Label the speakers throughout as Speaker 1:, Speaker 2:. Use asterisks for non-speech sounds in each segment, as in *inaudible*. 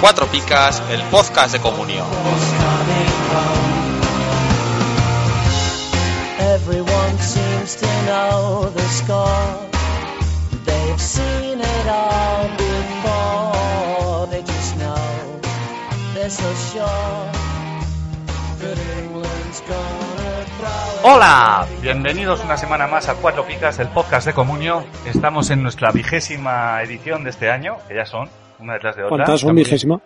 Speaker 1: Cuatro Picas, el podcast de comunión.
Speaker 2: Everyone seems to know the score. They've seen it all before. They just know they're so sure that England's gonna throw it.
Speaker 3: Hola, bienvenidos una semana más a Cuatro Picas, el podcast de Comunio. Estamos en nuestra vigésima edición de este año, que ya son una detrás de otra.
Speaker 4: ¿Cuántas son
Speaker 3: Estamos-
Speaker 4: vigésima?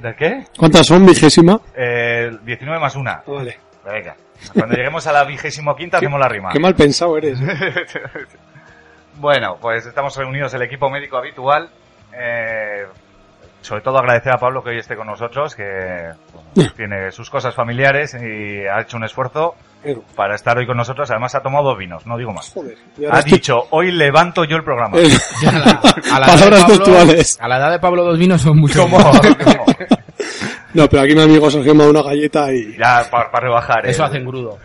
Speaker 3: ¿De qué?
Speaker 4: ¿Cuántas son vigésima?
Speaker 3: Eh, 19 más una.
Speaker 4: Vale.
Speaker 3: Venga, cuando lleguemos a la vigésimo quinta hacemos la rima.
Speaker 4: *laughs* Qué mal pensado eres. ¿eh?
Speaker 3: *laughs* Bueno, pues estamos reunidos el equipo médico habitual. Eh, sobre todo agradecer a Pablo que hoy esté con nosotros, que
Speaker 4: *laughs*
Speaker 3: pues, tiene sus cosas familiares y ha hecho un esfuerzo
Speaker 4: Pero,
Speaker 3: para estar hoy con nosotros. Además ha tomado dos vinos, no digo más.
Speaker 4: joder. Y ahora
Speaker 3: Ha
Speaker 4: estoy-
Speaker 3: dicho, hoy levanto yo el programa.
Speaker 4: Eh,
Speaker 5: Ya la-
Speaker 4: *laughs*
Speaker 5: a la edad
Speaker 4: Palabras
Speaker 5: de Pablo-
Speaker 4: textuales.
Speaker 5: A la edad de Pablo dos vinos son muchos.
Speaker 3: *laughs*
Speaker 4: *laughs*
Speaker 3: ¿Cómo? *laughs* ¿Cómo?
Speaker 4: no, pero aquí mi amigo Sergio me da una galleta y...
Speaker 3: Ya, para, rebajar.
Speaker 5: Eso
Speaker 3: eh.
Speaker 5: hacen grudo.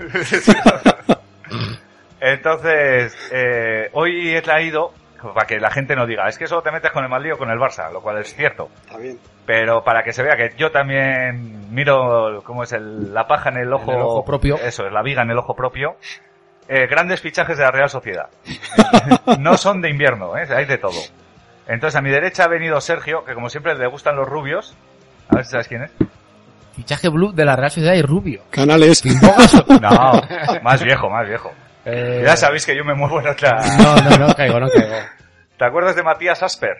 Speaker 3: Entonces, eh, hoy he traído, para que la gente no diga, es que solo te metes con el Madrid o con el Barça, lo cual es cierto.
Speaker 4: Está bien.
Speaker 3: Pero para que se vea que yo también miro cómo es el- la paja en el ojo,
Speaker 5: En el ojo propio.
Speaker 3: Eso, es la viga en el ojo propio. Eh, grandes fichajes de la Real Sociedad. *laughs* no son de invierno, ¿eh? hay de todo. Entonces a mi derecha ha venido Sergio, que como siempre le gustan los rubios. A ver si sabes quién es.
Speaker 5: Fichaje blue de la Real Sociedad y Rubio.
Speaker 4: Canales.
Speaker 3: *laughs* No, más viejo, más viejo.
Speaker 5: Eh,
Speaker 3: Ya sabéis que yo me muevo en otra.
Speaker 5: No, no, no caigo, no caigo.
Speaker 3: ¿Te acuerdas de Matías Asper?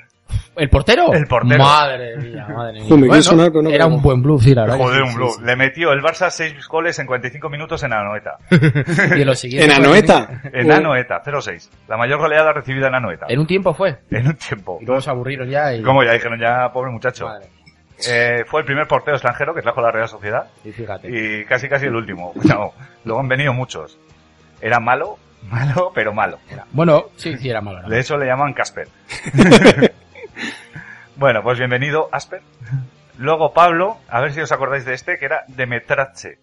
Speaker 5: ¿El portero?
Speaker 3: El portero.
Speaker 5: Madre mía, madre mía.
Speaker 4: Jo, me quiere sonar, pero no
Speaker 5: era
Speaker 4: caigo.
Speaker 5: un buen blue, sí, la verdad. que
Speaker 3: Joder,
Speaker 5: sí,
Speaker 3: un
Speaker 5: sí,
Speaker 3: blue.
Speaker 5: sí.
Speaker 3: Le metió el Barça 6 goles en 45 minutos en Anoeta.
Speaker 5: Y en lo siguiente. pues,
Speaker 4: En
Speaker 5: fue-
Speaker 4: Anoeta.
Speaker 3: En Anoeta, 0-6. La mayor goleada recibida en Anoeta.
Speaker 5: En un tiempo fue.
Speaker 3: En un tiempo.
Speaker 5: Y luego se aburrieron ya y.
Speaker 3: Como ya dijeron, ya, pobre muchacho.
Speaker 5: Madre.
Speaker 3: Eh, fue el primer portero extranjero que trajo la Real Sociedad
Speaker 5: Y fíjate.
Speaker 3: y casi casi el último. *laughs* No, luego han venido muchos. Era malo, *laughs* malo, pero malo.
Speaker 5: Bueno, sí, sí, era malo. era
Speaker 3: De
Speaker 5: malo.
Speaker 3: eso le llaman
Speaker 5: *laughs*
Speaker 3: Casper. bueno, pues bienvenido, Asper. Luego Pablo, a ver si os acordáis de este, que era Demetrache.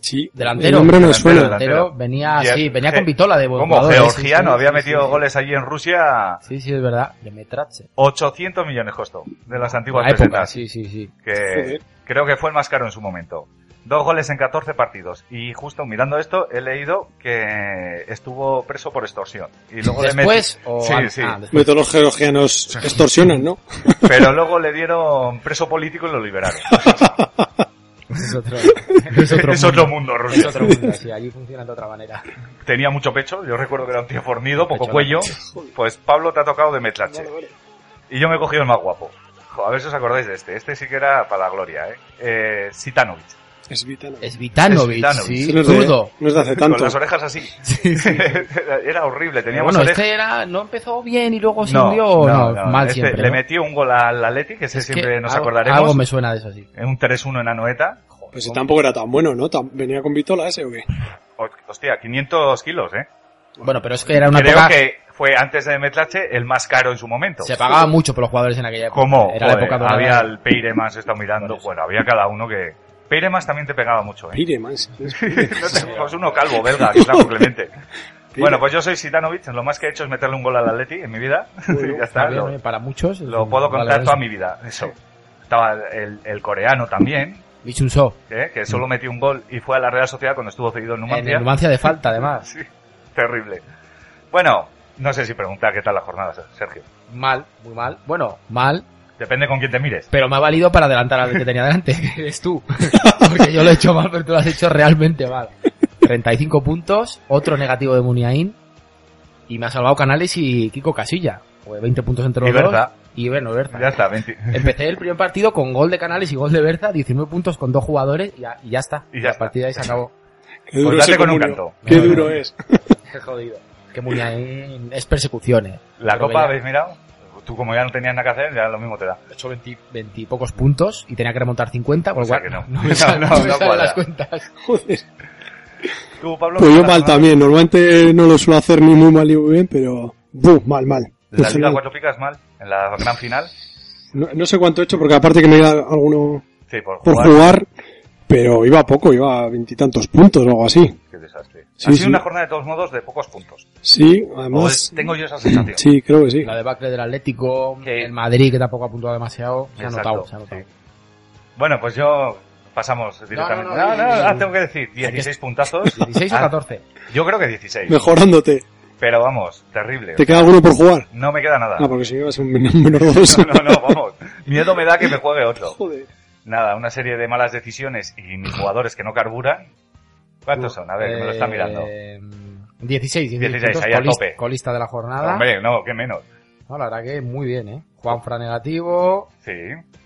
Speaker 4: Sí.
Speaker 5: Delantero.
Speaker 4: El nombre me
Speaker 3: Delantero,
Speaker 4: suena.
Speaker 3: delantero.
Speaker 5: Pero venía,
Speaker 3: Ye-
Speaker 5: sí, venía
Speaker 3: Ge-
Speaker 5: con vitola de buen
Speaker 3: Como
Speaker 5: jugador, sí, sí,
Speaker 3: georgiano,
Speaker 5: Pues sí,
Speaker 3: había
Speaker 5: sí,
Speaker 3: metido
Speaker 5: sí.
Speaker 3: goles allí en Rusia.
Speaker 5: Sí, sí, es verdad. De Metrache.
Speaker 3: 800 millones costó de las antiguas
Speaker 5: La época,
Speaker 3: pesetas,
Speaker 5: sí, sí, sí.
Speaker 3: que
Speaker 4: Joder.
Speaker 3: creo que fue el más caro en su momento. Dos goles en 14 partidos. Y justo mirando esto, he leído que estuvo preso por extorsión. Y luego le
Speaker 5: ¿Después? O...
Speaker 3: Sí,
Speaker 5: ah,
Speaker 3: sí.
Speaker 5: ah, después.
Speaker 4: Métodos georgianos extorsionan, ¿no?
Speaker 3: meti- Pero luego le dieron preso político y lo liberaron.
Speaker 5: *laughs* Es otro, *laughs* es
Speaker 3: *laughs*
Speaker 5: otro
Speaker 3: es otro
Speaker 5: mundo.
Speaker 3: mundo,
Speaker 5: Es
Speaker 3: ruso.
Speaker 5: otro mundo, sí, allí funciona de otra manera.
Speaker 3: Tenía mucho pecho, yo recuerdo que era un tío fornido, poco
Speaker 5: Pecho,
Speaker 3: cuello. Pues Pablo te ha tocado de metlache. Y yo me he cogido el más guapo. Jo, a ver si os acordáis de este. Este sí que era para la gloria, ¿eh? Eh, Sitanovic.
Speaker 4: Es vital.
Speaker 5: Es Vitanovic,
Speaker 3: Svitanovic.
Speaker 5: sí,
Speaker 4: Ese no, es de,
Speaker 5: zurdo.
Speaker 4: no es de hace
Speaker 3: Con
Speaker 4: tanto.
Speaker 3: las orejas así. *laughs* era horrible, teníamos
Speaker 5: Bueno,
Speaker 3: orejas.
Speaker 5: este era, no empezó bien y luego se
Speaker 3: No,
Speaker 5: hundió, o no,
Speaker 3: no,
Speaker 5: mal
Speaker 3: este
Speaker 5: siempre.
Speaker 3: Le
Speaker 5: ¿no?
Speaker 3: metió un gol al Atleti, que ese
Speaker 5: Es que
Speaker 3: siempre nos
Speaker 5: algo-
Speaker 3: acordaremos.
Speaker 5: Algo me suena de eso, sí.
Speaker 3: En un 3-1 en Anoeta.
Speaker 4: Pues si tampoco era tan bueno, ¿no? Tan- ¿Venía con vitola ese o qué?
Speaker 3: Hostia, 500 kilos, ¿eh?
Speaker 5: Bueno, pero es que era una
Speaker 3: Creo
Speaker 5: época...
Speaker 3: que fue antes de Metlache el más caro en su momento.
Speaker 5: Se pagaba mucho por los jugadores en aquella época.
Speaker 3: ¿Cómo?
Speaker 5: Era la
Speaker 3: Joder,
Speaker 5: época dorada.
Speaker 3: había el Peiremas, he estado mirando.
Speaker 5: Por eso.
Speaker 3: Bueno, había cada uno que... Peiremas también te pegaba mucho, ¿eh?
Speaker 4: Pire, man. sí.
Speaker 3: No *laughs* te- pues uno calvo, belga,
Speaker 5: *laughs*
Speaker 3: que es Blanco Clemente. Bueno, pues yo soy Sitanovic, lo más que he hecho es meterle un gol al Atleti en mi vida. *laughs* Y ya está,
Speaker 5: Está bien,
Speaker 3: lo-
Speaker 5: ¿eh? Para muchos. es
Speaker 3: Lo
Speaker 5: un
Speaker 3: puedo contar
Speaker 5: valor
Speaker 3: toda
Speaker 5: eso.
Speaker 3: mi vida, eso. Estaba el, el coreano también,
Speaker 5: Lee Chun-soo,
Speaker 3: ¿eh? que solo metió un gol y fue a la Real Sociedad cuando estuvo cedido en
Speaker 5: Mm. En el
Speaker 3: Numancia.
Speaker 5: Numancia de falta, además.
Speaker 3: *laughs* Sí, terrible. Bueno, no sé si preguntar qué tal la jornada, Sergio.
Speaker 5: Mal, muy mal. Bueno, mal,
Speaker 3: Depende con quién te mires.
Speaker 5: pero me ha valido para adelantar al que tenía delante, *laughs* que eres tú. Porque yo lo he hecho mal, pero tú lo has hecho realmente mal. 35 puntos, otro negativo de Muniain, y me ha salvado Canales y Kiko Casilla. Pues 20 puntos entre los
Speaker 3: Y Berza.
Speaker 5: dos. Y bueno, Berza.
Speaker 3: Ya está, 20.
Speaker 5: Empecé el primer partido con gol de Canales y gol de Berza, 19 puntos con dos jugadores y ya, y ya está.
Speaker 3: Y ya
Speaker 5: la partida ahí se acabó.
Speaker 4: Qué duro
Speaker 3: Pues date
Speaker 4: ese
Speaker 3: con un
Speaker 4: comunio.
Speaker 3: canto.
Speaker 4: *laughs* Qué duro eh. es.
Speaker 5: Qué jodido. Que Muniain es eh. persecuciones.
Speaker 3: La
Speaker 5: Pero
Speaker 3: copa
Speaker 5: ya-
Speaker 3: habéis mirado. tú como ya no tenías nada que hacer, ya lo mismo te da.
Speaker 5: He hecho 20, 20 y pocos puntos y tenía que remontar 50, con
Speaker 3: O
Speaker 5: lo
Speaker 3: sea
Speaker 5: cual
Speaker 3: que *laughs* no.
Speaker 5: *laughs* no me salen
Speaker 3: No,
Speaker 5: no me
Speaker 3: no
Speaker 5: salen
Speaker 3: cuadra.
Speaker 5: las cuentas.
Speaker 4: Joder.
Speaker 3: Tú, Pablo,
Speaker 4: Pues yo
Speaker 3: la-
Speaker 4: mal también. Normalmente no lo suelo hacer ni muy mal ni muy bien, pero... ¡Buf! Mal, mal.
Speaker 3: La
Speaker 4: No sé,
Speaker 3: Liga Cuatro Picas mal, en la gran final.
Speaker 4: no, no sé cuánto he hecho porque aparte que me da alguno
Speaker 3: Sí, por
Speaker 4: por
Speaker 3: jugar.
Speaker 4: jugar, pero iba a poco, iba a veintitantos puntos o algo así.
Speaker 3: Qué desastre.
Speaker 4: Sí,
Speaker 3: ha sido
Speaker 4: sí.
Speaker 3: una jornada de todos modos de pocos puntos.
Speaker 4: Sí,
Speaker 3: O es-
Speaker 4: además...
Speaker 3: tengo yo esa sensación.
Speaker 4: Sí, creo que sí.
Speaker 5: La debacle del Atlético,
Speaker 3: Sí.
Speaker 5: el Madrid que tampoco ha puntuado demasiado, se ha
Speaker 3: Exacto,
Speaker 5: notado, se ha notado.
Speaker 3: sí. *laughs* Bueno, pues yo pasamos directamente.
Speaker 5: no, no,
Speaker 3: Ah,
Speaker 5: no,
Speaker 3: no,
Speaker 5: no,
Speaker 3: ah,
Speaker 5: no.
Speaker 3: tengo que decir 16
Speaker 4: *laughs*
Speaker 3: puntazos.
Speaker 5: 16 o
Speaker 3: Ah,
Speaker 5: 14.
Speaker 3: Yo creo que 16.
Speaker 4: Mejorándote.
Speaker 3: Pero vamos, terrible.
Speaker 4: ¿Te queda alguno por jugar?
Speaker 3: No me queda nada.
Speaker 4: Ah, porque si llevas un men-
Speaker 3: *laughs*
Speaker 4: menos dos.
Speaker 3: No, no, no, vamos. Miedo me da que me juegue otro.
Speaker 4: pues Joder.
Speaker 3: Nada, una serie de malas decisiones y mis jugadores que no carburan. ¿Cuántos son? A ver, que me lo están mirando.
Speaker 5: Eh, 16, 16,
Speaker 3: 16,
Speaker 5: puntos,
Speaker 3: ahí a
Speaker 5: colis-
Speaker 3: tope.
Speaker 5: colista de la jornada.
Speaker 3: Hombre, no, que menos.
Speaker 5: No, la verdad que muy bien, ¿eh? Juanfra negativo,
Speaker 3: Sí.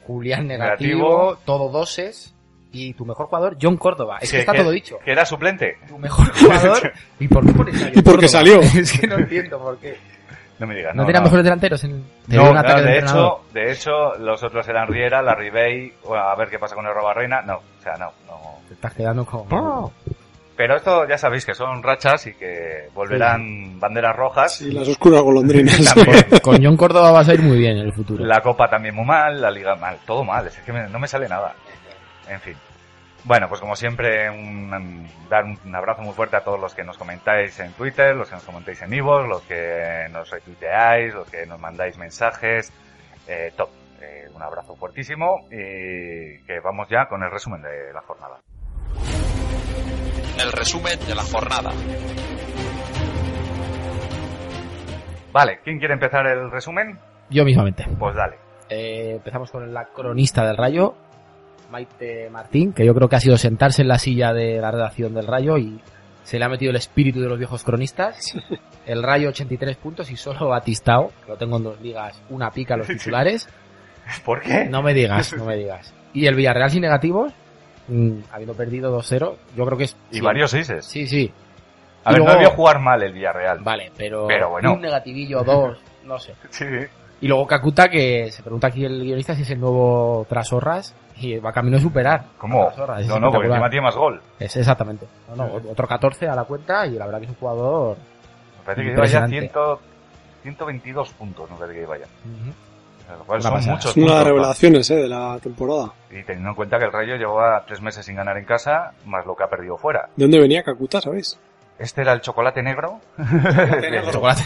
Speaker 5: Julián
Speaker 3: Negativo.
Speaker 5: negativo, todo doses. Y tu mejor jugador, John Córdoba. Es
Speaker 3: Sí,
Speaker 5: que está todo dicho.
Speaker 3: Que era suplente.
Speaker 5: Tu mejor
Speaker 3: *laughs*
Speaker 5: jugador. ¿Y por qué pones a John
Speaker 4: ¿Y por qué
Speaker 5: Córdoba?
Speaker 4: salió?
Speaker 5: *laughs* es que no entiendo por qué.
Speaker 3: No me digas.
Speaker 5: ¿No,
Speaker 3: No,
Speaker 5: tenían
Speaker 3: no.
Speaker 5: mejores delanteros? En... tenía
Speaker 3: No,
Speaker 5: un ataque
Speaker 3: no, de,
Speaker 5: entrenador.
Speaker 3: hecho, de hecho, los otros eran Riera, la Ribey, bueno, a ver qué pasa con el Robarrena. No, o sea, no, no.
Speaker 5: Te estás quedando con...
Speaker 3: Ah. Pero esto ya sabéis que son rachas y que volverán banderas rojas.
Speaker 4: Sí, *laughs* las oscuras
Speaker 3: *laughs*
Speaker 4: golondrinas.
Speaker 3: También.
Speaker 5: Con John Córdoba vas a ir muy bien en el futuro.
Speaker 3: La copa también muy mal, la liga mal, todo mal, es que me- no me sale nada. En fin. Bueno, pues como siempre, un- um, dar un abrazo muy fuerte a todos los que nos comentáis en Twitter, los que nos comentáis en Ivo, los que nos retuiteáis, los que nos mandáis mensajes, eh, top. Eh, un abrazo fuertísimo y que vamos ya con el resumen de la jornada.
Speaker 1: El resumen de la jornada.
Speaker 3: Vale, ¿quién quiere empezar el resumen?
Speaker 5: Yo mismamente.
Speaker 3: Pues dale. *laughs*
Speaker 5: Eh, empezamos con la cronista del Rayo, Maite Martín, que yo creo que ha sido sentarse en la silla de la redacción del Rayo y se le ha metido el espíritu de los viejos cronistas. El Rayo 83 puntos y solo Batistao, que lo tengo en dos ligas, una pica a
Speaker 3: *laughs*
Speaker 5: los titulares.
Speaker 3: ¿Por qué?
Speaker 5: No me digas, no me digas. Y el Villarreal sin negativos, mm, habiendo perdido 2-0, yo creo que es...
Speaker 3: Y varios seises.
Speaker 5: Sí, sí.
Speaker 3: A
Speaker 5: Y
Speaker 3: ver, no
Speaker 5: luego-
Speaker 3: debió jugar mal el Villarreal.
Speaker 5: Vale, pero,
Speaker 3: Pero bueno.
Speaker 5: un negativillo, dos, no sé.
Speaker 3: Sí,
Speaker 5: Y luego Kakuta, que se pregunta aquí el guionista si es el nuevo Trasorras y va camino a superar.
Speaker 3: ¿cómo?
Speaker 5: a Trasorras, es
Speaker 3: No, no, porque
Speaker 5: espectacular.
Speaker 3: encima tiene más gol.
Speaker 5: Es exactamente. No, no, otro 14 a la cuenta y la verdad que es un jugador.
Speaker 3: Me parece que lleva ya
Speaker 5: Impresionante.
Speaker 3: 100 122 puntos, no parece que lleva ya. Lo cual
Speaker 5: Una
Speaker 3: son
Speaker 5: pasada.
Speaker 3: muchos
Speaker 4: Es una de las
Speaker 3: puntos,
Speaker 4: revelaciones eh, de la temporada.
Speaker 3: ¿no? Y teniendo en cuenta que el Rayo llevaba tres meses sin ganar en casa, más lo que ha perdido fuera.
Speaker 4: ¿De dónde venía Kakuta, sabéis?
Speaker 3: Este era el chocolate negro. *laughs*
Speaker 5: Chocolate.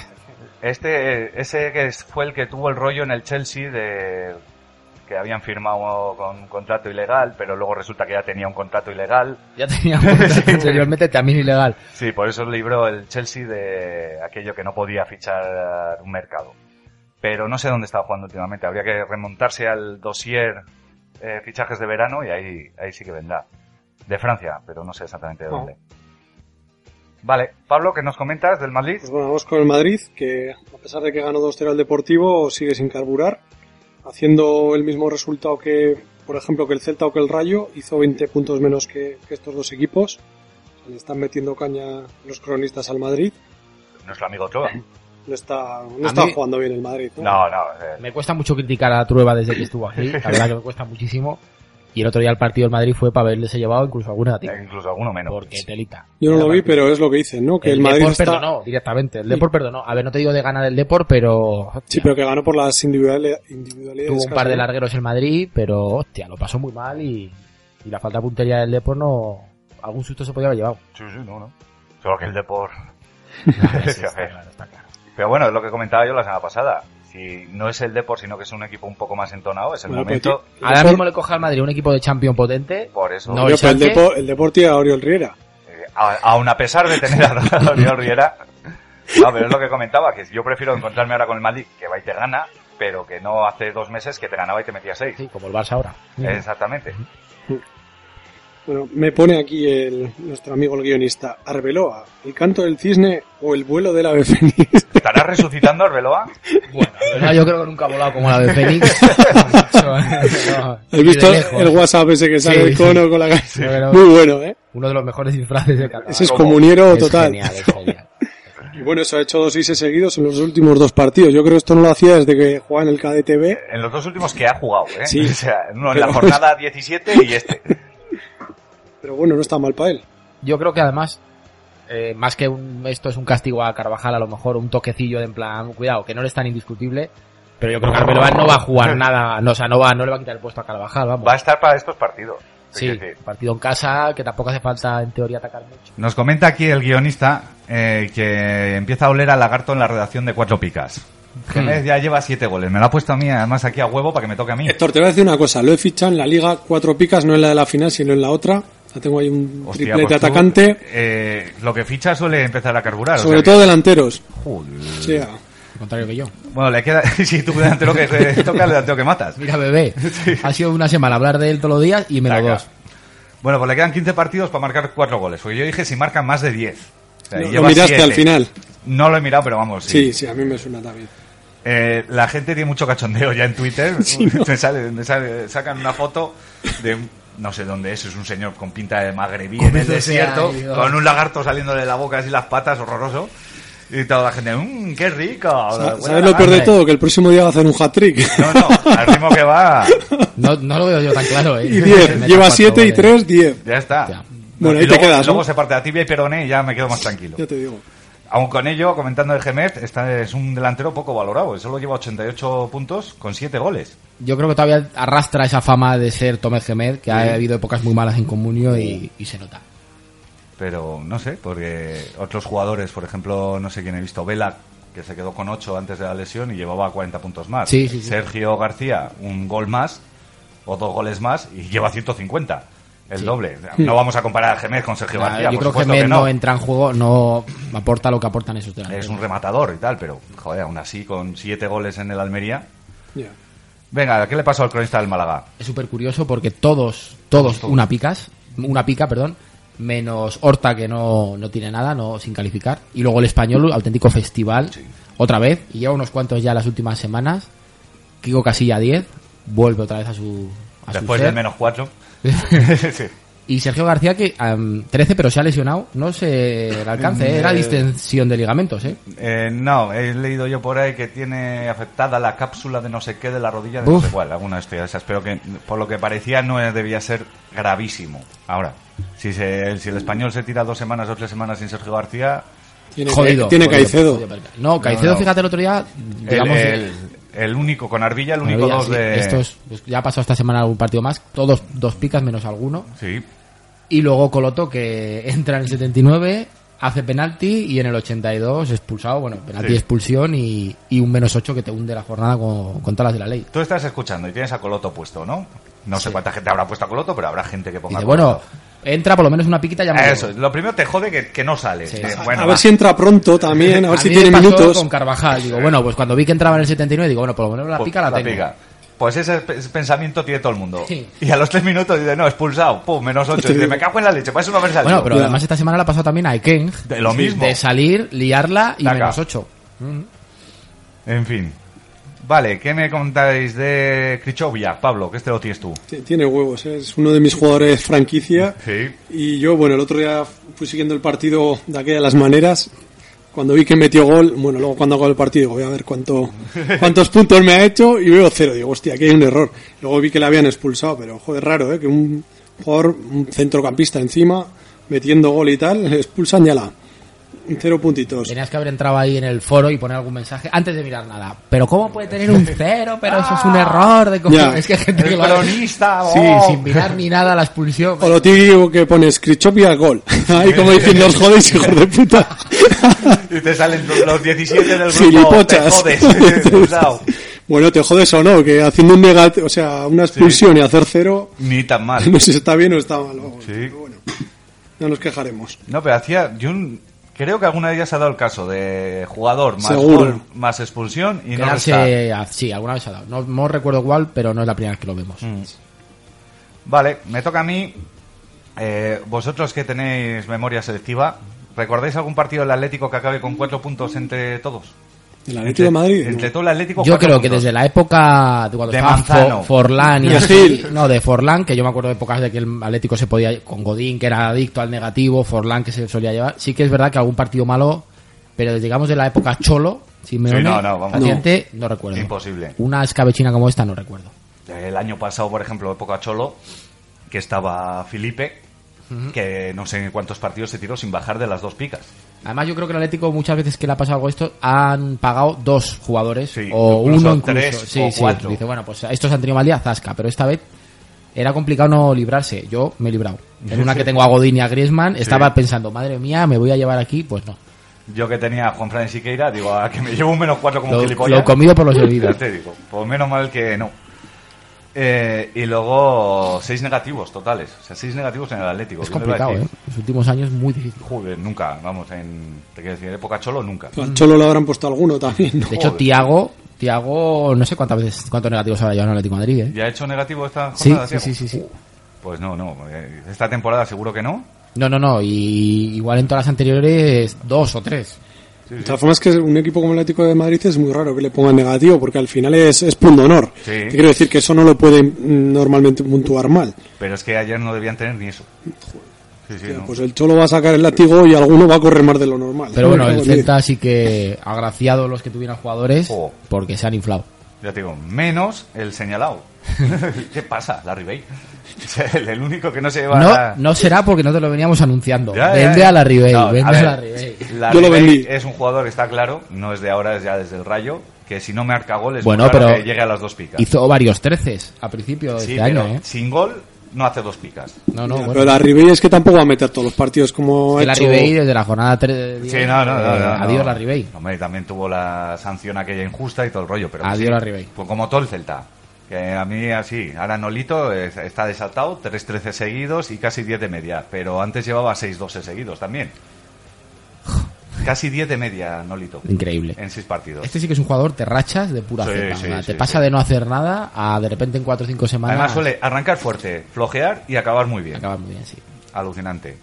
Speaker 3: Este, ese que es- fue el que tuvo el rollo en el Chelsea de que habían firmado con un contrato ilegal, pero luego resulta que ya tenía un contrato ilegal.
Speaker 5: Ya tenía un contrato anteriormente, también ilegal.
Speaker 3: Sí, por eso libró el Chelsea de aquello que no podía fichar eh, un mercado. Pero no sé dónde estaba jugando últimamente. Habría que remontarse al dossier eh, fichajes de verano y ahí, ahí sí que vendrá. De Francia, pero no sé exactamente de
Speaker 4: Ujú.
Speaker 3: dónde. Vale, Pablo, ¿qué nos comentas del Madrid?
Speaker 4: Pues bueno, vamos con el Madrid, que a pesar de que ganó 2-0 al Deportivo, sigue sin carburar, haciendo el mismo resultado que, por ejemplo, que el Celta o que el Rayo, hizo 20 puntos menos que, que estos dos equipos. O sea, Le están metiendo caña los cronistas al Madrid.
Speaker 3: Nuestro amigo Troa.
Speaker 4: No está, no
Speaker 5: A
Speaker 4: está
Speaker 5: mí-
Speaker 4: jugando bien el Madrid. ¿no?
Speaker 3: No, no. eh,
Speaker 5: Me cuesta mucho criticar a Trueba desde que estuvo aquí. La verdad que me cuesta muchísimo. Y el otro día el partido del Madrid fue para haberles llevado incluso alguna negativa.
Speaker 3: eh, incluso alguno menos.
Speaker 5: Porque telita.
Speaker 4: Yo no lo vi, pero es lo que dicen, ¿no? Que el, Madrid
Speaker 5: Depor
Speaker 4: está...
Speaker 5: perdonó directamente. El Depor perdonó. A ver, no te digo de ganar el Depor, pero.
Speaker 4: Sí,
Speaker 5: hostia,
Speaker 4: pero que ganó por las individuali- individualidades.
Speaker 5: Tuvo un par de
Speaker 4: casi, ¿no?
Speaker 5: largueros el Madrid, pero hostia, lo pasó muy mal y, y la falta de puntería del Depor no. Algún susto se podía haber
Speaker 3: *laughs*
Speaker 5: llevado.
Speaker 3: Sí, sí, no, no. Solo que el Depor.
Speaker 5: Sí,
Speaker 3: a ver.
Speaker 5: está claro, está claro.
Speaker 3: Pero bueno, es lo que comentaba yo la semana pasada. Si no es el Depor, sino que es un equipo un poco más entonado, es el
Speaker 4: Bueno, pero
Speaker 3: momento.
Speaker 4: ti- el
Speaker 5: Ahora
Speaker 4: Depor-
Speaker 5: mismo le coge al Madrid un equipo de champion potente.
Speaker 3: Por eso.
Speaker 5: No,
Speaker 4: Yo,
Speaker 5: ¿y
Speaker 4: pero el,
Speaker 5: Sánchez?
Speaker 4: Depo- el Deportivo era Oriol Riera.
Speaker 3: Eh, a- aun a pesar de tener a *laughs* Oriol Riera. No, pero es lo que comentaba, que yo prefiero encontrarme ahora con el Madrid, que va y te gana, pero que no hace dos meses que te ganaba y te metía seis.
Speaker 5: Sí, como el Barça ahora.
Speaker 3: Exactamente.
Speaker 4: Bueno, me pone aquí el, nuestro amigo el guionista. Arbeloa, el canto del cisne o el vuelo del ave *laughs* fénix.
Speaker 3: ¿Estará resucitando Arbeloa?
Speaker 5: Bueno, no, yo creo que nunca ha volado como la de
Speaker 3: *laughs*
Speaker 5: Fénix. *laughs* No, ni
Speaker 4: ¿Has
Speaker 5: de
Speaker 4: visto
Speaker 5: lejos.
Speaker 4: el WhatsApp ese que sale
Speaker 5: Sí,
Speaker 4: el cono con la
Speaker 5: *laughs* Sí, pero
Speaker 4: Muy bueno, ¿eh?
Speaker 5: Uno de los mejores disfraces de Cataluña.
Speaker 4: Ese es
Speaker 3: como-
Speaker 4: comuniero
Speaker 5: Es
Speaker 4: total.
Speaker 5: genial, es genial.
Speaker 4: Y bueno, eso ha hecho dos ISE seguidos en los últimos dos partidos. Yo creo que esto no lo hacía desde que jugaba en el KDTV.
Speaker 3: En los dos últimos que ha jugado, ¿eh?
Speaker 4: Sí.
Speaker 3: O sea, uno en
Speaker 4: Pero-
Speaker 3: la jornada 17 y este.
Speaker 4: Pero bueno, no está mal para él.
Speaker 5: Yo creo que además, eh, más que un- esto es un castigo a Carvajal, a lo mejor un toquecillo de en plan, cuidado, que no le es tan indiscutible, pero yo creo que Arbeloa no va
Speaker 4: *laughs*
Speaker 5: a jugar nada, no, o sea, no, va, no le va a quitar el puesto a Carvajal, vamos.
Speaker 3: Va a estar para estos partidos.
Speaker 5: sí,
Speaker 3: Quiero decir,
Speaker 5: partido en casa, que tampoco hace falta en teoría atacar mucho.
Speaker 3: Nos comenta aquí el guionista eh, que empieza a oler a lagarto en la redacción de Cuatro Picas. Jiménez ya lleva siete goles. Me lo ha puesto a mí, además, aquí a huevo para que me toque a
Speaker 4: *laughs*
Speaker 3: mí.
Speaker 4: Héctor, te voy a decir una cosa. Lo he fichado en la Liga Cuatro Picas, no en la de la final, sino en la otra. Ya tengo ahí un
Speaker 3: Hostia,
Speaker 4: triplete
Speaker 3: pues tú,
Speaker 4: atacante,
Speaker 3: eh, lo que ficha suele empezar a carburar. o
Speaker 4: sobre
Speaker 3: sea que-
Speaker 4: todo delanteros. ah,
Speaker 3: Joder.
Speaker 4: O sea,
Speaker 5: Al contrario que yo.
Speaker 3: Bueno, le queda. *laughs* si tú delantero que te toca, el delantero que matas.
Speaker 5: Mira, bebé, ha sido una semana hablar de él todos los días y menos
Speaker 3: Taca.
Speaker 5: dos.
Speaker 3: Bueno, pues le quedan 15 partidos para marcar 4 goles. Porque yo dije si marcan más de 10. O sea,
Speaker 4: lo- lo
Speaker 3: lleva
Speaker 4: miraste
Speaker 3: siete.
Speaker 4: al final.
Speaker 3: No lo he mirado, pero vamos.
Speaker 4: Sí, sí, a mí me suena también.
Speaker 3: Eh, la gente tiene mucho cachondeo ya en
Speaker 4: *laughs*
Speaker 3: Twitter. Me sale- me sale- sacan una foto de un- no sé dónde es, es un señor con pinta de magrebí en el
Speaker 5: Hombre,
Speaker 3: desierto,
Speaker 5: ay, Dios.
Speaker 3: con un lagarto saliéndole de la boca así las patas, horroroso. Y toda la gente, mmm, qué rico.
Speaker 4: Sa-
Speaker 3: Huele
Speaker 4: Ah, ¿Sabes
Speaker 3: a
Speaker 4: lo peor de
Speaker 5: madre.
Speaker 4: todo? Que el próximo día va a hacer un hat-trick.
Speaker 3: No,
Speaker 4: *laughs*
Speaker 3: no, al ritmo que va,
Speaker 5: No, no lo veo yo tan claro, ¿eh?
Speaker 4: Y 10. Lleva 7 y 3, 10.
Speaker 3: ya está.
Speaker 5: Ya.
Speaker 4: Bueno,
Speaker 3: Y
Speaker 4: ahí te
Speaker 3: luego-
Speaker 4: quedas, ¿no?
Speaker 3: Luego se parte la tibia y peroné y ya me quedo más tranquilo.
Speaker 4: Ya te digo.
Speaker 3: Aún con ello, comentando de Gemet, esta es un delantero poco valorado. Solo lleva 88 puntos con 7 goles.
Speaker 5: Yo creo que todavía arrastra esa fama de ser Tomé Gemed, que ha habido épocas muy malas en Comunio y, y se nota.
Speaker 3: Pero no sé, porque otros jugadores, por ejemplo, no sé quién he visto, Vela, que se quedó con 8 antes de la lesión y llevaba 40 puntos más.
Speaker 5: Sí, sí, sí.
Speaker 3: Sergio García, un gol más o dos goles más y lleva 150. El doble. No vamos a comparar a Gemet con Sergio
Speaker 5: Nah,
Speaker 3: García,
Speaker 5: yo
Speaker 3: por
Speaker 5: creo que
Speaker 3: supuesto
Speaker 5: Gemed
Speaker 3: que
Speaker 5: no.
Speaker 3: no.
Speaker 5: entra en juego, no aporta lo que aportan esos delanteros.
Speaker 3: Es un rematador y tal, pero joder, aún así con 7 goles en el Almería.
Speaker 4: Ya.
Speaker 3: Venga, ¿qué le pasó al cronista del Málaga?
Speaker 5: Es súper curioso porque todos, todos,
Speaker 3: todos.
Speaker 5: una picas, una pica, perdón, menos Horta que no, no tiene nada, no sin calificar. Y luego el español, auténtico festival, otra vez, y lleva unos cuantos ya las últimas semanas. Kiko Casilla 10, vuelve otra vez a su. A su
Speaker 3: Después
Speaker 5: ser.
Speaker 3: del menos 4.
Speaker 5: Y Sergio García que am, 13 pero se ha lesionado, no sé el alcance, ¿eh? era
Speaker 3: Eh,
Speaker 5: distensión de ligamentos, ¿eh?
Speaker 3: Eh, no, he leído yo por ahí que tiene afectada la cápsula de no sé qué de la rodilla de
Speaker 5: Uf.
Speaker 3: no sé cuál, alguna de esas, pero que por lo que parecía no eh, debía ser gravísimo. Ahora, si, se- si el español se tira dos semanas o tres semanas sin Sergio García,
Speaker 4: Tiene,
Speaker 5: Jodido.
Speaker 4: tiene
Speaker 5: jodido,
Speaker 4: Caicedo.
Speaker 5: jodido, perca- No, Caicedo,
Speaker 3: No, no.
Speaker 5: fíjate el otro día,
Speaker 3: el,
Speaker 5: digamos, eh,
Speaker 3: el- el único con Arbilla, el único
Speaker 5: había,
Speaker 3: dos
Speaker 5: sí,
Speaker 3: de...
Speaker 5: estos, pues, ya ha pasado esta semana algún partido más, todos dos picas menos alguno.
Speaker 3: Sí,
Speaker 5: Y luego Coloto que *laughs* entra en el 79, hace penalti y en el 82 expulsado, bueno, penalti
Speaker 3: Sí.
Speaker 5: expulsión y, y un menos 8 que te hunde la jornada con, con todas las de la ley.
Speaker 3: tú estás escuchando y tienes a Coloto puesto, ¿no? No sé cuánta gente habrá puesto a Coloto, pero habrá gente que
Speaker 5: Y
Speaker 3: ponga
Speaker 5: dice,
Speaker 3: a
Speaker 5: bueno,
Speaker 3: Coloto. Ah,
Speaker 5: entra por lo menos una piquita ya me
Speaker 3: Eso, lo primero te jode que, que no sale.
Speaker 5: Sí.
Speaker 3: Eh,
Speaker 5: A-
Speaker 3: bueno,
Speaker 4: a
Speaker 3: va.
Speaker 4: ver si entra pronto también, a ver si
Speaker 5: mí
Speaker 4: tiene
Speaker 5: me pasó
Speaker 4: minutos.
Speaker 5: con Carvajal. Digo, bueno, pues cuando vi que entraba en el 79, digo, bueno, por lo menos la
Speaker 3: Pues,
Speaker 5: pica la, tengo.
Speaker 3: pica. Pues ese, pe- ese pensamiento tiene todo el mundo.
Speaker 5: Sí.
Speaker 3: Y a los tres minutos dice, no, expulsado, pum, menos ocho.
Speaker 4: Te
Speaker 3: Y dice,
Speaker 4: digo.
Speaker 3: me cago en la leche, para eso no haber salido.
Speaker 5: Bueno, pero
Speaker 4: Ya.
Speaker 5: además esta semana la ha pasado también a Ekeng.
Speaker 3: De lo mismo.
Speaker 5: De salir, liarla y
Speaker 3: Taca.
Speaker 5: menos 8.
Speaker 3: En fin. Vale, ¿qué me contáis de Krichovia, Pablo? Que este lo tienes tú.
Speaker 4: T- Tiene huevos, ¿eh? es uno de mis jugadores franquicia.
Speaker 5: *laughs*
Speaker 3: Sí.
Speaker 4: Y yo, bueno, el otro día fui siguiendo el partido de aquella de las maneras. Cuando vi que metió gol, bueno, luego cuando hago el partido, digo, voy a ver cuánto, cuántos puntos me ha hecho y veo cero. Digo, hostia, aquí hay un error. Luego vi que le habían expulsado, pero joder, raro, ¿eh? Que un jugador, un centrocampista encima, metiendo gol y tal, *laughs* le expulsan ya la. Cero puntitos.
Speaker 5: Tenías que haber entrado ahí en el foro y poner algún mensaje antes de mirar nada. Pero ¿cómo puede
Speaker 3: *laughs*
Speaker 5: tener un cero? Pero eso es un error de cojones.
Speaker 4: Ya.
Speaker 5: Es que hay gente que
Speaker 3: Ah. El
Speaker 5: lo hace.
Speaker 3: cronista,
Speaker 5: *laughs* Sí,
Speaker 3: oh.
Speaker 5: sin mirar ni nada
Speaker 3: *laughs*
Speaker 5: la expulsión.
Speaker 4: O lo típico que pones Krichopia gol. *laughs* Ahí como diciendo, os jodéis, hijos de puta. *laughs*
Speaker 3: Y te salen los, los 17
Speaker 5: *laughs*
Speaker 3: del grupo. Te
Speaker 4: Gilipochas.
Speaker 3: jodes, *laughs*
Speaker 4: *laughs*
Speaker 3: expulsado.
Speaker 4: bueno, te jodes o no, que haciendo un mega, o sea, una expulsión y hacer cero,
Speaker 3: Ni tan mal.
Speaker 4: no sé si está bien o está mal. vamos.
Speaker 3: Sí.
Speaker 4: Pero bueno, no nos quejaremos.
Speaker 3: No, pero hacía. Yo un- creo que alguna de ellas ha dado el caso de jugador más
Speaker 4: Seguro.
Speaker 3: gol, más expulsión y no está.
Speaker 5: Quedarse a- sí, alguna vez ha dado. No, no recuerdo cuál, pero no es la primera vez que lo vemos.
Speaker 3: Mm. Vale, me toca a mí. Eh, vosotros que tenéis memoria selectiva, ¿recordáis algún partido del Atlético que acabe con cuatro puntos entre todos?
Speaker 4: El Atlético de Madrid. ¿no?
Speaker 3: Entre todo el Atlético.
Speaker 5: Yo
Speaker 3: cuatro
Speaker 5: creo que
Speaker 3: puntos.
Speaker 5: desde la época de cuando
Speaker 3: De
Speaker 5: estaba
Speaker 3: Manzano.
Speaker 5: Fo- Forlán y
Speaker 4: De
Speaker 5: así-
Speaker 4: Gil.
Speaker 5: no, de Forlán, que yo me acuerdo de épocas de que el Atlético se podía con Godín que era adicto al negativo, Forlán que se solía llevar. Sí que es verdad que algún partido malo Pero digamos de la época Cholo, Simeone,
Speaker 3: Sí, no, no, vamos.
Speaker 5: paciente, no, recuerdo.
Speaker 3: Imposible.
Speaker 5: Una escabechina como esta no recuerdo.
Speaker 3: El año pasado, por ejemplo, época Cholo, que estaba Felipe, que no sé cuántos partidos se tiró sin bajar de las dos picas.
Speaker 5: Además yo creo que el Atlético muchas veces que le ha pasado algo esto han pagado dos jugadores
Speaker 3: Sí,
Speaker 5: o
Speaker 3: incluso
Speaker 5: uno incluso.
Speaker 3: tres
Speaker 5: sí,
Speaker 3: o
Speaker 5: sí.
Speaker 3: cuatro.
Speaker 5: Dice, bueno, pues estos han tenido mal día, zasca, pero esta vez era complicado no librarse. Yo me he librado. En una que tengo a Godín y a Griezmann, estaba pensando, madre mía, me voy a llevar aquí, pues no.
Speaker 3: Yo que tenía a Juan Fran Siqueira, digo, a que me llevo un menos cuatro como
Speaker 5: Lo,
Speaker 3: un gilipollas.
Speaker 5: lo comido por
Speaker 3: *laughs*
Speaker 5: los
Speaker 3: Ya
Speaker 5: bebidos.
Speaker 3: te digo, pues menos mal que no. Eh, y luego seis negativos totales, o sea, seis negativos en el Atlético.
Speaker 5: es
Speaker 3: Yo te iba a
Speaker 5: complicado, ¿eh?
Speaker 3: decir,
Speaker 5: Los últimos años muy difícil.
Speaker 3: Joder, nunca, vamos, en, te quiero decir, época cholo, nunca.
Speaker 4: Al Cholo le habrán puesto alguno también, ¿no?
Speaker 5: De hecho, Tiago, Tiago, no sé cuántas veces, cuántos negativos habrá llevado en Atlético de Madrid, ¿eh?
Speaker 3: ¿Ya ha hecho negativo esta
Speaker 5: Sí,
Speaker 3: jornada?
Speaker 5: sí,
Speaker 3: Diego?
Speaker 5: sí, sí, sí.
Speaker 3: Pues no, no, eh, esta temporada seguro que no.
Speaker 5: No, no, no, y igual en todas las anteriores, dos o tres.
Speaker 4: De todas formas, que un equipo como el Atlético de Madrid es muy raro que le pongan negativo, porque al final es, es punto honor.
Speaker 3: Sí.
Speaker 4: Te Quiero decir que eso no lo pueden mm, normalmente puntuar mal.
Speaker 3: Pero es que ayer no debían tener ni eso. Sí, sí, no.
Speaker 4: Pues el Cholo va a sacar el látigo y alguno va a correr más de lo normal.
Speaker 5: Pero bueno,
Speaker 4: Me
Speaker 5: el
Speaker 4: cago en diez.
Speaker 5: Celta sí que ha agraciado los que tuvieron jugadores
Speaker 3: Jo.
Speaker 5: porque se han inflado.
Speaker 3: Ya te digo, menos el
Speaker 5: *laughs*
Speaker 3: señalado. ¿Qué pasa, Larry Bay? *laughs* Es el, el único que no se lleva
Speaker 5: No,
Speaker 3: la-
Speaker 5: no será porque no te lo veníamos anunciando.
Speaker 3: Ya, ya,
Speaker 5: vende
Speaker 3: ya.
Speaker 5: a la Ribey,
Speaker 3: No,
Speaker 5: vende
Speaker 3: a ver,
Speaker 5: a la Ribey.
Speaker 3: Larry
Speaker 4: Yo lo
Speaker 3: Bay
Speaker 4: vendí.
Speaker 3: Es un jugador, está claro, no es de ahora, es ya desde el rayo, que si no marca goles,
Speaker 5: Bueno,
Speaker 3: muy raro
Speaker 5: pero
Speaker 3: que llegue a las dos picas.
Speaker 5: Hizo varios treces a principio de
Speaker 3: Sí,
Speaker 5: este
Speaker 3: pero
Speaker 5: año, ¿eh?
Speaker 3: sin gol no hace dos picas.
Speaker 5: No, no, bueno.
Speaker 4: Pero la Ribey es que tampoco va a meter todos los partidos como
Speaker 5: Que la
Speaker 4: ha hecho...
Speaker 5: Ribey desde la jornada 3
Speaker 3: Sí, no, no, no, no, no.
Speaker 5: Eh, Adiós la Ribey.
Speaker 3: Hombre, también tuvo la sanción aquella injusta y todo el rollo, pero
Speaker 5: Adiós
Speaker 3: sí,
Speaker 5: la Ribey.
Speaker 3: Pues como todo el Celta. Que a mí así, ahora Nolito eh, está desatado, 3-13 seguidos y casi 10 de media, pero antes llevaba 6-12 seguidos
Speaker 5: *laughs*
Speaker 3: también. Casi 10 de media, Nolito,
Speaker 5: Increíble.
Speaker 3: en 6 partidos.
Speaker 5: Este sí que es un jugador, te rachas de pura
Speaker 3: Sí,
Speaker 5: cepa,
Speaker 3: sí,
Speaker 5: o sea,
Speaker 3: sí,
Speaker 5: te
Speaker 3: sí.
Speaker 5: pasa de no hacer nada a de repente en 4 o 5 semanas.
Speaker 3: Además suele arrancar fuerte, flojear y acabar muy bien.
Speaker 5: Acaba muy bien, sí.
Speaker 3: Alucinante.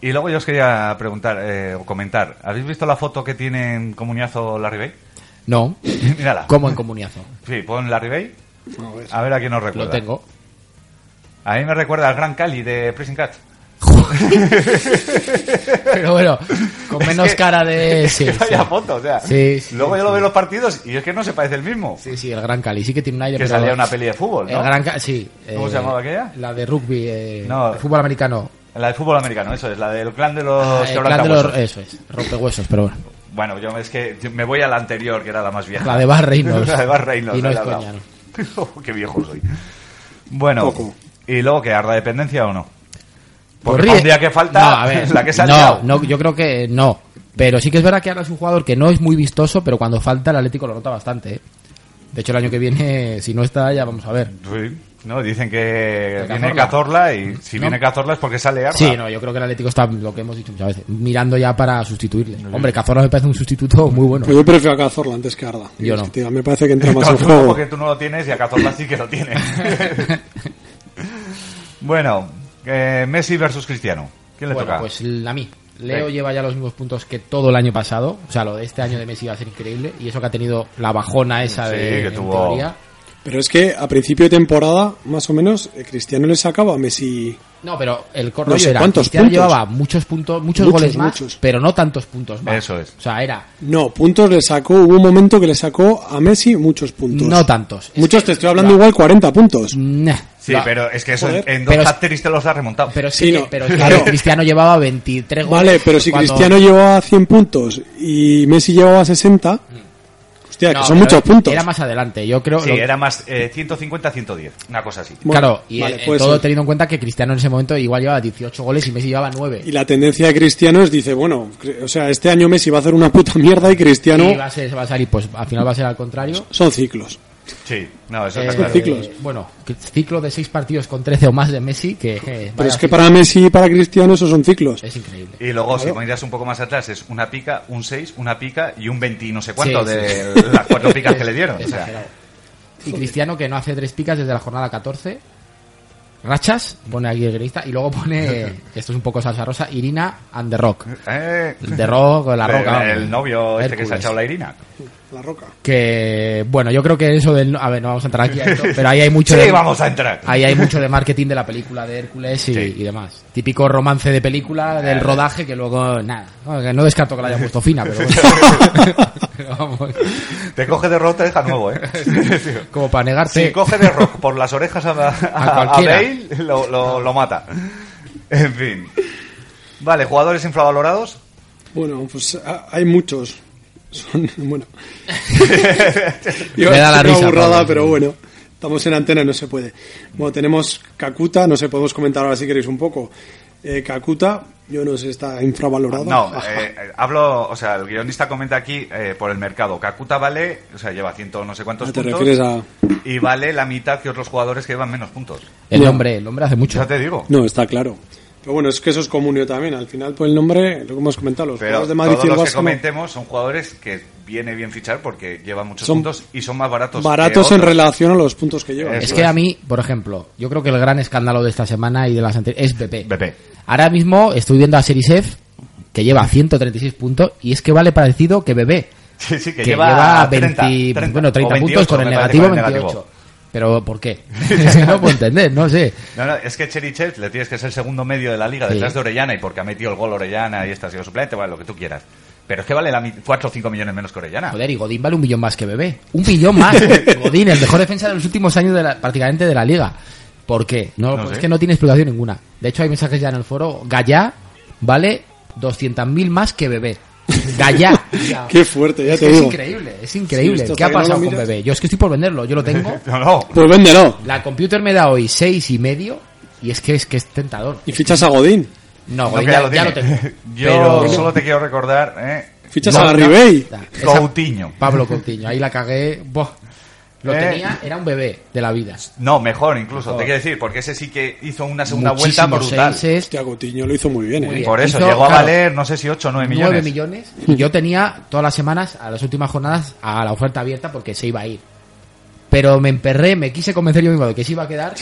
Speaker 3: Y luego yo os quería preguntar eh, o comentar, ¿habéis visto la foto que tiene en Comuniazo Larry
Speaker 5: *laughs*
Speaker 3: Bay?
Speaker 5: No,
Speaker 3: Mírala.
Speaker 5: como en comuniazo.
Speaker 3: Sí, pon Larry Bay,
Speaker 4: A ver.
Speaker 3: a ver a quién nos recuerda.
Speaker 5: Lo tengo.
Speaker 3: A mí me recuerda al Gran Cali de Prison Cat.
Speaker 5: Pero bueno,
Speaker 3: *laughs*
Speaker 5: con menos
Speaker 3: que- *laughs*
Speaker 5: cara de. Eh, Sí,
Speaker 3: que vaya
Speaker 5: sí.
Speaker 3: foto, o sea.
Speaker 5: Sí, sí,
Speaker 3: luego yo lo
Speaker 5: sí.
Speaker 3: veo en los partidos y es que no se parece el mismo.
Speaker 5: Sí, sí, el Gran Cali. Sí que tiene un aire.
Speaker 3: que
Speaker 5: pero-
Speaker 3: salía una peli de fútbol, ¿no?
Speaker 5: El Gran Cali, sí. eh,
Speaker 3: ¿Cómo se llamaba aquella?
Speaker 5: La de rugby, eh,
Speaker 3: No.
Speaker 5: el fútbol americano.
Speaker 3: La de fútbol americano, eso es, la del clan de los
Speaker 5: Ah, el clan de los-
Speaker 3: quebrantahuesos.
Speaker 5: eso es, rompehuesos, pero bueno.
Speaker 3: Bueno, yo es que yo me voy a la anterior, que era la más vieja.
Speaker 5: *laughs* La de Bar
Speaker 3: *laughs*
Speaker 5: Reynolds.
Speaker 3: la de Bar Reynolds.
Speaker 5: Y no
Speaker 3: ahí
Speaker 5: es
Speaker 3: la he
Speaker 5: coña,
Speaker 3: dado. *laughs* Oh, Qué viejo soy. Bueno,
Speaker 4: Poco.
Speaker 3: y luego que arda dependencia o no. Porque
Speaker 5: Pues
Speaker 3: para
Speaker 5: ríe-
Speaker 3: un día que falta,
Speaker 5: No, a ver,
Speaker 3: *laughs* la que se ha liado.
Speaker 5: no, no, yo creo que no. Pero sí que es verdad que ahora es un jugador que no es muy vistoso, pero cuando falta el Atlético lo nota bastante. ¿eh? De hecho, el año que viene, si no está, ya vamos a ver.
Speaker 3: Sí, no, dicen que
Speaker 5: De
Speaker 3: viene
Speaker 5: Cazorla. Mm,
Speaker 3: Cazorla y si
Speaker 5: No.
Speaker 3: viene Cazorla es porque sale Arda.
Speaker 5: Sí, no, yo creo que el Atlético está, lo que hemos dicho muchas veces, mirando ya para sustituirle. Hombre, Cazorla me parece un sustituto muy bueno.
Speaker 4: Pues yo prefiero a Cazorla antes que a Arda.
Speaker 5: Yo
Speaker 4: Es
Speaker 5: no.
Speaker 4: que, tío, me parece
Speaker 3: *laughs*
Speaker 4: que entra más
Speaker 3: Claro,
Speaker 4: en
Speaker 3: tú no,
Speaker 4: juego.
Speaker 3: porque tú no lo tienes y a Cazorla sí que lo tiene.
Speaker 5: *laughs*
Speaker 3: bueno, eh, Messi versus Cristiano. ¿Quién le
Speaker 5: bueno,
Speaker 3: toca?
Speaker 5: pues l- a mí. Leo
Speaker 3: Sí.
Speaker 5: lleva ya los mismos puntos que todo el año pasado. O sea, lo de este año de Messi va a ser increíble. Y eso que ha tenido la bajona esa
Speaker 3: Sí,
Speaker 5: de
Speaker 3: que
Speaker 5: en
Speaker 3: tuvo-
Speaker 5: teoría.
Speaker 4: Pero es que a principio de temporada, más o menos, eh, Cristiano le sacaba a Messi.
Speaker 5: No, pero el
Speaker 4: No
Speaker 5: correo
Speaker 4: sé
Speaker 5: era
Speaker 4: cuántos
Speaker 5: Cristiano
Speaker 4: puntos.
Speaker 5: llevaba muchos puntos, muchos,
Speaker 4: Muchos,
Speaker 5: goles más,
Speaker 4: muchos.
Speaker 5: pero no tantos puntos más.
Speaker 3: Eso es.
Speaker 5: O sea, era
Speaker 4: No, puntos le sacó, hubo un momento que le sacó a Messi muchos puntos.
Speaker 5: no tantos. Es
Speaker 4: Muchos,
Speaker 5: que-
Speaker 4: te estoy hablando igual 40 puntos.
Speaker 5: Nah.
Speaker 3: sí,
Speaker 5: La-
Speaker 3: pero es que eso en,
Speaker 4: Joder.
Speaker 3: en dos
Speaker 5: Pero-
Speaker 3: hat-tricks te los ha remontado.
Speaker 5: pero sí,
Speaker 4: Sí,
Speaker 5: que-
Speaker 4: no.
Speaker 5: pero es que
Speaker 4: Claro.
Speaker 5: Cristiano llevaba 23 goles.
Speaker 4: Vale, pero si
Speaker 5: cuando-
Speaker 4: Cristiano llevaba 100 puntos y Messi llevaba 60, hostia,
Speaker 5: No,
Speaker 4: que son
Speaker 5: pero
Speaker 4: muchos puntos.
Speaker 5: Era más adelante, yo creo.
Speaker 3: sí,
Speaker 5: lo-
Speaker 3: era más eh, 150-110, una cosa así.
Speaker 4: Bueno,
Speaker 5: claro, y
Speaker 4: vale, pues,
Speaker 5: eh,
Speaker 4: puede
Speaker 5: todo
Speaker 4: ser.
Speaker 5: teniendo en cuenta que Cristiano en ese momento igual llevaba 18 goles y Messi llevaba 9.
Speaker 4: Y la tendencia de Cristiano es, dice, bueno, cre- o sea, este año Messi va a hacer una puta mierda y Cristiano
Speaker 5: Y va a, ser, va a salir, pues al final va a ser al contrario.
Speaker 4: son ciclos.
Speaker 3: Sí, no, eso
Speaker 5: Eh,
Speaker 3: está claro.
Speaker 4: ciclos.
Speaker 5: Bueno, ciclo de 6 partidos con 13 o más de Messi, que eh,
Speaker 4: Pero
Speaker 5: vaya
Speaker 4: es que
Speaker 5: ciclo.
Speaker 4: para Messi y para Cristiano esos son ciclos.
Speaker 5: es increíble.
Speaker 3: Y luego, si miras un poco más atrás, es una pica, un 6, una pica y un 20 y no sé cuánto
Speaker 5: Sí,
Speaker 3: de las cuatro picas que le dieron. o sea.
Speaker 5: Exagerado. Y Cristiano que no hace tres picas desde la jornada 14. Rachas, pone aquí el guionista, y
Speaker 4: *laughs*
Speaker 5: luego pone, eh, que esto es un poco salsa rosa, Irina and the Rock.
Speaker 3: Eh,
Speaker 5: The Rock, o la
Speaker 3: el-
Speaker 5: roca.
Speaker 3: el,
Speaker 5: vamos.
Speaker 3: novio este que se ha
Speaker 5: Hércules.
Speaker 3: echado la Irina.
Speaker 4: La Roca.
Speaker 5: que bueno, yo creo que eso del a ver, no vamos a entrar aquí, a esto, pero ahí hay mucho
Speaker 3: *laughs* Sí,
Speaker 5: de,
Speaker 3: vamos a entrar.
Speaker 5: ahí hay mucho de marketing de la película de Hércules y,
Speaker 3: Sí. Eh,
Speaker 5: y demás. Típico romance de película del rodaje que luego nada, Bueno, que no descarto que la hayan puesto fina, pero, bueno.
Speaker 3: *laughs*
Speaker 5: Pero vamos,
Speaker 3: Te coge de rock, te deja nuevo,
Speaker 5: *laughs*
Speaker 3: ¿eh? *laughs*
Speaker 5: como para
Speaker 3: Si
Speaker 5: negarte.
Speaker 3: coge de rock por las orejas a, a,
Speaker 5: A cualquiera.
Speaker 3: a Bale, lo, lo- lo mata. En fin. Vale, jugadores infravalorados.
Speaker 4: Bueno, pues a- hay muchos. Son, *laughs*
Speaker 5: *laughs*
Speaker 4: bueno. Yo
Speaker 5: Me da la risa,
Speaker 4: burrada,
Speaker 5: Pablo.
Speaker 4: pero bueno. Estamos en antena, no se puede. Bueno, tenemos Kakuta, no sé, podemos comentar ahora si queréis un poco. Eh, Kakuta, yo no sé, está Ah, infravalorado.
Speaker 3: No, eh, eh, hablo, o sea, el guionista comenta aquí eh, por el mercado. Kakuta vale, o sea, lleva ciento no sé cuántos
Speaker 4: Ah, te
Speaker 3: puntos.
Speaker 4: refieres a-
Speaker 3: Y vale la mitad que otros jugadores que llevan menos puntos.
Speaker 5: El hombre, el hombre hace mucho.
Speaker 3: Ya te digo.
Speaker 4: No, está claro. Pero bueno, es que eso es comunio también. Al final, por el nombre, lo que hemos comentado, los
Speaker 3: Pero
Speaker 4: jugadores de Madrid
Speaker 3: todos
Speaker 4: y el
Speaker 3: los que
Speaker 4: Barça no-
Speaker 3: comentemos son jugadores que viene bien fichar porque llevan muchos
Speaker 4: Son
Speaker 3: puntos y son más baratos. que
Speaker 4: baratos en
Speaker 3: otros.
Speaker 4: relación a los puntos que llevan.
Speaker 5: Es
Speaker 3: Eso
Speaker 5: que
Speaker 3: es.
Speaker 5: a mí, por ejemplo, yo creo que el gran escándalo de esta semana y de las anteriores es BP.
Speaker 3: BP.
Speaker 5: Ahora mismo estoy viendo a Series F, que lleva 136 puntos, y sí que vale parecido que BB,
Speaker 3: Sí, sí, que,
Speaker 5: que,
Speaker 3: lleva,
Speaker 5: lleva
Speaker 3: 30,
Speaker 5: 20,
Speaker 3: 30,
Speaker 5: bueno,
Speaker 3: o
Speaker 5: 30
Speaker 3: 28,
Speaker 5: puntos con el
Speaker 3: me parece,
Speaker 5: negativo
Speaker 3: con el
Speaker 5: 28. Pero ¿por qué? no puedo entender, no sé.
Speaker 3: No, no, es que Cherichev le tienes que ser segundo medio de la liga
Speaker 5: Sí.
Speaker 3: detrás de Orellana y porque ha metido el gol Orellana y esta ha sido suplente, bueno, lo que tú quieras. Pero es que vale la 4 o 5 millones menos que Orellana.
Speaker 5: Joder, y Godín vale un millón más que Bebé. Un millón más. Godín, el mejor defensa de los últimos años de la- prácticamente de la liga. ¿Por qué? No,
Speaker 3: No
Speaker 5: pues es
Speaker 3: sé.
Speaker 5: que no tiene explicación ninguna. De hecho, hay mensajes ya en el foro. Gallá vale 200.000 más que Bebé. Gallá. O sea,
Speaker 4: Qué fuerte, ya
Speaker 5: es,
Speaker 4: te
Speaker 5: que es
Speaker 4: digo.
Speaker 5: increíble, es increíble.
Speaker 4: Sí, esto
Speaker 5: ¿Qué ha
Speaker 4: hasta que no
Speaker 5: pasado
Speaker 4: lo
Speaker 5: con
Speaker 4: miras.
Speaker 5: Bebé? Yo es que estoy por venderlo, yo
Speaker 3: *laughs*
Speaker 5: lo tengo.
Speaker 3: *laughs* No, no.
Speaker 4: Pues véndelo.
Speaker 5: La computer me da hoy seis y medio y es que es que es tentador.
Speaker 4: Y fichas a Godín.
Speaker 5: No,
Speaker 3: No, que
Speaker 5: Godín, ya, ya
Speaker 3: tiene.
Speaker 5: lo tengo.
Speaker 3: *laughs* Yo
Speaker 5: Pero-
Speaker 3: solo te quiero recordar, ¿eh?
Speaker 4: Fichas
Speaker 5: No,
Speaker 4: a Garribey.
Speaker 5: Ya, esa-
Speaker 3: Coutinho. *laughs*
Speaker 5: Pablo Coutinho, ahí la cagué. buah. Lo
Speaker 3: Eh.
Speaker 5: tenía, era un bebé de la vida.
Speaker 3: No, mejor incluso,
Speaker 5: Mejor.
Speaker 3: te quiero decir, porque ese sí que hizo una segunda
Speaker 5: Muchísimos
Speaker 3: vuelta brutal.
Speaker 5: seises,
Speaker 4: Hostia, Coutinho lo hizo muy bien,
Speaker 5: Muy
Speaker 4: ¿eh?
Speaker 5: bien.
Speaker 3: Por eso,
Speaker 5: Hizo,
Speaker 3: llegó a
Speaker 5: claro,
Speaker 3: valer, no sé si 8 o 9 millones.
Speaker 5: 9 millones. Y yo tenía todas las semanas, a las últimas jornadas, a la oferta abierta porque se iba a ir. Pero me emperré, me quise convencer yo mismo de que se iba
Speaker 3: *laughs*
Speaker 5: a quedar.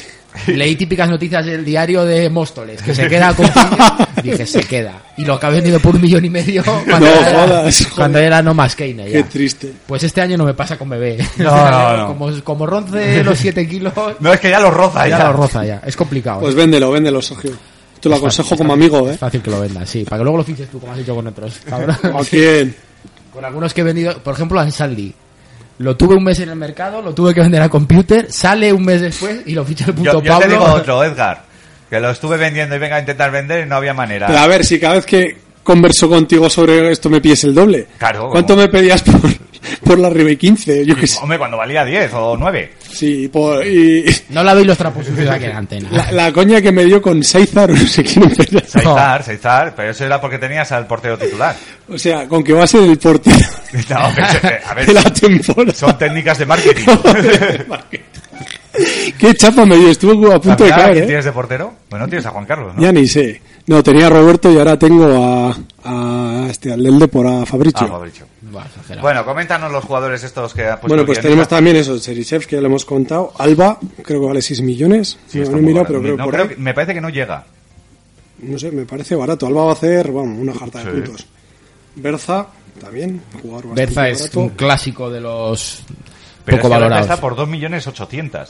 Speaker 5: Leí típicas noticias del diario de Móstoles, que se queda con
Speaker 3: *laughs*
Speaker 5: Coutinho. Dije, se queda. Y lo acabé vendiendo por un millón y medio cuando,
Speaker 4: No
Speaker 5: era,
Speaker 4: jodas, joder.
Speaker 5: cuando era no más Keane.
Speaker 4: Qué
Speaker 5: ya.
Speaker 4: triste.
Speaker 5: Pues este año no me pasa con bebé. *laughs*
Speaker 3: No, no, no.
Speaker 5: Como, como ronce los 7 kilos,
Speaker 3: *laughs* No, es que ya lo roza, ya.
Speaker 5: ya lo roza ya. Es complicado.
Speaker 4: Pues
Speaker 5: ¿eh?
Speaker 4: véndelo, véndelo, Sergio. Te lo aconsejo como amigo, ¿eh?
Speaker 5: Es fácil que lo vendas, sí. Para que luego lo fiches tú, como has hecho con otros.
Speaker 3: *laughs*
Speaker 5: cabrón.
Speaker 4: ¿A quién?
Speaker 5: Con algunos que he vendido, por ejemplo, Ansaldi. Lo tuve un mes en el mercado, lo tuve que vender a computer, sale un mes después y lo ficha el
Speaker 3: Yo,
Speaker 5: puto
Speaker 3: yo te
Speaker 5: Pablo.
Speaker 3: digo otro, Edgar, que lo estuve vendiendo y venga a intentar vender y no había manera.
Speaker 4: Pero a ver, si cada vez que converso contigo sobre esto me pides el doble.
Speaker 3: Claro.
Speaker 4: ¿Cuánto me pedías por, por la Ribey 15? Yo qué sé.
Speaker 3: Hombre, cuando valía 10 o 9.
Speaker 4: Sí, por, y
Speaker 5: No la veis los trapos sucios aquí
Speaker 3: *laughs*
Speaker 5: en antena.
Speaker 4: la, la coña que me dio con Seizar, *laughs* no sé quién era.
Speaker 3: Seizar, Seizar, pero eso era porque tenías al portero titular.
Speaker 5: *laughs*
Speaker 4: O sea, con que va a ser el portero
Speaker 3: No, pero, eh, a
Speaker 4: de
Speaker 3: ver,
Speaker 4: *laughs* la temporada.
Speaker 3: son
Speaker 4: *laughs*
Speaker 3: técnicas de
Speaker 5: *laughs*
Speaker 3: marketing.
Speaker 4: Qué chapa me dio, estuvo a punto de
Speaker 3: Ahora,
Speaker 4: caer,
Speaker 3: ¿Quién
Speaker 4: ¿eh?
Speaker 3: tienes de portero? Bueno, tienes a Juan Carlos, ¿no?
Speaker 4: Ya ni sé. No, tenía a Roberto y ahora tengo a, a este, al del Depor, a Fabricio.
Speaker 3: Ah, Fabricio.
Speaker 5: Buah, exagerado.
Speaker 3: Bueno, coméntanos los jugadores estos que ha puesto
Speaker 4: bueno, pues
Speaker 3: el
Speaker 4: tenemos
Speaker 3: guionista.
Speaker 4: también eso, Cherichev, que ya lo hemos contado. Alba, creo que vale 6 millones.
Speaker 3: Sí,
Speaker 4: no,
Speaker 3: está
Speaker 4: no he
Speaker 3: muy
Speaker 4: mirado,
Speaker 3: barato.
Speaker 4: pero creo, que
Speaker 3: No,
Speaker 4: por
Speaker 3: creo
Speaker 4: ahí-
Speaker 3: que- me parece que no llega.
Speaker 4: No sé, me parece barato. Alba va a hacer, vamos, una jarta de
Speaker 3: Sí.
Speaker 4: puntos. Berza, también, jugador bastante
Speaker 5: Berza es
Speaker 4: barato.
Speaker 5: un clásico de los
Speaker 3: pues Pero
Speaker 5: poco
Speaker 3: es que ahora
Speaker 5: valorados.
Speaker 3: está por 2.800.000.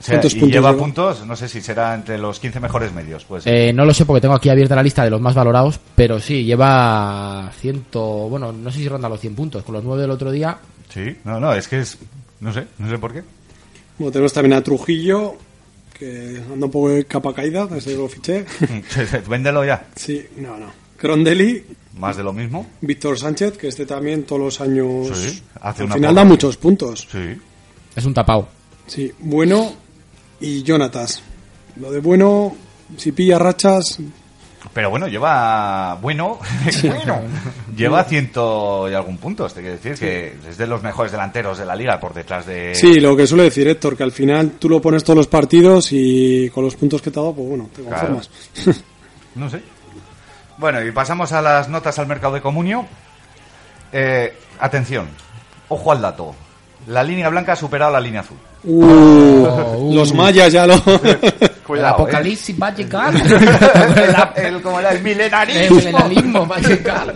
Speaker 3: O sea,
Speaker 4: ¿Cuántos
Speaker 3: y
Speaker 4: puntos
Speaker 3: lleva
Speaker 4: lleva?
Speaker 3: puntos, no sé si será entre los 15 mejores medios. Pues
Speaker 5: Eh, no lo sé porque tengo aquí abierta la lista de los más valorados, pero sí, lleva ciento, bueno, no sé si ronda los 100 puntos, con los 9 del otro día.
Speaker 3: sí, no, no, es que es. No sé, no sé por qué. *laughs*
Speaker 4: Bueno, tenemos también a Trujillo, que anda un poco de capa caída, desde que lo
Speaker 5: *laughs*
Speaker 4: fiché.
Speaker 3: Véndelo ya.
Speaker 4: sí, no, no. Crondelli,
Speaker 3: Más de lo mismo.
Speaker 4: Víctor Sánchez, que este también todos los años...
Speaker 3: Sí, hace
Speaker 4: al
Speaker 3: una
Speaker 4: final
Speaker 3: porra.
Speaker 4: da muchos puntos.
Speaker 3: Sí.
Speaker 5: Es un tapao.
Speaker 4: Sí, bueno y Jonatas. Lo de bueno, si pilla rachas,
Speaker 3: Pero bueno, lleva. Bueno, *laughs* bueno. lleva ciento y algún puntos. Te quiero decir que es de los mejores delanteros de la liga por detrás de.
Speaker 4: Sí, lo que suele decir Héctor, que al final tú lo pones todos los partidos y con los puntos que te ha dado, pues bueno, te
Speaker 3: Claro.
Speaker 4: conformas.
Speaker 3: No sé. Bueno, y pasamos a las notas al mercado de comunio. Eh, atención, ojo al dato. La línea blanca ha superado la línea azul.
Speaker 4: Uh, los mayas ya lo. *laughs*
Speaker 3: Cuidado, *laughs*
Speaker 5: el apocalipsis va a llegar. ¿eh? *laughs* el,
Speaker 3: ¿eh? El, el- como era el milenarismo. *laughs*
Speaker 5: milenarismo va a llegar.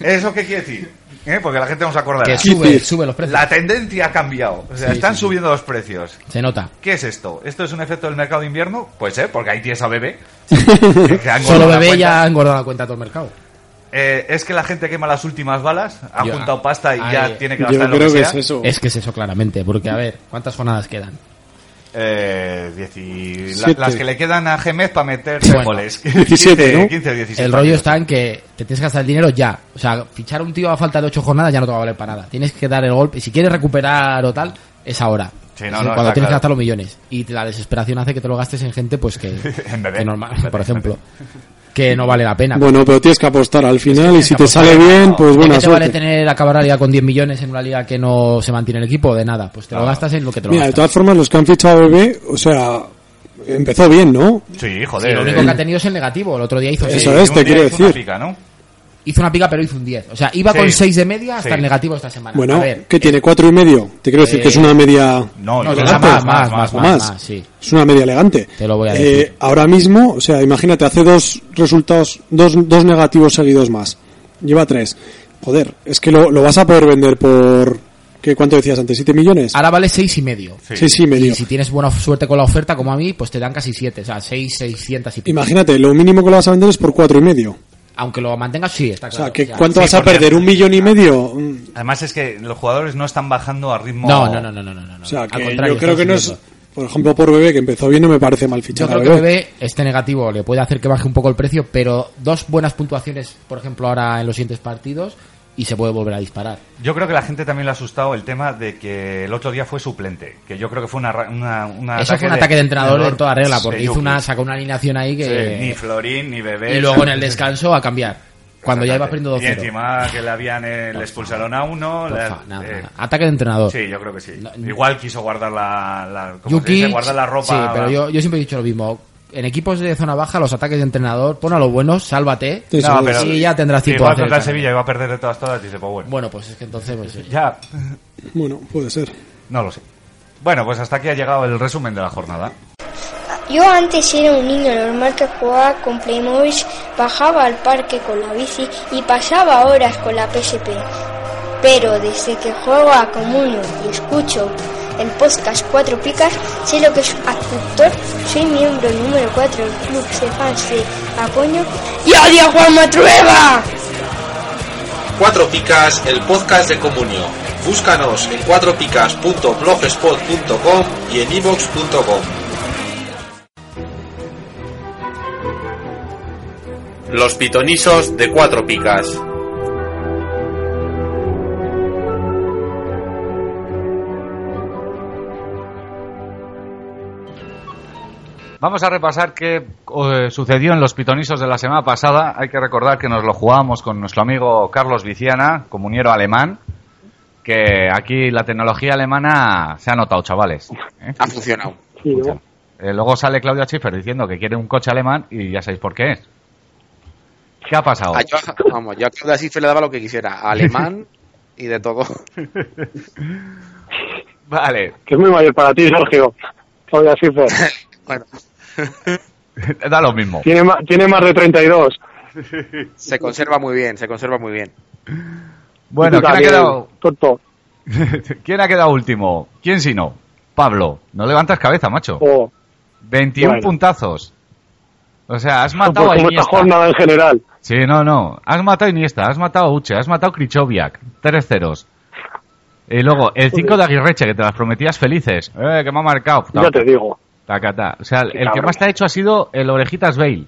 Speaker 3: ¿Eso qué quiere decir? ¿eh? porque la gente no se acordará.
Speaker 5: Que sube, sube los precios.
Speaker 3: La tendencia ha cambiado. O sea,
Speaker 5: Sí,
Speaker 3: están
Speaker 5: sí, sí.
Speaker 3: subiendo los precios.
Speaker 5: Se nota.
Speaker 3: ¿Qué es esto? ¿Esto es un efecto del mercado de invierno? Pues eh, porque Haití es a bebé. *laughs* Que han
Speaker 5: Solo
Speaker 3: guardado la
Speaker 5: bebé
Speaker 3: cuenta.
Speaker 5: ya ha engordado la cuenta a todo el mercado.
Speaker 3: Eh, es que la gente quema las últimas balas, ha
Speaker 5: Ya.
Speaker 3: juntado pasta y
Speaker 5: Ay.
Speaker 3: ya tiene que
Speaker 4: Yo
Speaker 3: gastar en
Speaker 4: creo
Speaker 3: lo
Speaker 4: que,
Speaker 3: que,
Speaker 4: es
Speaker 3: sea.
Speaker 4: eso.
Speaker 5: Es que es eso claramente, porque a ver, ¿cuántas jornadas quedan?
Speaker 3: Eh, dieci- la-
Speaker 4: Siete.
Speaker 3: las que le quedan a Gemez para meter tres
Speaker 5: Bueno. *laughs*
Speaker 3: goles.
Speaker 4: 17,
Speaker 3: 15,
Speaker 4: ¿no?
Speaker 3: 15, 17.
Speaker 5: El rollo está en que te tienes que gastar el dinero ya. O sea, fichar a un tío a falta de ocho jornadas ya no te va a valer para nada. Tienes que dar el golpe. Si quieres recuperar o tal, es ahora.
Speaker 3: Sí,
Speaker 5: Es
Speaker 3: no, no,
Speaker 5: cuando
Speaker 3: está
Speaker 5: tienes que
Speaker 3: claro.
Speaker 5: gastar los millones. Y la desesperación hace que te lo gastes en gente,
Speaker 3: *laughs*
Speaker 5: pues que.
Speaker 3: En bebé.
Speaker 5: que normal, por ejemplo. Que no vale la pena.
Speaker 4: Bueno, pero tienes que apostar al final y si te sale bien, pues
Speaker 5: ¿De
Speaker 4: buena
Speaker 5: qué te vale
Speaker 4: suerte.
Speaker 5: tener acabar la liga con 10 millones en una liga que no se mantiene el equipo? De nada. Pues te lo gastas en lo que te lo
Speaker 4: Mira, de
Speaker 5: gastas.
Speaker 4: todas formas, los que han fichado a Bebé, o sea, empezó bien, ¿no?
Speaker 3: Sí,
Speaker 5: Sí,
Speaker 3: joder. eh.
Speaker 5: lo único que ha tenido es el negativo. El otro día hizo
Speaker 4: Eso
Speaker 5: seis.
Speaker 4: es,
Speaker 3: un
Speaker 4: te
Speaker 3: día
Speaker 4: quiero
Speaker 3: hizo una
Speaker 4: decir.
Speaker 3: pica, ¿no?
Speaker 5: Hizo una pica, pero hizo un 10. O sea, iba
Speaker 3: Sí.
Speaker 5: con 6 de media hasta
Speaker 3: Sí.
Speaker 5: el negativo esta semana. Ah, a
Speaker 4: Bueno,
Speaker 5: ver,
Speaker 4: ¿qué tiene? ¿Cuatro y medio? Te quiero decir que es una media...
Speaker 3: No,
Speaker 5: No,
Speaker 3: yo
Speaker 5: más,
Speaker 3: creo que
Speaker 5: más, más, más,
Speaker 4: o
Speaker 5: más,
Speaker 4: más.
Speaker 5: más, sí.
Speaker 4: Es una media elegante.
Speaker 5: Te lo voy a
Speaker 4: Eh,
Speaker 5: decir.
Speaker 4: ahora mismo, o sea, imagínate, hace dos resultados, dos, dos negativos seguidos más. Lleva tres. Joder, es que lo, lo vas a poder vender por... ¿qué, ¿Cuánto decías antes? ¿Siete millones?
Speaker 5: Ahora vale seis y medio.
Speaker 3: Sí.
Speaker 4: sí, sí, medio.
Speaker 5: Y si tienes buena suerte con la oferta, como a mí, pues te dan casi siete. O sea, seis, seiscientas y pico.
Speaker 4: Imagínate, lo mínimo que lo vas a vender es por cuatro y medio.
Speaker 5: Aunque lo mantengas, sí, está
Speaker 4: O
Speaker 5: claro.
Speaker 4: sea, que
Speaker 5: o sea,
Speaker 4: ¿cuánto
Speaker 3: sí,
Speaker 4: vas a
Speaker 3: porque-
Speaker 4: perder? ¿Un millón y medio? Mm,
Speaker 3: Además es que los jugadores no están bajando a ritmo...
Speaker 5: No, no, no, no, no, no, no.
Speaker 4: O sea,
Speaker 5: Al
Speaker 4: que
Speaker 5: contrario,
Speaker 4: yo creo que no es...
Speaker 5: estamos subiendo.
Speaker 4: Por ejemplo, por Bebé, que empezó bien, no me parece mal
Speaker 5: Yo
Speaker 4: fichar a
Speaker 5: creo que
Speaker 4: Bebé.
Speaker 5: bebé, este negativo le puede hacer que baje un poco el precio, pero dos buenas puntuaciones, por ejemplo, ahora en los siguientes partidos, y se puede volver a disparar.
Speaker 3: Yo creo que la gente también le ha asustado el tema de que el otro día fue suplente, que yo creo que fue una... ra- una, una
Speaker 5: Eso fue un ataque de entrenador en toda regla, porque
Speaker 3: de
Speaker 5: hizo
Speaker 3: Yuki.
Speaker 5: una, sacó una alineación ahí
Speaker 3: pues. Sí, ni
Speaker 5: que.
Speaker 3: Florín, ni Bebé.
Speaker 5: y luego
Speaker 3: *laughs*
Speaker 5: en el descanso a cambiar. Cuando ya iba perdiendo 2-0.
Speaker 3: Y encima que le habían... eh, le expulsaron a uno...
Speaker 5: Por
Speaker 3: le-
Speaker 5: fa- nada,
Speaker 3: eh,
Speaker 5: nada. Ataque de entrenador.
Speaker 3: Sí, yo creo que sí.
Speaker 5: No, no.
Speaker 3: Igual quiso guardar la, la, como se
Speaker 5: Jukic,
Speaker 3: dice, guardar la ropa.
Speaker 5: Sí, pero yo, yo siempre he dicho lo mismo. En equipos de zona baja, los ataques de entrenador, pon a lo bueno, sálvate.
Speaker 4: Sí,
Speaker 3: No,
Speaker 4: seguro.
Speaker 3: pero-
Speaker 5: y ya tendrás tiempo de
Speaker 3: Igual contra
Speaker 5: hacer el
Speaker 3: el
Speaker 5: cambio.
Speaker 3: Sevilla iba a perder de todas todas, dice, pues bueno.
Speaker 5: Bueno, pues es que entonces, pues, eh,
Speaker 3: Ya,
Speaker 4: Bueno, puede ser.
Speaker 3: no lo sé. Bueno, pues hasta aquí ha llegado el resumen de la jornada.
Speaker 6: Yo antes era un niño normal que jugaba con Playmobil, bajaba al parque con la bici y pasaba horas con la PSP. Pero desde que juego a Comunio y escucho el podcast Cuatro Picas, sé lo que es actor, soy miembro número 4 del club de fans de Apoño y odio a Juan Matrueva.
Speaker 1: Cuatro Picas, el podcast de Comunio. Búscanos en cuatropicas.blogspot.com y en ivox.com. Los pitonisos de Cuatro Picas.
Speaker 3: Vamos a repasar qué eh, sucedió en los pitonisos de la semana pasada. Hay que recordar que nos lo jugábamos con nuestro amigo Carlos Viciana, comuniero alemán, que aquí la tecnología alemana se ha notado, chavales. ¿eh?
Speaker 7: Ha funcionado.
Speaker 3: Eh, luego sale Claudia Schiffer diciendo que quiere un coche alemán y ya sabéis por qué es. ¿Qué ha pasado?
Speaker 7: A yo, vamos, yo a Claudia Schiffer le daba lo que quisiera. a Alemán y de todo.
Speaker 3: Vale,
Speaker 8: que es muy mayor para ti, Sergio. Claudia Schiffer.
Speaker 7: Bueno,
Speaker 3: *laughs* da lo mismo.
Speaker 8: Tiene, ma- tiene más de 32.
Speaker 7: se conserva muy bien, se conserva muy bien.
Speaker 3: Bueno,
Speaker 8: Tú
Speaker 3: ¿quién ha
Speaker 8: también,
Speaker 3: quedado,
Speaker 8: Tonto.
Speaker 3: ¿quién ha quedado último? ¿Quién si no? Pablo, no levantas cabeza, macho.
Speaker 8: O
Speaker 3: 21
Speaker 8: Oh, Bueno.
Speaker 3: puntazos. O sea, has matado a
Speaker 8: pues como esta
Speaker 3: Iniesta.
Speaker 8: jornada en general.
Speaker 3: Sí, no, no. Has matado a Iniesta, has matado a Uche, has matado a Krichoviak. Tres ceros. Y luego, el 5 de Aguirreche, que te las prometías felices. Eh, que me ha marcado.
Speaker 8: Ya te digo.
Speaker 3: Taca, ta. O sea, el que
Speaker 8: cabrón.
Speaker 3: más te ha hecho ha sido el Orejitas Bale.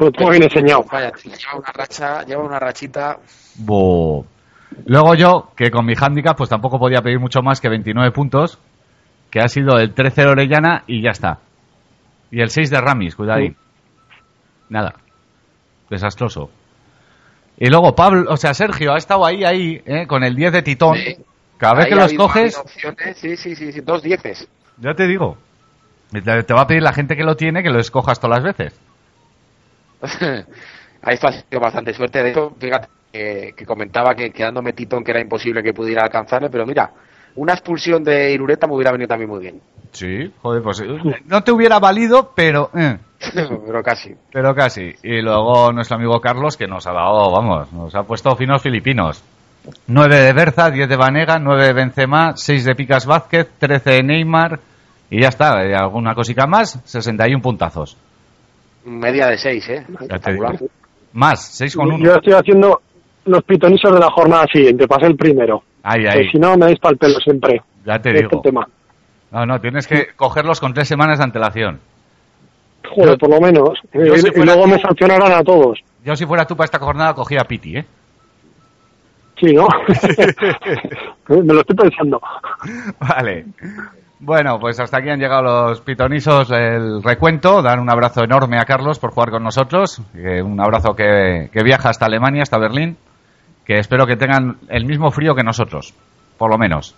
Speaker 8: Lo tengo bien enseñado.
Speaker 7: Vaya, lleva una racha, lleva una rachita.
Speaker 3: Buh. Luego yo, que con mi handicap pues tampoco podía pedir mucho más que 29 puntos, que ha sido el 13 de Orellana y ya está. Y el 6 de Ramis, cuidado ahí. Nada. Desastroso. Y luego Pablo, o sea, Sergio ha estado ahí, ahí, ¿eh? con el 10 de Titón.
Speaker 7: Sí.
Speaker 3: Cada vez
Speaker 7: Ahí
Speaker 3: que
Speaker 7: ha
Speaker 3: los
Speaker 7: habido- ha habido
Speaker 3: coges,
Speaker 7: opciones, Sí, sí, sí, sí, dos dieces.
Speaker 3: ya te digo. Te te va a pedir la gente que lo tiene que lo escojas todas las veces.
Speaker 7: A esto ha sido bastante suerte. De hecho, fíjate eh, que comentaba que quedándome Titón que era imposible que pudiera alcanzarle, pero mira, una expulsión de Irureta me hubiera venido también muy bien. *laughs*
Speaker 3: Sí, joder, pues eh, no te hubiera valido, pero eh,
Speaker 7: pero casi.
Speaker 3: Pero casi. Y luego nuestro amigo Carlos que nos ha dado, vamos, nos ha puesto finos filipinos. 9 de Berza, 10 de Vanega, 9 de Benzema, 6 de Picas Vázquez, 13 de Neymar y ya está. eh, alguna cosica más, 61 puntazos.
Speaker 7: Media de 6, ¿eh?
Speaker 3: Ya te digo. Más, 6 con
Speaker 8: Yo
Speaker 3: 1.
Speaker 8: estoy haciendo los pitonizos de la jornada siguiente, pasé el primero.
Speaker 3: Ahí,
Speaker 8: Que
Speaker 3: ahí,
Speaker 8: si no, me dais pa'l pelo siempre.
Speaker 3: ya te
Speaker 8: Este es
Speaker 3: digo.
Speaker 8: el tema.
Speaker 3: No, no, tienes que cogerlos con 3 semanas de antelación. Yo-
Speaker 8: Joder, por lo menos.
Speaker 3: yo
Speaker 8: y,
Speaker 3: si
Speaker 8: y
Speaker 3: fuera
Speaker 8: luego
Speaker 3: tú-
Speaker 8: me sancionarán a todos.
Speaker 3: Yo si fuera tú para esta jornada cogía a Piti, ¿eh? *laughs*
Speaker 8: Sí, ¿no? *laughs* me lo estoy pensando.
Speaker 3: *laughs* Vale. Bueno, pues hasta aquí han llegado los pitonisos el recuento. Dar un abrazo enorme a Carlos por jugar con nosotros. Eh, un abrazo que, que viaja hasta Alemania, hasta Berlín. Que espero que tengan el mismo frío que nosotros, por lo menos.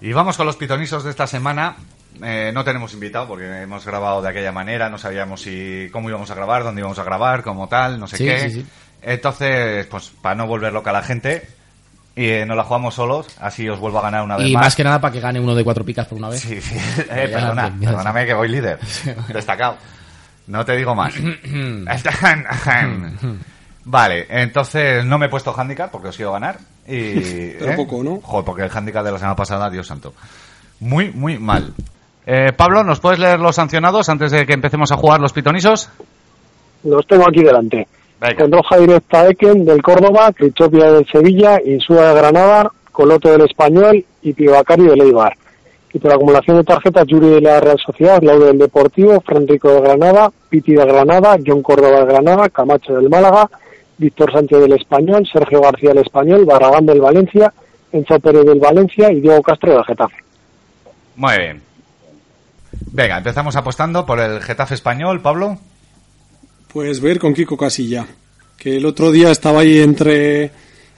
Speaker 3: Y vamos con los pitonisos de esta semana. Eh, no tenemos invitado porque hemos grabado de aquella manera, no sabíamos si cómo íbamos a grabar, dónde íbamos a grabar, cómo tal, no sé
Speaker 5: Sí,
Speaker 3: qué.
Speaker 5: sí, sí.
Speaker 3: Entonces, pues para no volver loca a la gente, y eh, nos la jugamos solos, así os vuelvo a ganar una vez
Speaker 5: Y
Speaker 3: más.
Speaker 5: más que nada para que gane uno de cuatro picas por una vez.
Speaker 3: Sí,
Speaker 5: *laughs*
Speaker 3: sí.
Speaker 5: Ya,
Speaker 3: Eh, perdona,
Speaker 5: pues, mira,
Speaker 3: perdóname que voy líder.
Speaker 5: *laughs*
Speaker 3: Destacado. No te digo
Speaker 5: *clears throat*
Speaker 3: más. vale, entonces no me he puesto handicap porque os quiero ganar. Y, ¿eh?
Speaker 4: Pero poco, ¿no?
Speaker 3: Joder, porque el handicap de la semana pasada, Dios santo. Muy, muy mal. Eh, Pablo, ¿nos puedes leer los sancionados antes de que empecemos a jugar los pitonisos?
Speaker 8: Los tengo aquí delante.
Speaker 3: Venga.
Speaker 8: Con roja directa Eken del Córdoba, Crichopia del Sevilla, Insúa de Granada, Colote del Español y Pibacari del Eibar. Y por acumulación de tarjetas, Yuri de la Real Sociedad, Laude del Deportivo, Franrico de Granada, Piti de Granada, John Córdoba de Granada, Camacho del Málaga, Víctor Sánchez del Español, Sergio García del Español, Barragán del Valencia, Enzo Pérez del Valencia y Diego Castro del Getafe.
Speaker 3: Muy bien. Venga, empezamos apostando por el Getafe español, Pablo.
Speaker 4: Pues voy a ir con Kiko Casilla, que el otro día estaba ahí entre,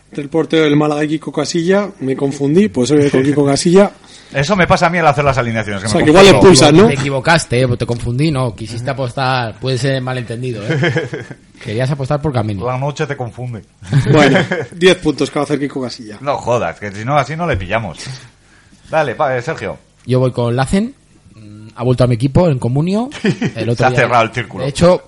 Speaker 4: entre el portero del Málaga y Kiko Casilla, me confundí, pues hoy voy con Kiko
Speaker 3: *laughs*
Speaker 4: Casilla.
Speaker 3: Eso me pasa a mí al hacer las alineaciones. que
Speaker 4: O
Speaker 3: me
Speaker 4: sea, que
Speaker 3: confundo.
Speaker 4: igual expulsan, ¿no? *laughs*
Speaker 5: Te
Speaker 3: *laughs*
Speaker 5: equivocaste, eh, te confundí, no, quisiste apostar, puede ser malentendido, ¿eh?
Speaker 3: *laughs*
Speaker 5: Querías apostar por camino.
Speaker 3: La noche te confunde.
Speaker 4: Bueno, 10 puntos que va a hacer Kiko Casilla.
Speaker 3: No jodas, que si no, así no le pillamos. Dale, pa- eh, Sergio.
Speaker 5: Yo voy con Lacen, mm, ha vuelto a mi equipo
Speaker 3: *laughs*
Speaker 5: en comunio. El
Speaker 3: Se
Speaker 5: otro
Speaker 3: ha
Speaker 5: día-
Speaker 3: cerrado el círculo.
Speaker 5: De hecho,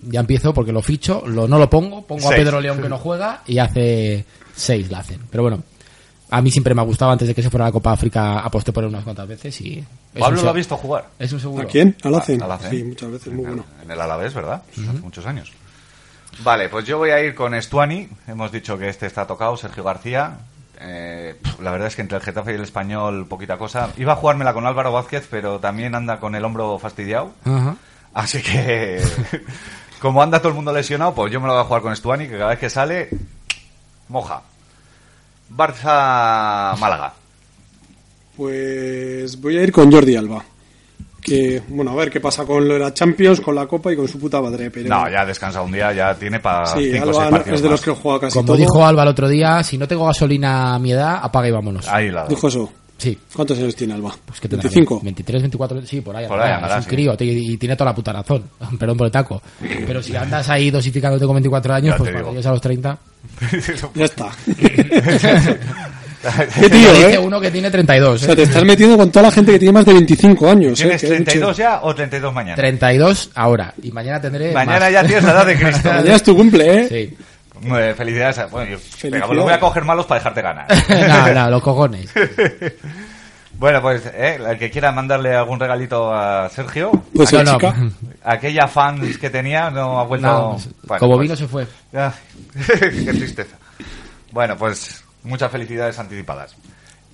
Speaker 5: ya empiezo porque lo ficho, lo, no lo pongo, pongo a
Speaker 3: Seis.
Speaker 5: Pedro León que no juega y hace 6 Lacen. Pero bueno, a mí siempre me ha gustado, antes de que se fuera a la Copa África aposté por él unas cuantas veces y... es un
Speaker 3: Pablo lo
Speaker 5: se-
Speaker 3: ha visto jugar.
Speaker 5: Es un seguro.
Speaker 4: ¿A quién? ¿Al Hacen?
Speaker 3: Al Hacen.
Speaker 4: Sí, muchas veces, muy
Speaker 3: en, el-
Speaker 4: bueno.
Speaker 3: en el Alavés, ¿verdad? Hace muchos años. Vale, pues yo voy a ir con Estuani. Hemos dicho que este está tocado, Sergio García. Eh, pf, la verdad es que entre el Getafe y el español, poquita cosa. Iba a jugármela con Álvaro Vázquez, pero también anda con el hombro fastidiado.
Speaker 5: Ajá.
Speaker 3: Así que, *laughs* como anda todo el mundo lesionado, pues yo me lo voy a jugar con Stuani, que cada vez que sale, moja. Barça Málaga.
Speaker 4: Pues voy a ir con Jordi Alba. Que, bueno, a ver qué pasa con lo de la Champions, con la Copa y con su puta madre. Pero...
Speaker 3: No, ya ha descansado un día, ya tiene para
Speaker 4: Sí,
Speaker 3: cinco o seis
Speaker 4: Alba
Speaker 3: partidos
Speaker 4: es de los
Speaker 3: más.
Speaker 4: que juega casi
Speaker 5: Como
Speaker 4: todo.
Speaker 5: dijo Alba el otro día, si no tengo gasolina a mi edad, apaga y vámonos.
Speaker 3: Ahí la doy.
Speaker 4: Dijo eso.
Speaker 5: Sí.
Speaker 4: ¿Cuántos años tiene Alba?
Speaker 5: Pues que tendrá
Speaker 4: 25.
Speaker 5: 23, 24, sí, por ahí.
Speaker 3: Por
Speaker 5: andará,
Speaker 3: ahí andará,
Speaker 5: es un
Speaker 3: sí.
Speaker 5: crío te- y tiene toda la puta razón. *laughs* Perdón por el taco. Pero si andas ahí dosificándote con 24 años,
Speaker 3: Ya
Speaker 5: pues
Speaker 3: te
Speaker 5: cuando
Speaker 3: digo.
Speaker 5: llegues a los 30.
Speaker 4: Ya
Speaker 5: *laughs*
Speaker 4: está. *laughs* Qué tío,
Speaker 5: Pero dice
Speaker 4: ¿eh?
Speaker 5: uno que tiene 32.
Speaker 4: O
Speaker 5: ¿eh?
Speaker 4: sea, te estás metiendo con toda la gente que tiene más de 25 años. ¿eh?
Speaker 3: ¿Tienes
Speaker 4: Que hay mucho-
Speaker 3: 32 ya o 32 mañana?
Speaker 5: 32 ahora. Y mañana tendré.
Speaker 3: Mañana
Speaker 5: más.
Speaker 3: ya tienes la edad
Speaker 5: *laughs*
Speaker 3: de Cristo.
Speaker 4: Mañana es tu cumple, ¿eh?
Speaker 5: Sí.
Speaker 3: Eh, felicidades. a- Bueno, yo, venga,
Speaker 4: Felicidades.
Speaker 3: pues los voy a coger malos para dejarte ganar.
Speaker 5: no, no,
Speaker 3: *laughs*
Speaker 5: los cojones.
Speaker 3: Pues bueno, pues eh, el que quiera mandarle algún regalito a Sergio,
Speaker 4: Pues
Speaker 5: No,
Speaker 4: la
Speaker 5: no.
Speaker 4: chica.
Speaker 3: aquella fans que tenía no ha vuelto.
Speaker 5: No,
Speaker 3: Bueno,
Speaker 5: como
Speaker 3: pues-
Speaker 5: vino se fue.
Speaker 3: Ay, *laughs* qué tristeza. Bueno, pues muchas felicidades anticipadas.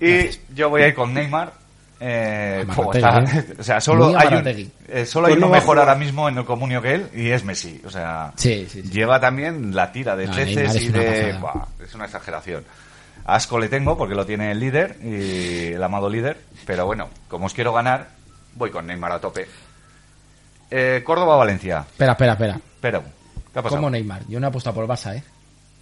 Speaker 3: Y yo voy a ir con Neymar. Eh, como está, *laughs*
Speaker 5: Amarategui,
Speaker 3: o sea, solo
Speaker 5: Muy
Speaker 3: hay, un,
Speaker 5: Amarategui.
Speaker 3: eh, solo
Speaker 4: Pues
Speaker 3: hay
Speaker 4: no
Speaker 3: uno
Speaker 4: va a
Speaker 3: mejor
Speaker 4: jugar.
Speaker 3: ahora mismo en el comunio que él y es Messi. O sea,
Speaker 5: Sí, sí, sí.
Speaker 3: lleva también la tira de
Speaker 5: No,
Speaker 3: leches
Speaker 5: Neymar es
Speaker 3: y
Speaker 5: una
Speaker 3: de...
Speaker 5: pasada.
Speaker 3: Buah, es una exageración. Asco le tengo porque lo tiene el líder y el amado líder. Pero bueno, como os quiero ganar, voy con Neymar a tope. Eh, Córdoba-Valencia.
Speaker 5: Espera, espera, espera.
Speaker 3: Pero, ¿qué ha pasado?
Speaker 5: Como Neymar. Yo no he apostado por el Barça, ¿eh?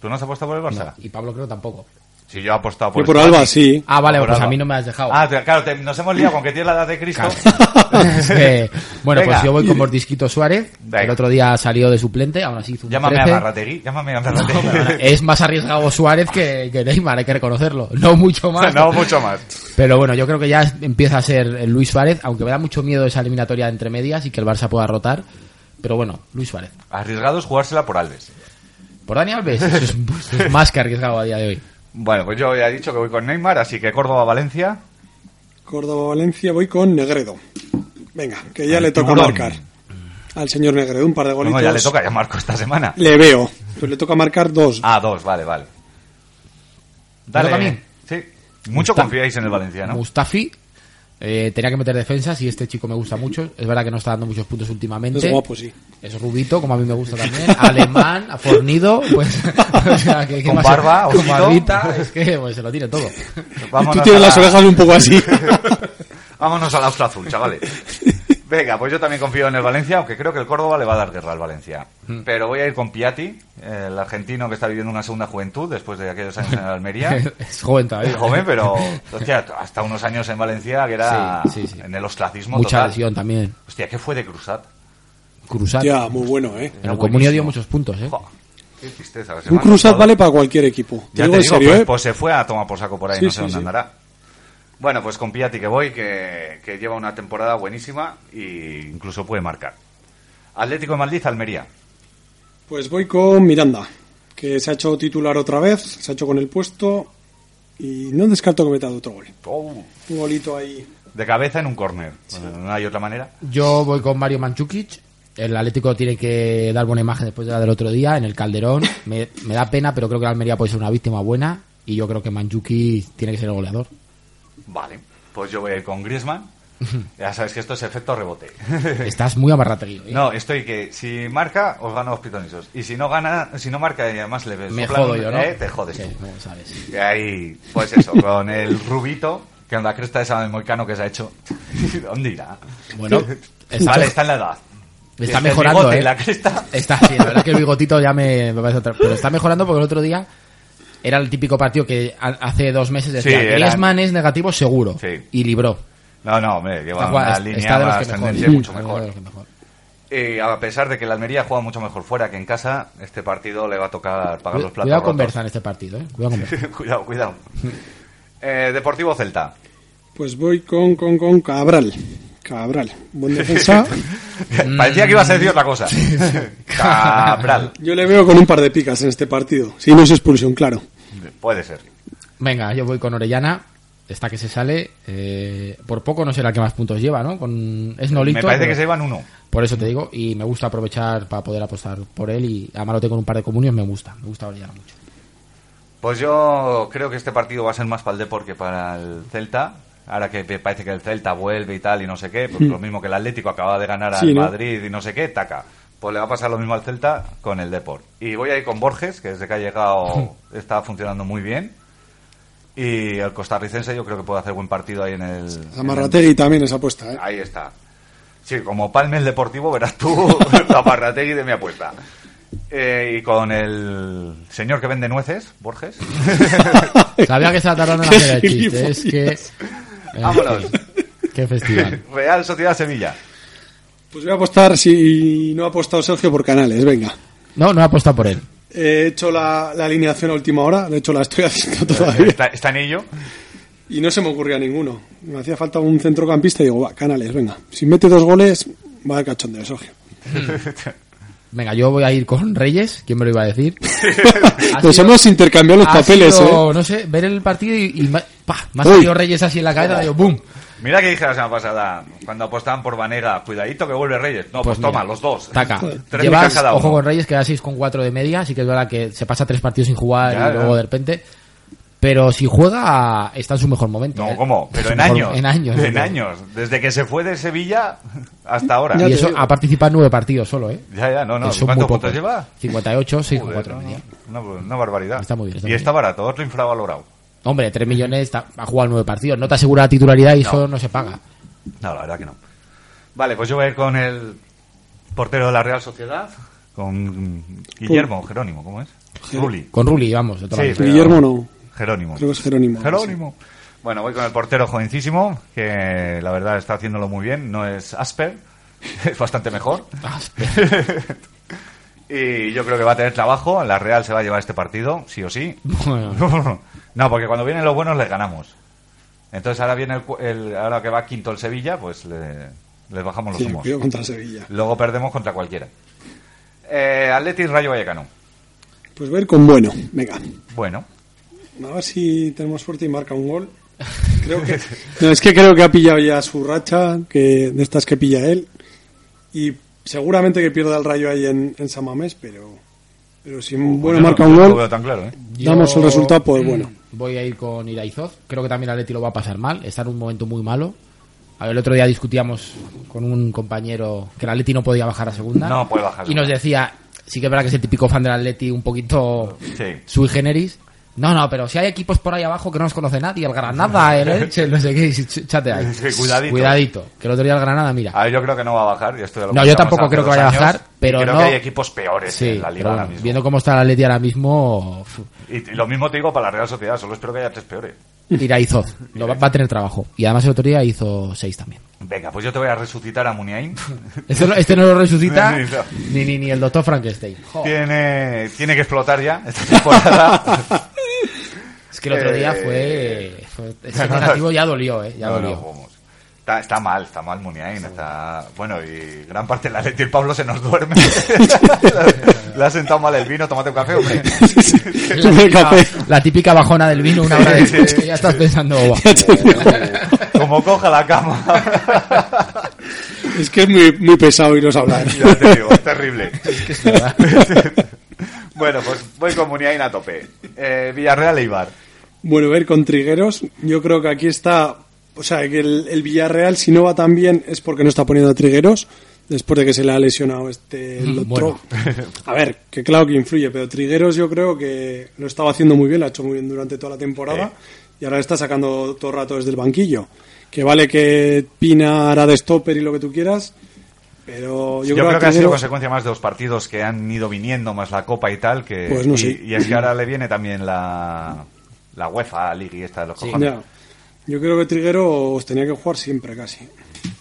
Speaker 3: ¿Tú no has apostado por el Barça?
Speaker 5: No, Y Pablo creo tampoco.
Speaker 3: Si yo he apostado por
Speaker 4: Yo por
Speaker 3: España.
Speaker 4: Alba, sí.
Speaker 5: Ah, vale,
Speaker 3: Por
Speaker 5: pues
Speaker 3: Alba.
Speaker 5: a mí no me has dejado. *laughs*
Speaker 3: Ah, te- claro, te- nos hemos liado con que tienes la edad de Cristo.
Speaker 5: Es que Bueno,
Speaker 3: Venga.
Speaker 5: pues yo voy con Mordisquito Suárez.
Speaker 3: Venga.
Speaker 5: El otro día salió de suplente, aún así hizo un
Speaker 3: *laughs* Llámame a
Speaker 5: 13.
Speaker 3: Barrategui, llámame a Barrategui.
Speaker 5: *laughs* Es más arriesgado Suárez que, que Neymar, hay que reconocerlo. No mucho
Speaker 3: *laughs*
Speaker 5: más.
Speaker 3: no, mucho más.
Speaker 5: Pero bueno, yo creo que ya empieza a ser el Luis Suárez, aunque me da mucho miedo esa eliminatoria de entre medias y que el Barça pueda rotar. Pero bueno, Luis Suárez.
Speaker 3: Arriesgados jugársela por Alves.
Speaker 5: Por Dani Alves,
Speaker 3: *laughs*
Speaker 5: eso es, eso es más que arriesgado a día de hoy.
Speaker 3: Bueno, pues yo ya he dicho que voy con Neymar, así que Córdoba-Valencia.
Speaker 4: Córdoba-Valencia, voy con Negredo. Venga, que ya
Speaker 3: Al
Speaker 4: le toca
Speaker 3: tiburón.
Speaker 4: marcar al señor Negredo un par de
Speaker 3: Bueno,
Speaker 4: golitos.
Speaker 3: ya le toca, ya marco esta semana.
Speaker 4: Le veo. Pues le toca marcar dos.
Speaker 3: Ah, dos, vale, vale.
Speaker 5: toca a mí?
Speaker 3: Sí. Mucho
Speaker 5: Está-
Speaker 3: confiáis en el Valencia, ¿no?
Speaker 5: Mustafi. eh, tenía que meter defensas y este chico me gusta mucho. Es verdad que no está dando muchos puntos últimamente.
Speaker 4: Es guapo, sí.
Speaker 5: Es rubito, como a mí me gusta también. *laughs* Alemán, fornido, pues. *laughs* o sea, que- que
Speaker 3: Con
Speaker 5: más-
Speaker 3: barba,
Speaker 5: con
Speaker 3: ojito.
Speaker 5: barbita. Es que pues, se lo
Speaker 3: *laughs*
Speaker 5: tiene todo.
Speaker 3: Vámonos
Speaker 4: Tú tienes
Speaker 3: a la-
Speaker 4: las orejas un
Speaker 3: *laughs*
Speaker 4: poco así.
Speaker 3: Vámonos al Austro Azul,
Speaker 4: *laughs*
Speaker 3: chavales. Venga, pues yo también confío en el Valencia, aunque creo que el Córdoba le va a dar guerra al Valencia.
Speaker 4: Mm.
Speaker 3: Pero voy a ir con Piatti, el argentino que está viviendo una segunda juventud después de aquellos años en
Speaker 4: *laughs*
Speaker 3: Almería.
Speaker 5: es joven todavía.
Speaker 3: Es joven, pero hostia, hasta unos años en Valencia que era
Speaker 5: Sí, sí, sí.
Speaker 3: en el ostracismo
Speaker 5: *laughs* Mucha
Speaker 3: total.
Speaker 5: lesión también.
Speaker 3: Hostia, ¿qué fue de Cruzat?
Speaker 5: Cruzat.
Speaker 4: Ya, muy bueno, ¿eh?
Speaker 5: En el
Speaker 3: buenísimo.
Speaker 5: Comunio dio muchos puntos, ¿eh?
Speaker 3: Jo, qué tristeza. la
Speaker 4: Un
Speaker 3: semana
Speaker 4: cruzat
Speaker 3: pasada.
Speaker 4: vale para cualquier equipo. Te
Speaker 3: Ya te
Speaker 4: digo en
Speaker 3: digo,
Speaker 4: serio,
Speaker 3: pues,
Speaker 4: ¿eh?
Speaker 3: pues se fue a tomar por saco por ahí,
Speaker 4: Sí,
Speaker 3: no
Speaker 4: sí,
Speaker 3: sé dónde
Speaker 4: sí.
Speaker 3: andará. Bueno, pues con Piatti que voy, que, que lleva una temporada buenísima e incluso puede marcar. Atlético de Madrid, Almería.
Speaker 4: Pues voy con Miranda, que se ha hecho titular otra vez, se ha hecho con el puesto y no descarto que meta otro gol.
Speaker 3: Oh,
Speaker 4: Un golito ahí.
Speaker 3: de cabeza en un córner. Bueno, no hay otra manera.
Speaker 5: Yo voy con Mario Manchukic. El Atlético tiene que dar buena imagen después de la del otro día en el Calderón. Me, me da pena, pero creo que la Almería puede ser una víctima buena. Y yo creo que Manchukic tiene que ser el goleador.
Speaker 3: Vale, pues yo voy a ir con Griezmann. Ya sabes que esto es efecto rebote.
Speaker 5: Estás muy abarrateguido.
Speaker 3: *laughs*
Speaker 5: ¿eh?
Speaker 3: No, estoy que si marca, os gano los pitonisos. Y si no gana, si no marca y además le ves.
Speaker 5: me jodo yo, ¿no?
Speaker 3: eh, te jodes
Speaker 5: Sí,
Speaker 3: tú.
Speaker 5: no, sabes.
Speaker 3: Y ahí, pues
Speaker 5: *laughs*
Speaker 3: eso, con el rubito, que en la cresta esa del moicano que se ha hecho. *laughs* ¿Dónde irá? *laughs*
Speaker 5: Bueno, está,
Speaker 3: vale, está en la edad. Este
Speaker 5: está
Speaker 3: el
Speaker 5: mejorando,
Speaker 3: bigote y
Speaker 5: ¿eh?
Speaker 3: la cresta.
Speaker 5: Está, sí, la verdad es que el bigotito ya me, me parece otra. Pero está mejorando porque el otro día era el típico partido que a- hace dos meses decía
Speaker 3: Sí, era-
Speaker 5: Griezmann es negativo seguro.
Speaker 3: Sí.
Speaker 5: Y libró.
Speaker 3: *laughs* No, no, hombre, lleva
Speaker 5: jugando-
Speaker 3: una línea más ascendente mucho
Speaker 5: Está de
Speaker 3: mejor.
Speaker 5: los que mejor.
Speaker 3: Y a pesar de que el Almería juega mucho mejor fuera que en casa, este partido le va a tocar pagar los platos
Speaker 5: Cuidado con
Speaker 3: rotos.
Speaker 5: Berza en este partido, ¿eh? Cuidado con Berza.
Speaker 3: *laughs* cuidado,
Speaker 5: *laughs*
Speaker 3: cuidado. Eh, Deportivo Celta.
Speaker 4: Pues voy con, con, con Cabral. Cabral,
Speaker 5: *laughs*
Speaker 4: buen defensa.
Speaker 5: Mm.
Speaker 3: Parecía que ibas a decir otra cosa. Cabral.
Speaker 4: Yo le veo con un par de picas en este partido. Si no es expulsión, claro.
Speaker 3: Puede ser.
Speaker 5: Venga, yo voy con Orellana. Está que se sale. eh, por poco no será el que más puntos lleva, ¿no? Con, es Nolito.
Speaker 3: Me parece
Speaker 5: pero-
Speaker 3: que se llevan uno.
Speaker 5: Por eso te digo. Y me gusta aprovechar para poder apostar por él. Y además lo tengo en un par de comunios. Me gusta. Me gusta Orellana mucho.
Speaker 3: Pues yo creo que este partido va a ser más para el Depor que para el Celta. Ahora que me parece que el Celta vuelve y tal y no sé qué, pues lo mismo que el Atlético acaba de ganar al
Speaker 4: Hmm. Sí, ¿no?
Speaker 3: Madrid y no sé qué, taca. Pues le va a pasar lo mismo al Celta con el Depor. Y voy a ir con Borges, que desde que ha
Speaker 4: Hmm.
Speaker 3: llegado está funcionando muy bien. Y el costarricense yo creo que puede hacer buen partido ahí en el... en
Speaker 4: Amarrategui también es apuesta,
Speaker 3: el-
Speaker 4: ¿eh?
Speaker 3: Ahí está. Sí, como palme el deportivo verás tú *laughs* la parrategui de mi apuesta. Eh, y con el señor que vende nueces, Borges.
Speaker 4: *laughs*
Speaker 5: Sabía que se ha tardado en
Speaker 4: Qué
Speaker 5: hacer el chiste. Es que.
Speaker 4: gilipollas.
Speaker 5: en
Speaker 3: Vámonos.
Speaker 5: fin, Qué festival.
Speaker 3: *laughs* Real Sociedad Sevilla.
Speaker 4: Pues voy a apostar, si no ha apostado Sergio, por canales, venga.
Speaker 5: No, no he apostado por él.
Speaker 4: He hecho la, la alineación a última hora, de hecho la estoy *laughs* haciendo todavía.
Speaker 3: Está, está en ello.
Speaker 4: Y no se me ocurría ninguno. Me hacía falta un centrocampista y digo, va, canales, venga. Si mete dos goles, va el cachondeo,
Speaker 5: *laughs*
Speaker 4: Sergio.
Speaker 5: Venga, yo voy a ir con Reyes. ¿Quién me lo iba a decir? Ha
Speaker 4: Nos
Speaker 5: sido-
Speaker 4: hemos intercambiado *laughs* los
Speaker 5: ha
Speaker 4: papeles,
Speaker 5: sido,
Speaker 4: ¿eh?
Speaker 5: No sé, ver el partido y. y ma- pa, me ha
Speaker 4: Uy.
Speaker 5: salido Reyes así en la cabeza. Digo, ¡boom!
Speaker 3: Pues Mira que dije la semana pasada, cuando apostaban por Vanega, cuidadito que vuelve Reyes. No, pues,
Speaker 5: Pues mira,
Speaker 3: toma, los dos.
Speaker 5: Taca.
Speaker 3: Tres micas
Speaker 5: Llevas,
Speaker 3: cada uno.
Speaker 5: ojo con Reyes, que da 6,4 de media, así que es verdad que se pasa tres partidos sin jugar
Speaker 3: Ya,
Speaker 5: y luego
Speaker 3: ya.
Speaker 5: de repente. Pero si juega, está en su mejor momento. ¿eh?
Speaker 3: No,
Speaker 5: *laughs*
Speaker 3: ¿cómo? Pero
Speaker 5: Su
Speaker 3: en
Speaker 5: mejor-
Speaker 3: años.
Speaker 5: En años. ¿eh?
Speaker 3: En
Speaker 5: ¿no?
Speaker 3: años. Desde que se fue de Sevilla hasta ahora.
Speaker 4: Ya
Speaker 5: Y
Speaker 4: te
Speaker 5: eso
Speaker 4: digo.
Speaker 5: ha participado en nueve partidos solo, ¿eh?
Speaker 3: Ya, ya, no, no.
Speaker 5: Que son muy
Speaker 3: ¿Cuántos
Speaker 5: pocos.
Speaker 3: puntos lleva?
Speaker 5: 58,
Speaker 3: Joder,
Speaker 5: 6,4 de
Speaker 3: no,
Speaker 5: media.
Speaker 3: no, una, una barbaridad.
Speaker 5: Está muy bien, está
Speaker 3: y
Speaker 5: muy
Speaker 3: está
Speaker 5: bien.
Speaker 3: barato, otro infravalorado.
Speaker 5: Hombre, 3 millones, está- ha jugado nueve partidos. No te asegura la titularidad y
Speaker 3: No.
Speaker 5: eso no se paga.
Speaker 3: No, la verdad que no. Vale, pues yo voy a ir con el portero de la Real Sociedad, con Guillermo, Jerónimo, ¿cómo es? Rulli.
Speaker 5: Con Ruli, vamos. de toda la
Speaker 3: Sí,
Speaker 5: vida.
Speaker 3: pero-
Speaker 4: Guillermo no.
Speaker 3: Jerónimo.
Speaker 4: Creo que es Jerónimo.
Speaker 3: Jerónimo. Bueno, voy con el portero jovencísimo, que la verdad está haciéndolo muy bien. No es Asper, *laughs* es bastante mejor. *laughs* y yo creo que va a tener trabajo. La Real se va a llevar este partido, sí o sí. *laughs*
Speaker 5: Bueno,
Speaker 3: no, porque cuando vienen los buenos les ganamos. Entonces ahora viene el, cu- el- ahora que va quinto el Sevilla, pues le- les bajamos los
Speaker 4: Sí,
Speaker 3: humos.
Speaker 4: cuidado contra Sevilla.
Speaker 3: Luego perdemos contra cualquiera. Eh, Atleti Rayo Vallecano.
Speaker 4: Pues ver con bueno, venga.
Speaker 3: Bueno,
Speaker 4: A ver si tenemos suerte y marca un gol. Creo que... No, es que creo que ha pillado ya su racha, que de estas que pilla él. Y seguramente que pierda el rayo ahí en, en Samamés, pero, pero si bueno
Speaker 3: Pues Yo no-
Speaker 4: marca
Speaker 3: no
Speaker 4: un
Speaker 3: lo veo
Speaker 4: gol,
Speaker 3: tan claro, ¿eh?
Speaker 5: yo
Speaker 4: damos el resultado, pues
Speaker 5: *laughs*
Speaker 4: bueno.
Speaker 5: Voy a ir con Iraizoz. Creo que también Atleti lo va a pasar mal. Está en un momento muy malo. A ver, el otro día discutíamos con un compañero que el Atleti no podía bajar a segunda.
Speaker 3: No puede bajar.
Speaker 5: Y nos decía, sí que es verdad que es el típico fan del Atleti un poquito
Speaker 3: Sí.
Speaker 5: sui generis. No, no, pero si hay equipos por ahí abajo que no nos conoce nadie, el Granada,
Speaker 3: *laughs*
Speaker 5: el Elche, el no sé qué, y ch- chate ahí.
Speaker 3: Sí, cuidadito.
Speaker 5: Cuidadito, que el otro día el Granada, mira.
Speaker 3: A ver, yo creo que no va a bajar. y esto ya lo
Speaker 5: No, yo
Speaker 3: comentamos
Speaker 5: tampoco
Speaker 3: hace
Speaker 5: creo que
Speaker 3: dos
Speaker 5: vaya a
Speaker 3: años,
Speaker 5: bajar,
Speaker 3: y
Speaker 5: pero
Speaker 3: creo
Speaker 5: no-
Speaker 3: que hay equipos peores eh,
Speaker 5: Sí,
Speaker 3: en la liga
Speaker 5: pero
Speaker 3: ahora
Speaker 5: bueno,
Speaker 3: mismo.
Speaker 5: viendo cómo está el Atleti ahora mismo, uf,
Speaker 3: Y, y lo mismo te digo para la Real Sociedad, solo espero que haya tres peores.
Speaker 5: Iraizoz, lo va, va a tener trabajo. Y además el otro día hizo seis también.
Speaker 3: Venga, pues yo te voy a resucitar a
Speaker 5: *laughs*
Speaker 3: Muniain.
Speaker 5: Este no, este no lo
Speaker 3: *laughs*
Speaker 5: resucita
Speaker 3: Sí, no.
Speaker 5: ni, ni, ni el doctor Frankenstein. Jo,
Speaker 3: tiene, tiene que explotar ya
Speaker 5: *laughs*
Speaker 3: esta temporada.
Speaker 5: es que el otro día
Speaker 3: eh,
Speaker 5: fue...
Speaker 3: *laughs*
Speaker 5: fue- ese
Speaker 3: no, no,
Speaker 5: negativo ya dolió, eh, ya
Speaker 3: No, no,
Speaker 5: dolió.
Speaker 3: *laughs* vamos. Está, está mal, está mal Muniain. Está... Bueno, y gran parte de la Leti el Pablo se nos duerme. *laughs* Le ha sentado mal el vino, tómate un café,
Speaker 5: *laughs*
Speaker 3: hombre.
Speaker 4: Tome café.
Speaker 5: La típica bajona del vino una hora
Speaker 3: Sí,
Speaker 5: después,
Speaker 3: sí.
Speaker 5: que ya estás
Speaker 3: *laughs*
Speaker 5: pensando... "Buah".
Speaker 3: *laughs* Como coja la
Speaker 5: *laughs*
Speaker 3: cama.
Speaker 4: Es que es muy, muy pesado irnos a hablar.
Speaker 3: Ya te digo, *laughs* es terrible. bueno, pues voy con Muniain a tope. Eh, Villarreal e Ibar.
Speaker 4: Bueno, ver con Trigueros, yo creo que aquí está, o sea, que el, el Villarreal si no va tan bien es porque no está poniendo a Trigueros, después de que se le ha lesionado este el
Speaker 5: Mm,
Speaker 4: otro. A ver, que claro que influye, pero Trigueros yo creo que lo estaba haciendo muy bien, lo ha hecho muy bien durante toda la temporada y ahora está sacando todo el rato desde el banquillo. Que vale que Pina hará de stopper y lo que tú quieras, pero
Speaker 3: Yo,
Speaker 4: yo,
Speaker 3: creo que ha sido
Speaker 4: Trigueros-
Speaker 3: consecuencia más de los partidos que han ido viniendo, más la Copa y tal, que
Speaker 4: Pues no
Speaker 3: y,
Speaker 4: sé.
Speaker 3: y es que ahora le viene también la, la UEFA, la Liga y esta de los cojones.
Speaker 4: Ya. Yo creo que Trigueros tenía que jugar siempre casi.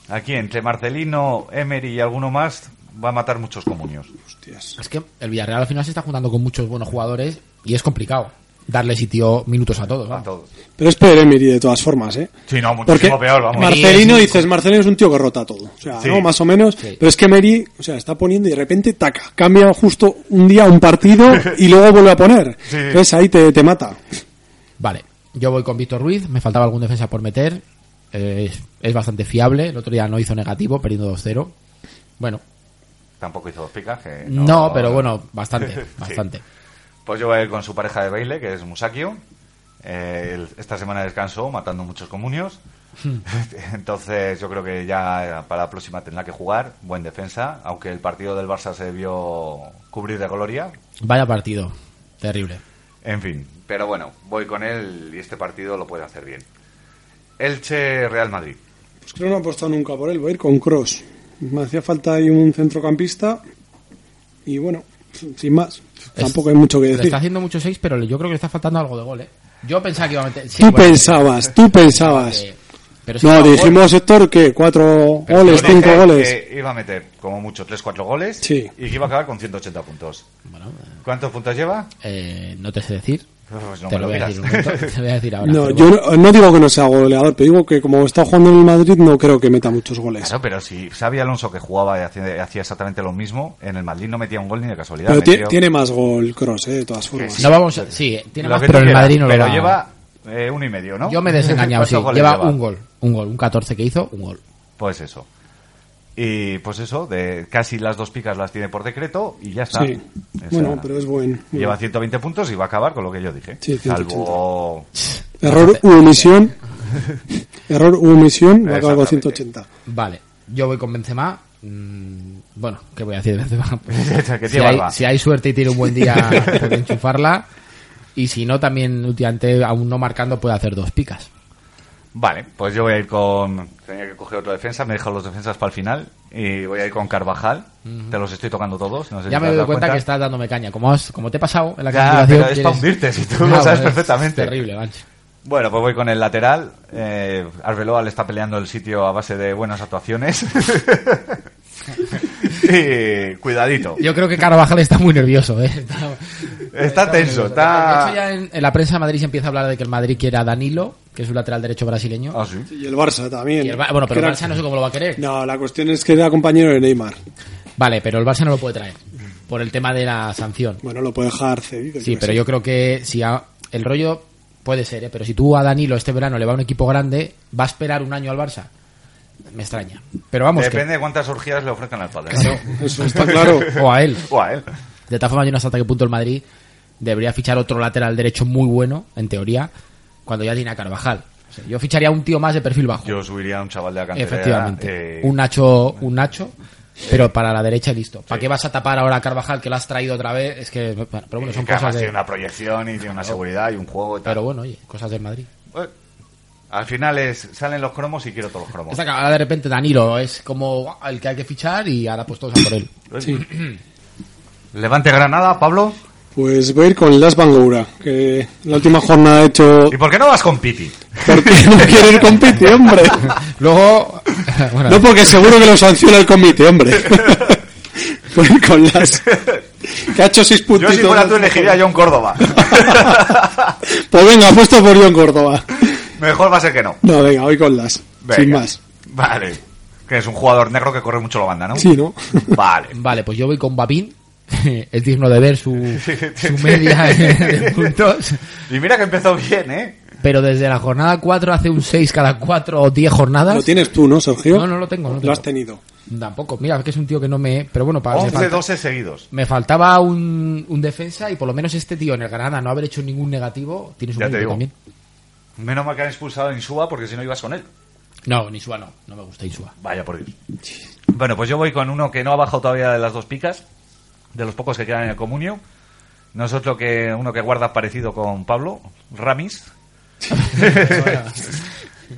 Speaker 3: Aquí, entre Marcelino, Emery y alguno más, va a matar muchos comunios.
Speaker 4: Hostias.
Speaker 5: Es que el Villarreal al final se está juntando con muchos buenos jugadores y es complicado darle sitio minutos a todos.
Speaker 3: A
Speaker 5: ¿no?
Speaker 3: todos.
Speaker 4: Pero es peor Emery de todas formas, ¿eh?
Speaker 3: Sí, no, muchísimo peor, vamos.
Speaker 4: Marcelino,
Speaker 5: Sí, sí.
Speaker 4: dices, Marcelino es un tío que rota todo. O sea,
Speaker 3: Sí.
Speaker 4: ¿no? Más o menos.
Speaker 5: Sí.
Speaker 4: Pero es que Emery, o sea, está poniendo y de repente taca. Cambia justo un día un partido y luego vuelve a poner.
Speaker 3: *laughs* Sí.
Speaker 4: Entonces ahí te, te mata.
Speaker 5: Vale, yo voy con Víctor Ruiz, me faltaba algún defensa por meter, eh, es, es bastante fiable, el otro día no hizo negativo, perdiendo 2-0. Bueno,
Speaker 3: Tampoco hizo dos picas. Que
Speaker 5: no, pero bueno,
Speaker 3: *laughs*
Speaker 5: bastante, bastante.
Speaker 3: Pues yo voy a ir con su pareja de baile, que es Musakio. Eh, él esta semana descansó, matando muchos comunios.
Speaker 5: Hmm.
Speaker 3: *laughs* Entonces yo creo que ya eh, para la próxima tendrá que jugar. Buen defensa, aunque el partido del Barça se vio cubrir de gloria.
Speaker 5: Vaya partido, terrible.
Speaker 3: En fin, pero bueno, voy con él y este partido lo puede hacer bien. Elche Real Madrid.
Speaker 4: Pues creo que no he apostado nunca por él. Voy a ir con Cross. Me hacía falta ahí un centrocampista. Y bueno, sin más. Tampoco hay mucho que
Speaker 5: Le
Speaker 4: decir.
Speaker 5: está haciendo mucho 6, pero le- yo creo que le está faltando algo de gol, ¿eh? Yo pensaba que iba a meter... sí,
Speaker 4: Tú
Speaker 5: bueno,
Speaker 4: pensabas,
Speaker 3: *laughs*
Speaker 4: tú pensabas.
Speaker 5: eh, pero es que
Speaker 4: No,
Speaker 5: gol-
Speaker 4: dijimos, Héctor, que cuatro goles,
Speaker 3: Yo dije
Speaker 4: cinco goles.
Speaker 3: que iba a meter como mucho 3-4 goles
Speaker 4: Sí.
Speaker 3: y que iba a acabar con 180 puntos.
Speaker 5: Bueno,
Speaker 3: ¿Cuántos puntos lleva?
Speaker 5: eh, no te sé decir,
Speaker 3: Pues no
Speaker 5: te
Speaker 3: me
Speaker 5: lo voy a
Speaker 3: digas.
Speaker 5: decir un
Speaker 3: *laughs*
Speaker 5: momento, *laughs* te voy a decir ahora.
Speaker 4: No,
Speaker 5: pero
Speaker 4: yo
Speaker 5: bueno.
Speaker 4: no, no digo que no sea goleador, pero digo que como está jugando en el Madrid no creo que meta muchos goles.
Speaker 3: Claro, pero si Xavi Alonso que jugaba y hacía, hacía exactamente lo mismo, en el Madrid no metía un gol ni de casualidad.
Speaker 4: pero ti-
Speaker 3: metió-
Speaker 4: tiene más gol Cross, de todas formas.
Speaker 5: No vamos a- Sí, eh, tiene
Speaker 3: lo
Speaker 5: más,
Speaker 3: que
Speaker 5: pero
Speaker 3: tú
Speaker 5: el
Speaker 3: quieras,
Speaker 5: Madrid no
Speaker 3: pero
Speaker 5: lo va-
Speaker 3: lleva eh, uno y medio, ¿no? *laughs*
Speaker 5: Yo me he desengañado, sí.
Speaker 3: ¿Cuántos goles
Speaker 5: Lleva, un gol, un gol, un 14 que hizo, un gol.
Speaker 3: Pues eso. Y pues eso, de casi las dos picas las tiene por decreto y ya está.
Speaker 4: Sí.
Speaker 3: O sea,
Speaker 4: Bueno, pero es buen.
Speaker 3: Lleva 120 puntos y va a acabar con lo que yo dije.
Speaker 4: Sí, 180.
Speaker 5: *laughs*
Speaker 3: Salvo...
Speaker 4: Error u omisión. Error u omisión, va a acabar con
Speaker 3: Exactamente.
Speaker 4: 180.
Speaker 5: Vale, yo voy con Benzema. Mm, bueno, ¿qué voy a decir de Benzema?
Speaker 3: *laughs* Que
Speaker 5: si,
Speaker 3: tiene
Speaker 5: hay,
Speaker 3: barba.
Speaker 5: si hay suerte y tiene un buen día
Speaker 3: *laughs*
Speaker 5: puede enchufarla. Y si no, también últimamente, aún no marcando, puede hacer dos picas.
Speaker 3: Vale, pues yo voy a ir con... Tenía que coger otro defensa, me he dejado los defensas para el final y voy a ir con Carvajal. Te los estoy tocando todos. No sé
Speaker 5: ya
Speaker 3: si
Speaker 5: me
Speaker 3: te has
Speaker 5: doy
Speaker 3: dado
Speaker 5: cuenta, que estás dándome caña. Como, has- como te he pasado en la
Speaker 3: Ya,
Speaker 5: clasificación,
Speaker 3: pero es pa' hundirte, si tú lo sabes
Speaker 5: es
Speaker 3: perfectamente.
Speaker 5: terrible, mancho.
Speaker 3: Bueno, pues voy con el lateral. Eh, Arbeloa le está peleando el sitio a base de buenas actuaciones. *laughs* Y cuidadito.
Speaker 5: Yo creo que Carvajal está muy nervioso, ¿eh? Está,
Speaker 3: Está tenso,
Speaker 5: De hecho,
Speaker 3: está...
Speaker 5: ya en, en la prensa de Madrid se empieza a hablar de que el Madrid quiere a Danilo, que es un lateral derecho brasileño.
Speaker 3: Ah, sí.
Speaker 4: Y el Barça también.
Speaker 5: Y el Ba- bueno, pero
Speaker 4: Que
Speaker 5: el
Speaker 4: era-
Speaker 5: Barça no sé cómo lo va a querer.
Speaker 4: No, la cuestión es que era compañero de Neymar.
Speaker 5: Vale, pero el Barça no lo puede traer. Por el tema de la sanción.
Speaker 4: Bueno, lo puede dejar cedido.
Speaker 5: Sí,
Speaker 4: qué
Speaker 5: pero
Speaker 4: sé.
Speaker 5: yo creo que si a- el rollo puede ser, ¿eh? pero si tú a Danilo este verano le va a un equipo grande, ¿va a esperar un año al Barça? Me extraña. Pero vamos, que- pues
Speaker 3: Depende de cuántas orgías le ofrezcan al padre. eh.
Speaker 4: Eso está claro.
Speaker 5: o a él.
Speaker 3: O a él.
Speaker 5: De tal forma, yo no sé hasta qué punto el Madrid debería fichar otro lateral derecho muy bueno, en teoría, cuando ya tiene a Carvajal. O sea, yo ficharía un tío más de perfil bajo.
Speaker 3: Yo subiría a un chaval de la cantera.
Speaker 5: Efectivamente.
Speaker 3: eh,
Speaker 5: Un Nacho, un Nacho, pero para la derecha y listo. ¿Para qué vas a tapar ahora a Carvajal que lo has traído otra vez? Es que, bueno, pero
Speaker 3: Eh,
Speaker 5: bueno,
Speaker 3: que
Speaker 5: son
Speaker 3: además
Speaker 5: cosas
Speaker 3: tiene
Speaker 5: de...
Speaker 3: una proyección y tiene una seguridad y un juego y tal.
Speaker 5: Pero bueno, oye, cosas del Madrid.
Speaker 3: Eh, Al final es, salen los cromos y quiero todos los cromos.
Speaker 5: Está claro, ahora de repente Danilo es como "Guau, el que hay que fichar y ahora pues todos a por él.
Speaker 3: Levante Granada, Pablo.
Speaker 4: Pues voy a ir con Las Bangoura, que la última jornada ha
Speaker 5: *laughs*
Speaker 4: hecho.
Speaker 3: ¿Y por qué no vas con Piti?
Speaker 4: ¿Por qué no quiere ir con Piti, hombre?
Speaker 5: *laughs* Luego, bueno,
Speaker 4: No, porque seguro que lo sanciona el comité,
Speaker 3: *laughs*
Speaker 4: hombre. Voy a ir con Las. Que ha hecho seis
Speaker 3: Yo
Speaker 4: puntitos.
Speaker 3: si fuera tú *laughs* elegiría a John Córdoba.
Speaker 4: *laughs* Pues venga, apuesto por John Córdoba.
Speaker 3: Mejor va a ser que no.
Speaker 4: No, venga, voy con Las. Sin
Speaker 3: Venga.
Speaker 4: más.
Speaker 3: Vale. Que es un jugador negro que corre mucho la banda, ¿no?
Speaker 4: Sí, ¿no?
Speaker 3: *laughs* Vale.
Speaker 5: vale, pues yo voy con Babín. *laughs* Es digno de
Speaker 3: *laughs*
Speaker 5: ver su, su media *laughs* de puntos.
Speaker 3: Y mira que empezó bien, ¿eh?
Speaker 5: Pero desde la jornada 4 hace un 6 cada 4 o 10 jornadas.
Speaker 4: Lo tienes tú, ¿no, Sergio?
Speaker 5: No, no lo tengo, no
Speaker 4: Lo
Speaker 5: tengo.
Speaker 4: has tenido.
Speaker 5: Tampoco, mira, que es un tío que no me... Pero bueno, para... me
Speaker 3: 11,
Speaker 5: falta-
Speaker 3: 12 seguidos.
Speaker 5: Me faltaba un, un defensa y por lo menos este tío en el Granada no haber hecho ningún negativo, tienes un
Speaker 3: Ya te
Speaker 5: mérito
Speaker 3: digo.
Speaker 5: también.
Speaker 3: Menos mal que han expulsado a Insúa porque si no ibas con él.
Speaker 5: No, Nisua no, no me gusta Nisua.
Speaker 3: Vaya por Dios. Bueno, pues yo voy con uno que no ha bajado todavía de las dos picas, de los pocos que quedan en el comunio. Nosotros que uno que guarda parecido con Pablo, Ramis.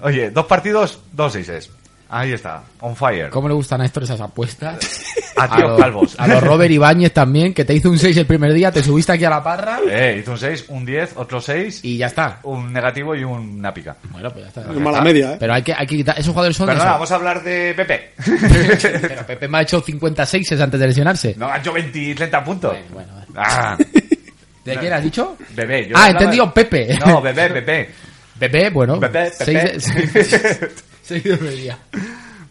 Speaker 3: Oye, dos partidos, dos seises. Ahí está, on fire.
Speaker 5: ¿Cómo le gustan a estos esas apuestas?
Speaker 3: *laughs* A tíos
Speaker 5: los-
Speaker 3: calvos.
Speaker 5: A los Robert Ibáñez también, que te hizo un 6 el primer día, te subiste aquí a la parra
Speaker 3: *laughs* Eh, hizo un 6, un 10, otro 6,
Speaker 5: y ya está.
Speaker 3: un negativo y una pica.
Speaker 5: Bueno, pues ya está.
Speaker 4: En mala media, ¿eh?
Speaker 5: Pero hay que, hay que quitar... Esos jugadores son... de
Speaker 3: Perdona,
Speaker 5: eso.
Speaker 3: vamos a hablar de
Speaker 5: *laughs*
Speaker 3: Pepe.
Speaker 5: Pero Pepe me ha hecho 56 antes de lesionarse.
Speaker 3: No, ha hecho 20, 30 puntos.
Speaker 5: Bueno, bueno, bueno.
Speaker 3: Ah,
Speaker 5: ¿De quién has dicho?
Speaker 3: bebé. yo
Speaker 5: Ah,
Speaker 3: hablaba-
Speaker 5: entendido, Pepe.
Speaker 3: No, bebé, Pepe.
Speaker 5: Pepe, bueno.
Speaker 3: Pepe, Pepe.
Speaker 5: 6 de *laughs* primer día.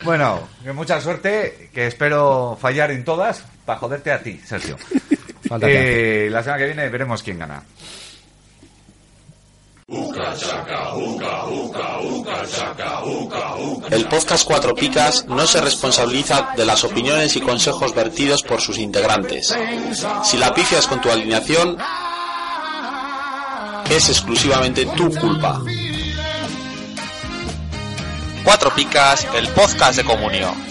Speaker 3: Bueno, que mucha suerte, que espero fallar en todas para joderte a ti, Sergio.
Speaker 5: Falta que
Speaker 3: Eh, la semana que viene veremos quién gana.
Speaker 1: El podcast Cuatro Picas no se responsabiliza de las opiniones y consejos vertidos por sus integrantes. Si la pifias con tu alineación, es exclusivamente tu culpa. Cuatro Picas, el podcast de comunión.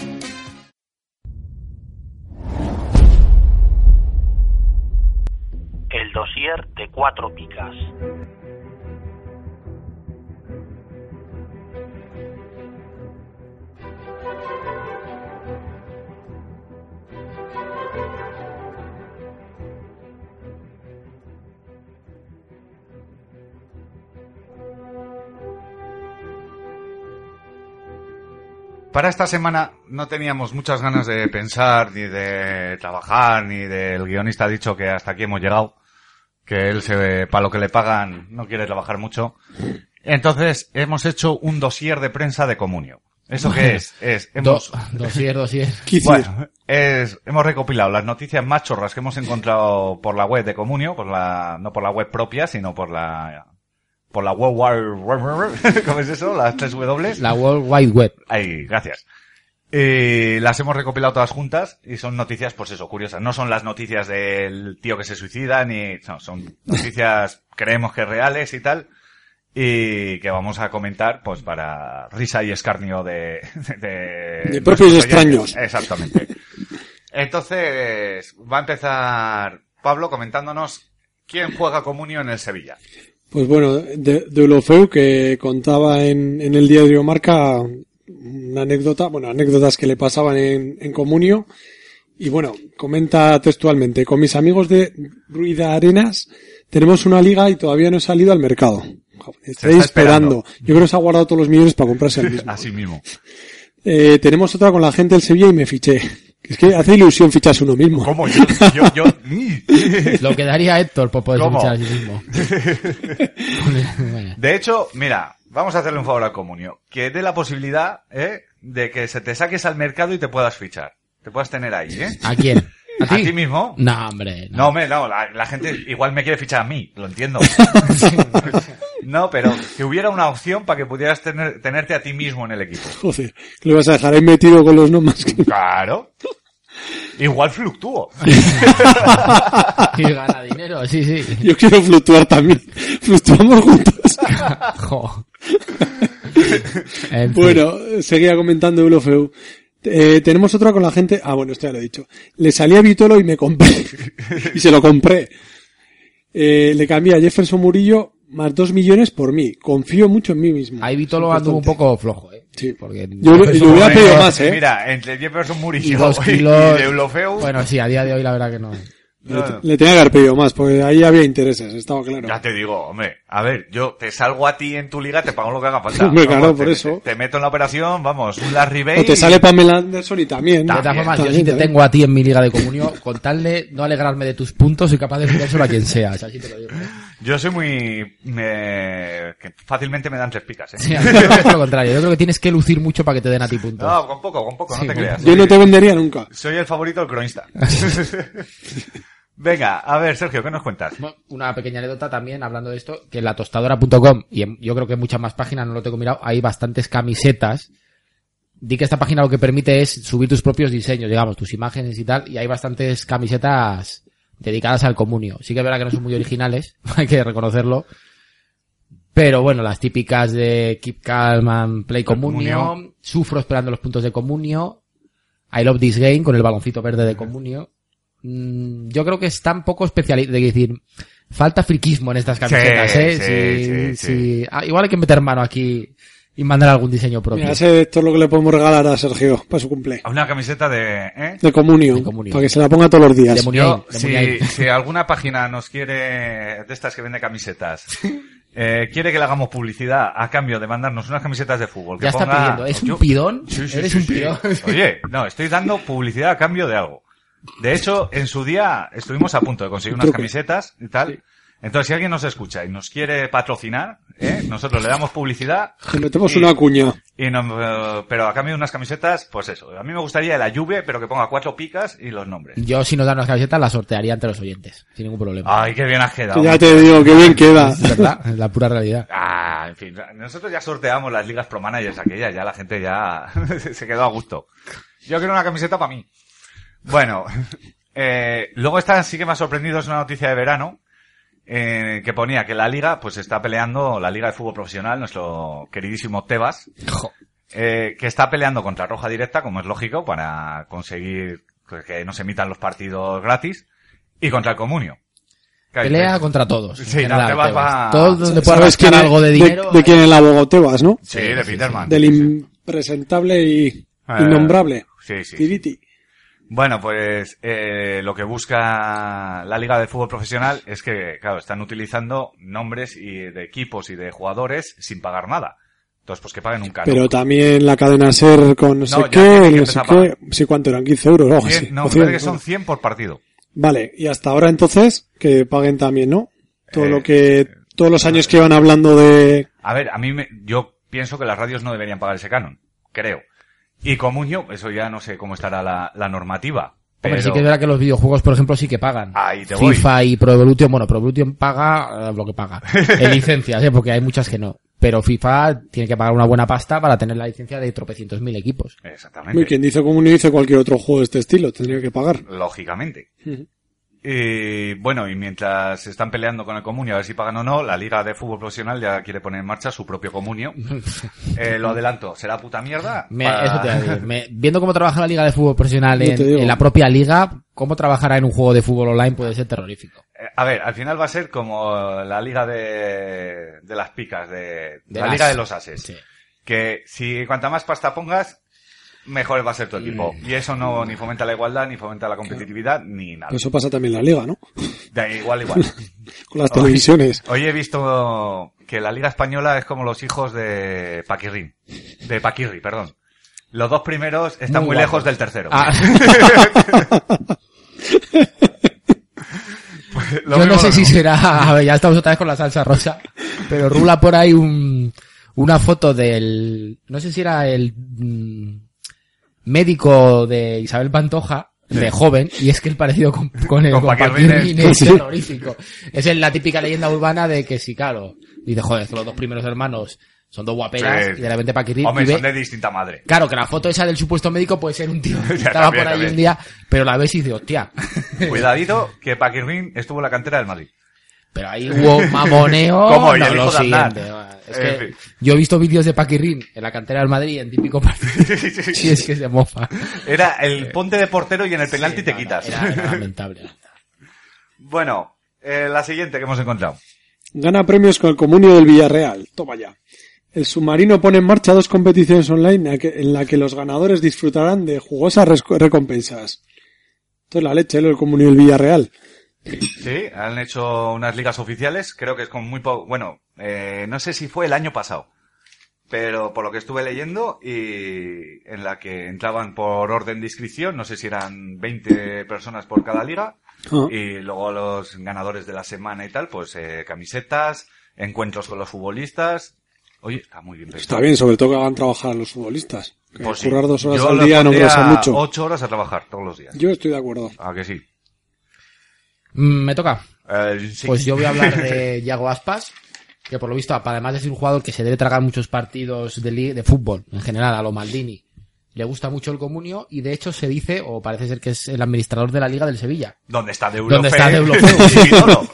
Speaker 9: El dossier de cuatro picas.
Speaker 3: Para esta semana no teníamos muchas ganas de pensar, ni de trabajar, ni del guionista ha dicho que hasta aquí hemos llegado, que él se, para lo que le pagan no quiere trabajar mucho. Entonces hemos hecho un dossier de prensa de comunio. ¿Eso qué es? Es, hemos,
Speaker 5: Dos, dosier, dosier.
Speaker 4: Quizir.
Speaker 3: Bueno, es- hemos recopilado las noticias más chorras que hemos encontrado por la web de Comunio, por la, no por la web propia, sino por la, por la web, wire- *laughs* ¿cómo es eso? Las tres W.
Speaker 5: La World Wide Web.
Speaker 3: Ahí, gracias. Eh, las hemos recopilado todas juntas y son noticias, pues eso, curiosas. No son las noticias del tío que se suicida, ni, no, son noticias creemos que reales y tal. Y que vamos a comentar, pues para risa y escarnio de, de,
Speaker 4: De
Speaker 3: nuestros
Speaker 4: propios
Speaker 3: oyentes.
Speaker 4: extraños.
Speaker 3: Exactamente. Entonces, va a empezar Pablo comentándonos quién juega Comunio en el Sevilla.
Speaker 4: Pues bueno, de, de Ulofeu, que contaba en, en el diario Marca una anécdota, bueno, anécdotas que le pasaban en, en Comunio. Y bueno, comenta textualmente, con mis amigos de Ruida Arenas tenemos una liga y todavía no he salido al mercado. Joder, Estoy
Speaker 3: esperando.
Speaker 4: esperando. Yo creo que se ha
Speaker 3: *laughs*
Speaker 4: guardado todos los millones para comprarse el mismo.
Speaker 3: Así mismo.
Speaker 4: Eh, tenemos otra con la gente del Sevilla y me fiché. Es que hace ilusión ficharse uno mismo.
Speaker 3: ¿Cómo? Yo, yo, yo. ni.
Speaker 5: *laughs* Lo que daría Héctor por poder
Speaker 3: ¿Cómo?
Speaker 5: luchar a sí mismo. Bueno,
Speaker 3: De hecho, mira, vamos a hacerle un favor a Comunio. Que dé la posibilidad, ¿eh? De que se te saques al mercado y te puedas fichar. Te puedas tener ahí, ¿eh?
Speaker 5: ¿A quién? ¿A
Speaker 3: *laughs* A
Speaker 5: ti? Mm.
Speaker 3: ti mismo.
Speaker 5: No, hombre.
Speaker 3: No,
Speaker 5: *laughs* No,
Speaker 3: hombre, no, la, la gente igual me quiere fichar a mí, lo entiendo. no, pero que hubiera una opción para que pudieras tener, tenerte a ti mismo en el equipo.
Speaker 4: *laughs* Joder, lo vas a dejar ahí metido con los nombres que... *laughs*
Speaker 3: Claro. Igual fluctúo.
Speaker 5: Y gana dinero, sí, sí.
Speaker 4: Yo quiero fluctuar también. *laughs* Fluctuamos juntos.
Speaker 5: Jo.
Speaker 3: *laughs*
Speaker 5: En fin.
Speaker 4: Bueno, seguía comentando Eurofeu. Eh, tenemos otra con la gente. Ah, bueno, esto ya lo he dicho. Le salí a Vitolo y me compré. *laughs* y se lo compré. Eh, le cambié a Jefferson Murillo más dos millones por mí. Confío mucho en mí mismo.
Speaker 5: Ahí Vitolo anduvo un
Speaker 4: Importante.
Speaker 5: poco flojo, eh.
Speaker 4: Sí.
Speaker 5: Porque
Speaker 4: Yo le-
Speaker 5: Jefferson
Speaker 4: le hubiera
Speaker 5: Moreno
Speaker 4: pedido más, eh.
Speaker 3: Mira, entre Jefferson
Speaker 5: y
Speaker 3: Murillo y,
Speaker 5: dos kilos.
Speaker 3: y Deulofeu,
Speaker 5: Bueno, sí, a día de hoy la verdad que no.
Speaker 3: no, no.
Speaker 4: Le tenía que haber pedido más, porque ahí había intereses, estaba claro.
Speaker 3: Ya te digo, hombre, a ver, yo te salgo a ti en tu liga, te pago lo que haga falta.
Speaker 4: *laughs* Hombre, claro,
Speaker 3: Vamos,
Speaker 4: por
Speaker 3: te-
Speaker 4: eso.
Speaker 3: Te, meto en la operación, vamos, un Larry Bay.
Speaker 4: *laughs* O te
Speaker 3: y-
Speaker 4: sale Pamela Anderson y también. ¿eh?
Speaker 5: De todas
Speaker 3: También,
Speaker 5: formas, yo si te tengo a ti en mi liga de comunión, con tal de no alegrarme de tus puntos, soy capaz de jugárselo a quien sea. O sea, así te lo digo. ¿eh? *laughs*
Speaker 3: Yo soy muy... eh, que fácilmente me dan tres picas, ¿eh? *laughs*
Speaker 5: Sí, a mí me parece lo contrario. Yo creo que tienes que lucir mucho para que te den a ti puntos.
Speaker 3: No, con poco, con poco,
Speaker 5: Sí,
Speaker 3: no te
Speaker 5: con
Speaker 3: creas. ¿eh?
Speaker 4: Yo no te vendería nunca.
Speaker 3: Soy el favorito del
Speaker 4: *laughs*
Speaker 3: cronista. Venga, a ver, Sergio, ¿qué nos cuentas?
Speaker 5: Bueno, Una pequeña anécdota también, hablando de esto, que en la tostadora.com, y en- yo creo que en muchas más páginas, no lo tengo mirado, hay bastantes camisetas. Di que esta página lo que permite es subir tus propios diseños, digamos, tus imágenes y tal, y hay bastantes camisetas dedicadas al comunio. Sí que es verdad que no son muy originales, *laughs* hay que reconocerlo. Pero bueno, las típicas de Keep Calm and Play Comunio,
Speaker 3: Comunio.
Speaker 5: Sufro esperando los puntos de Comunio, I Love This Game con el baloncito verde de Comunio. Mm, yo creo que están poco especializados, de decir, falta friquismo en estas camisetas,
Speaker 3: Sí, sí, sí,
Speaker 5: ¿eh?
Speaker 3: sí.
Speaker 5: Ah, igual hay que meter mano aquí y mandar algún diseño propio.
Speaker 4: Mira, ese es todo lo que le podemos regalar a Sergio para su cumpleaños.
Speaker 3: Una camiseta de... ¿eh?
Speaker 4: De comunión,
Speaker 5: De comunión.
Speaker 4: Para que se la ponga todos los días.
Speaker 5: De Muniain,
Speaker 3: Yo,
Speaker 5: de
Speaker 3: si,
Speaker 5: Muniain.
Speaker 3: si alguna página nos quiere, de estas que vende camisetas, eh, quiere que le hagamos publicidad a cambio de mandarnos unas camisetas de fútbol. que
Speaker 5: ya está
Speaker 3: ponga-
Speaker 5: pidiendo, ¿es un
Speaker 3: Yo-
Speaker 5: pidón?
Speaker 3: Sí, sí,
Speaker 5: Eres
Speaker 3: sí,
Speaker 5: un
Speaker 3: sí.
Speaker 5: pidón. *laughs*
Speaker 3: *laughs* Oye, no, estoy dando publicidad a cambio de algo. De hecho, en su día estuvimos a punto de conseguir unas
Speaker 4: Truco.
Speaker 3: camisetas y tal. Entonces, si alguien nos escucha y nos quiere patrocinar, ¿eh? nosotros le damos publicidad
Speaker 4: Le metemos una cuña.
Speaker 3: y no, pero a cambio de unas camisetas, pues eso. A mí me gustaría la lluvia, pero que ponga cuatro picas y los nombres.
Speaker 5: Yo si nos dan las camisetas las sortearía entre los oyentes, sin ningún problema.
Speaker 3: Ay, qué bien has quedado.
Speaker 4: Que ya te digo, que bien queda.
Speaker 5: Es
Speaker 3: *laughs*
Speaker 5: verdad, es la pura realidad.
Speaker 3: Ah, en fin, nosotros ya sorteamos las ligas pro managers aquella, ya la gente ya *laughs* se quedó a gusto. Yo quiero una camiseta para mí. Bueno, *laughs* eh, luego esta sí que me ha sorprendido, es una noticia de verano, eh, que ponía que la liga, pues está peleando, la liga de fútbol profesional, nuestro queridísimo Tebas,
Speaker 5: Jo.
Speaker 3: eh, que está peleando contra Roja Directa, como es lógico, para conseguir pues, que nos emitan los partidos gratis, y contra el Comunio.
Speaker 5: Pelea contra todos. en
Speaker 3: Sí, no,
Speaker 5: general,
Speaker 3: te vas
Speaker 5: Tebas.
Speaker 3: pa-
Speaker 5: Todos donde pueda
Speaker 4: ¿Sabes
Speaker 5: rascar
Speaker 4: quién es-
Speaker 5: algo de dinero.
Speaker 4: De, quién es el abogado Tebas, ¿no?
Speaker 3: Ah, Sí, de Peterman.
Speaker 4: Del impresentable y
Speaker 3: Ah,
Speaker 4: innombrable.
Speaker 3: sí, sí.
Speaker 4: Tiriti.
Speaker 3: Bueno, pues eh, lo que busca la Liga de Fútbol Profesional es que, claro, están utilizando nombres y de equipos y de jugadores sin pagar nada. Entonces, pues que paguen un canon.
Speaker 4: Pero también la cadena SER con no sé
Speaker 3: No, ya tiene
Speaker 4: qué,
Speaker 3: que
Speaker 4: el no sé
Speaker 3: empezar a
Speaker 4: qué. Sí, ¿cuánto eran? 15 euros. o algo así,
Speaker 3: Cien- no,
Speaker 4: o
Speaker 3: me
Speaker 4: 100,
Speaker 3: parece que
Speaker 4: ¿no?
Speaker 3: son 100 por partido.
Speaker 4: Vale, y hasta ahora entonces, que paguen también, ¿no? Todo
Speaker 3: Eh,
Speaker 4: lo que, todos los años que van hablando de...
Speaker 3: A ver, a mí me, yo pienso que las radios no deberían pagar ese canon, creo. Y Comunio, eso ya no sé cómo estará la, la normativa. Pero
Speaker 5: Hombre, sí que es verdad que los videojuegos, por ejemplo, sí que pagan.
Speaker 3: Ahí te voy.
Speaker 5: FIFA y Pro Evolution, bueno, Pro Evolution paga eh, lo que paga. En licencias, ¿eh? porque hay muchas que no. Pero FIFA tiene que pagar una buena pasta para tener la licencia de tropecientos mil equipos.
Speaker 4: Uy,
Speaker 3: Exactamente.
Speaker 4: quien dice comunio dice cualquier otro juego de este estilo, tendría que pagar.
Speaker 3: Lógicamente.
Speaker 4: Ujú.
Speaker 3: Y bueno, y mientras se están peleando con el comunio a ver si pagan o no, la Liga de Fútbol Profesional ya quiere poner en marcha su propio
Speaker 5: *laughs*
Speaker 3: comunio. Eh, lo adelanto, será puta mierda. Ah.
Speaker 5: Me-
Speaker 3: Para-
Speaker 5: eso te iba a decir. Me- viendo cómo trabaja la liga de fútbol profesional
Speaker 4: Yo
Speaker 5: en,
Speaker 4: te digo.
Speaker 5: en la propia liga, cómo trabajará en un juego de fútbol online puede ser terrorífico.
Speaker 3: Eh, *laughs* a ver, al final va a ser como la Liga de, de las picas, de,
Speaker 5: De
Speaker 3: la
Speaker 5: las-
Speaker 3: Liga de los Ases.
Speaker 5: Sí.
Speaker 3: Que si cuanta más pasta pongas, mejor va a ser tu equipo.
Speaker 5: Mm.
Speaker 3: Y eso no ni fomenta la igualdad, ni fomenta la competitividad, ni nada.
Speaker 5: Pues
Speaker 4: Eso pasa también en la liga, ¿no?
Speaker 3: Da igual,
Speaker 5: *laughs*
Speaker 3: igual.
Speaker 4: Con las
Speaker 3: Ay.
Speaker 4: televisiones.
Speaker 3: Hoy he visto que la Liga Española es como los hijos de Paquirri. De Paquirri, perdón. Los dos primeros están muy,
Speaker 5: Muy
Speaker 3: lejos
Speaker 5: guapos.
Speaker 3: del tercero.
Speaker 5: Ah.
Speaker 3: Pues, *laughs* lo
Speaker 5: Yo
Speaker 3: mismo,
Speaker 5: no sé
Speaker 3: lo
Speaker 5: si
Speaker 3: mismo.
Speaker 5: será, *laughs* a ver, ya estamos otra vez con la salsa rosa, pero rula por ahí un, una foto del, no sé si era el mm, médico de Isabel Pantoja, de joven, y es que el parecido con, con el
Speaker 3: Con
Speaker 5: con
Speaker 3: Paquirri
Speaker 5: Paquirri
Speaker 3: es-
Speaker 5: Nine es terrorífico. Es el- la típica leyenda urbana de que si, claro, dice, joder, es que los dos primeros hermanos son dos guaperas,
Speaker 3: Sí.
Speaker 5: y de repente Paquirri
Speaker 3: Hombre,
Speaker 5: vive-
Speaker 3: son de distinta madre.
Speaker 5: Claro, que la foto esa del supuesto médico puede ser un
Speaker 3: *laughs*
Speaker 5: tío que estaba
Speaker 3: también,
Speaker 5: por ahí
Speaker 3: también.
Speaker 5: un día, pero la ves y dices, hostia.
Speaker 3: Cuidadito, que Paquirrin estuvo en la cantera del Madrid. *laughs*
Speaker 5: Pero ahí *laughs* hubo mamoneo.
Speaker 3: ¿Cómo? Y
Speaker 5: no,
Speaker 3: el hijo
Speaker 5: lo
Speaker 3: de
Speaker 5: siguiente.
Speaker 3: Aznar.
Speaker 5: Es
Speaker 3: En
Speaker 5: que
Speaker 3: fin.
Speaker 5: yo he visto vídeos de Paquirrín en la cantera del Madrid en típico partido. Sí, es que es de mofa.
Speaker 3: Era el ponte de portero y en el penalti
Speaker 5: Sí,
Speaker 3: te
Speaker 5: no, no,
Speaker 3: quitas.
Speaker 5: Era, era lamentable.
Speaker 3: bueno, eh, la siguiente que hemos encontrado.
Speaker 4: Gana premios con el Comunio del Villarreal. Toma ya. El submarino pone en marcha dos competiciones online en que- en la que los ganadores disfrutarán de jugosas res- recompensas. Esto es la leche, ¿eh? lo del Comunio del Villarreal.
Speaker 3: Sí, han hecho unas ligas oficiales, creo que es con muy poco... Bueno, eh, no sé si fue el año pasado, pero por lo que estuve leyendo, y en la que entraban por orden de inscripción, no sé si eran 20 personas por cada liga,
Speaker 4: Ah.
Speaker 3: y luego los ganadores de la semana y tal, pues eh, camisetas, encuentros con los futbolistas... Oye, está muy bien pensado.
Speaker 4: Está bien, sobre todo que hagan trabajar a los futbolistas. Que
Speaker 3: Pues sí.
Speaker 4: currar dos horas
Speaker 3: Yo
Speaker 4: al
Speaker 3: los
Speaker 4: día no
Speaker 3: pondría
Speaker 4: pasa mucho.
Speaker 3: ocho horas a trabajar todos los días.
Speaker 4: Yo estoy de acuerdo.
Speaker 3: Ah, que sí.
Speaker 5: Mm, Me toca.
Speaker 3: Eh, sí.
Speaker 5: Pues yo voy a hablar *laughs* de Yago Aspas, que por lo visto, además de ser un jugador que se debe tragar muchos partidos de, li- de fútbol, en general, a lo Maldini, le gusta mucho el comunio y de hecho se dice, o parece ser que es el administrador de la Liga del Sevilla.
Speaker 3: ¿Dónde está de
Speaker 5: ¿Dónde está Deulofeu?
Speaker 3: *laughs* Sí, no, no.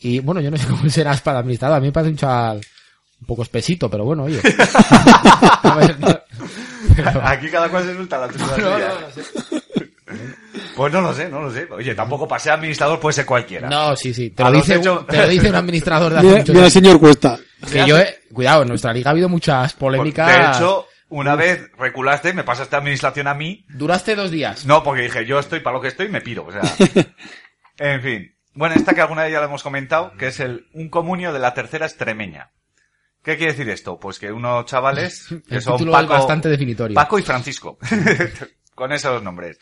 Speaker 5: Y bueno, yo no sé *laughs* cómo será para administrador. A mí me parece un chaval un poco espesito, pero bueno, oye. *laughs* A ver, no. Pero-
Speaker 3: Aquí cada cual se suelta
Speaker 5: *laughs*
Speaker 3: la tuya.
Speaker 5: no, no, no sé.
Speaker 3: Pues no lo sé, no lo sé. Oye, tampoco para ser administrador puede ser cualquiera.
Speaker 5: No, sí, sí. Te
Speaker 3: A
Speaker 5: lo,
Speaker 3: los
Speaker 5: dice, un-
Speaker 3: hechos-
Speaker 5: te lo dice un administrador de
Speaker 4: *laughs*
Speaker 5: hace
Speaker 4: Mira,
Speaker 5: mucho
Speaker 4: mira,
Speaker 5: tiempo.
Speaker 4: señor Cuesta.
Speaker 5: Que yo he- Cuidado, en nuestra liga ha habido muchas
Speaker 3: Por-
Speaker 5: polémicas.
Speaker 3: De hecho, una vez reculaste, me pasaste administración a mí.
Speaker 5: duraste dos días.
Speaker 3: No, porque dije, yo estoy para lo que estoy y me piro.
Speaker 5: *laughs*
Speaker 3: O sea, en fin. Bueno, esta que alguna vez ya la hemos comentado, que es el un comunio de la tercera extremeña. ¿Qué quiere decir esto? Pues que unos
Speaker 5: *laughs*
Speaker 3: chavales que
Speaker 5: El
Speaker 3: son
Speaker 5: título es
Speaker 3: Paco,
Speaker 5: bastante definitorio.
Speaker 3: Paco y Francisco. *laughs* con esos nombres.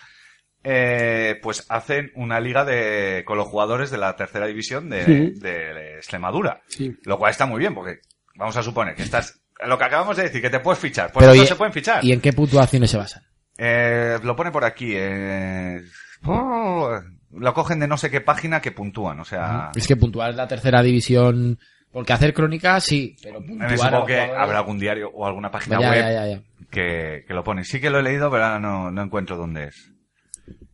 Speaker 3: Eh, pues hacen una liga de, con los jugadores de la tercera división de,
Speaker 4: Sí.
Speaker 3: de Extremadura.
Speaker 4: Sí.
Speaker 3: Lo cual está muy bien, porque vamos a suponer que estás. Lo que acabamos de decir, que te puedes fichar. Pues
Speaker 5: Pero
Speaker 3: no
Speaker 5: y-
Speaker 3: se pueden fichar.
Speaker 5: ¿Y en qué puntuaciones se basan?
Speaker 3: Eh, lo pone por aquí. eh, oh, lo cogen de no sé qué página que puntúan, o sea.
Speaker 5: Es que puntuar la tercera división. Porque hacer crónica, sí. Pero puntuar.
Speaker 3: Me
Speaker 5: a
Speaker 3: supongo
Speaker 5: los
Speaker 3: que
Speaker 5: jugadores-
Speaker 3: habrá algún diario o alguna página
Speaker 5: Ya,
Speaker 3: web
Speaker 5: ya, ya, *laughs* ya.
Speaker 3: Que, que lo pone. Sí que lo he leído, pero ahora no, no encuentro dónde es.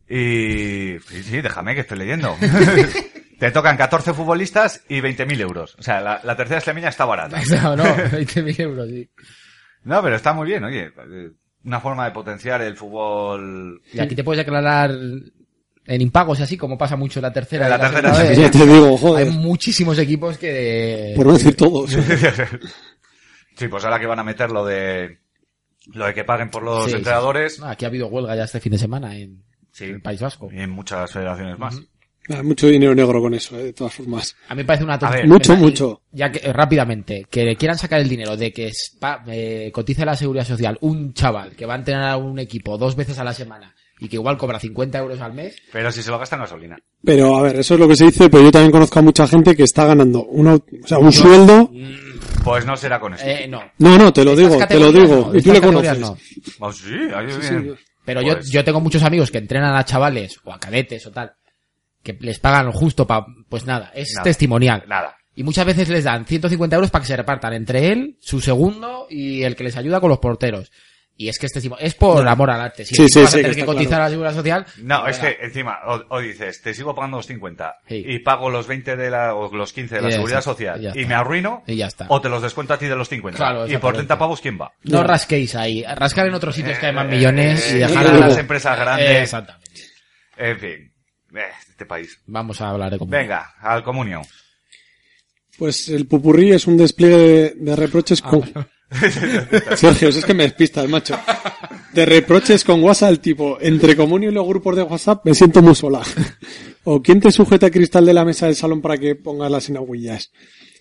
Speaker 3: Y. Sí, sí, déjame que estoy
Speaker 5: *laughs*
Speaker 3: leyendo. Te tocan 14 futbolistas y 20.000 euros. O sea, la, la tercera extremeña está barata.
Speaker 5: No, no, 20.000 euros, sí.
Speaker 3: No, pero está muy bien, oye. eh, Una forma de potenciar el fútbol. *laughs*
Speaker 5: Y aquí te puedes declarar en impagos, y así como pasa mucho en la tercera.
Speaker 3: En la
Speaker 5: y
Speaker 3: tercera,
Speaker 5: segunda
Speaker 3: sí.
Speaker 5: vez.
Speaker 4: Ya te digo,
Speaker 5: Hay
Speaker 4: joder.
Speaker 5: muchísimos equipos que...
Speaker 4: Por no decir
Speaker 5: *laughs*
Speaker 4: todos.
Speaker 3: Sí, pues ahora que van a meter lo de. Lo de que paguen por los
Speaker 5: Sí, sí,
Speaker 3: entrenadores.
Speaker 5: sí. No, aquí ha habido huelga ya este fin de semana en,
Speaker 3: Sí.
Speaker 5: en el País Vasco.
Speaker 3: Y en muchas federaciones más.
Speaker 4: Hay mucho dinero negro con eso, eh, de todas formas.
Speaker 5: A mí me parece una tontería.
Speaker 3: ver.
Speaker 4: Mucho,
Speaker 5: Mira,
Speaker 4: mucho.
Speaker 5: Ya que, eh, rápidamente, que quieran sacar el dinero de que es pa- eh, cotice la seguridad social un chaval que va a entrenar a un equipo dos veces a la semana y que igual cobra 50 euros al mes,
Speaker 3: Pero si se lo gastan gasolina.
Speaker 4: Pero a ver, eso es lo que se dice, pero yo también conozco a mucha gente que está ganando una, o sea, un sueldo.
Speaker 3: Pues no será con esto.
Speaker 5: eh, no.
Speaker 4: No, no, te lo digo,
Speaker 5: Estas
Speaker 4: te lo
Speaker 5: categorías
Speaker 4: digo.
Speaker 5: no,
Speaker 4: y tú
Speaker 5: estas
Speaker 4: le
Speaker 5: categorías
Speaker 4: conoces.
Speaker 5: no.
Speaker 3: Ah, sí, ahí
Speaker 4: Sí,
Speaker 3: bien.
Speaker 4: sí.
Speaker 5: Pero
Speaker 3: Pues-
Speaker 5: yo, yo tengo muchos amigos que entrenan a chavales o a cadetes o tal, que les pagan justo para... Pues nada, es
Speaker 3: Nada.
Speaker 5: testimonial.
Speaker 3: Nada.
Speaker 5: Y muchas veces les dan 150 euros para que se repartan entre él, su segundo y el que les ayuda con los porteros. Y es que este tipo- es por amor al arte. Si
Speaker 4: Sí,
Speaker 5: tú
Speaker 4: sí,
Speaker 5: vas
Speaker 4: sí,
Speaker 5: a
Speaker 4: que
Speaker 5: tener que
Speaker 4: está
Speaker 5: cotizar
Speaker 4: claro.
Speaker 5: a la seguridad social.
Speaker 3: No,
Speaker 5: pues
Speaker 3: es que
Speaker 5: venga.
Speaker 3: encima, o, o dices, te sigo pagando los 50
Speaker 5: Sí.
Speaker 3: y pago los 20 de la, o los 15 de la
Speaker 5: Y ya
Speaker 3: seguridad
Speaker 5: está,
Speaker 3: social
Speaker 5: ya
Speaker 3: y
Speaker 5: está.
Speaker 3: me arruino,
Speaker 5: Y ya está.
Speaker 3: o te los descuento a ti de los 50. y
Speaker 5: Claro,
Speaker 3: por
Speaker 5: exactamente.
Speaker 3: 30 pavos, ¿quién va?
Speaker 5: No rasquéis ahí. Rascar en otros sitios que hay más millones y
Speaker 3: Eh,
Speaker 5: dejar
Speaker 3: a
Speaker 4: algo.
Speaker 3: las empresas
Speaker 5: Eh,
Speaker 3: grandes.
Speaker 5: Exactamente.
Speaker 3: en fin, eh, este país.
Speaker 5: Vamos a hablar de cómo.
Speaker 3: Venga, al comunio.
Speaker 4: Pues el pupurrí es un despliegue de, de reproches
Speaker 5: Ah,
Speaker 4: con... *laughs* Sergio, eso es que me despistas, macho. De reproches con WhatsApp al tipo, entre comunio y los grupos de WhatsApp me siento muy sola. *laughs* O ¿quién te sujeta el cristal de la mesa del salón para que pongas las enagüillas?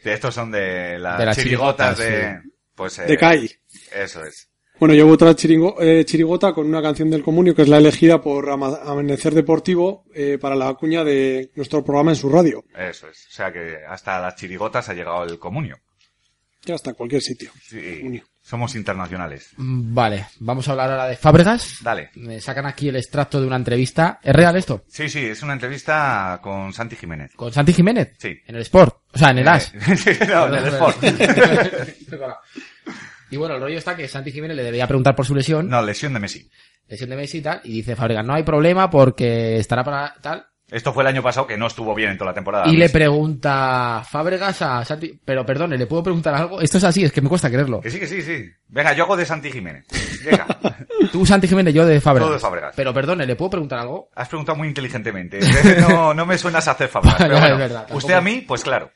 Speaker 3: Estos son de las,
Speaker 5: De las
Speaker 3: chirigotas,
Speaker 5: chirigotas,
Speaker 3: de... Pues, eh,
Speaker 4: De Kai.
Speaker 3: Eso es.
Speaker 4: Bueno, yo hago otra chiringo- eh, chirigota con una canción del Comunio que es la elegida por Ama- Amanecer Deportivo eh, para la cuña de nuestro programa en su radio.
Speaker 3: Eso es. O sea que hasta las chirigotas ha llegado el comunio.
Speaker 4: Ya hasta cualquier sitio.
Speaker 3: Sí. Somos internacionales.
Speaker 5: Mm, Vale, vamos a hablar ahora de Fábregas.
Speaker 3: Dale.
Speaker 5: Me sacan aquí el extracto de una entrevista. ¿Es real esto?
Speaker 3: Sí, sí, es una entrevista con Santi Jiménez.
Speaker 5: Con Santi Jiménez.
Speaker 3: Sí.
Speaker 5: En el Sport. O sea, en el As.
Speaker 3: Sí, Eh, *laughs* no, del Sport.
Speaker 5: *laughs* y bueno, el rollo está que Santi Jiménez le debía preguntar por su lesión,
Speaker 3: No, lesión de Messi.
Speaker 5: lesión de Messi y tal, y dice Fábregas, no hay problema porque estará para tal.
Speaker 3: Esto fue el año pasado que no estuvo bien en toda la temporada.
Speaker 5: Y le
Speaker 3: Ah, Messi.
Speaker 5: pregunta Fábregas a Santi, pero perdone, ¿le puedo preguntar algo? Esto es así, es que me cuesta creerlo.
Speaker 3: Que sí, que sí, sí. Venga, yo hago de Santi
Speaker 5: *laughs*
Speaker 3: Jiménez. Venga.
Speaker 5: Tú, Santi Jiménez, yo de Fábregas.
Speaker 3: Todo de Fábregas.
Speaker 5: Pero perdone, ¿le puedo preguntar algo?
Speaker 3: Has preguntado muy inteligentemente. *laughs* No, no me suenas a hacer
Speaker 5: *laughs*
Speaker 3: fama.
Speaker 5: Vale,
Speaker 3: Pero bueno,
Speaker 5: es verdad, tampoco-
Speaker 3: usted a mí, pues claro.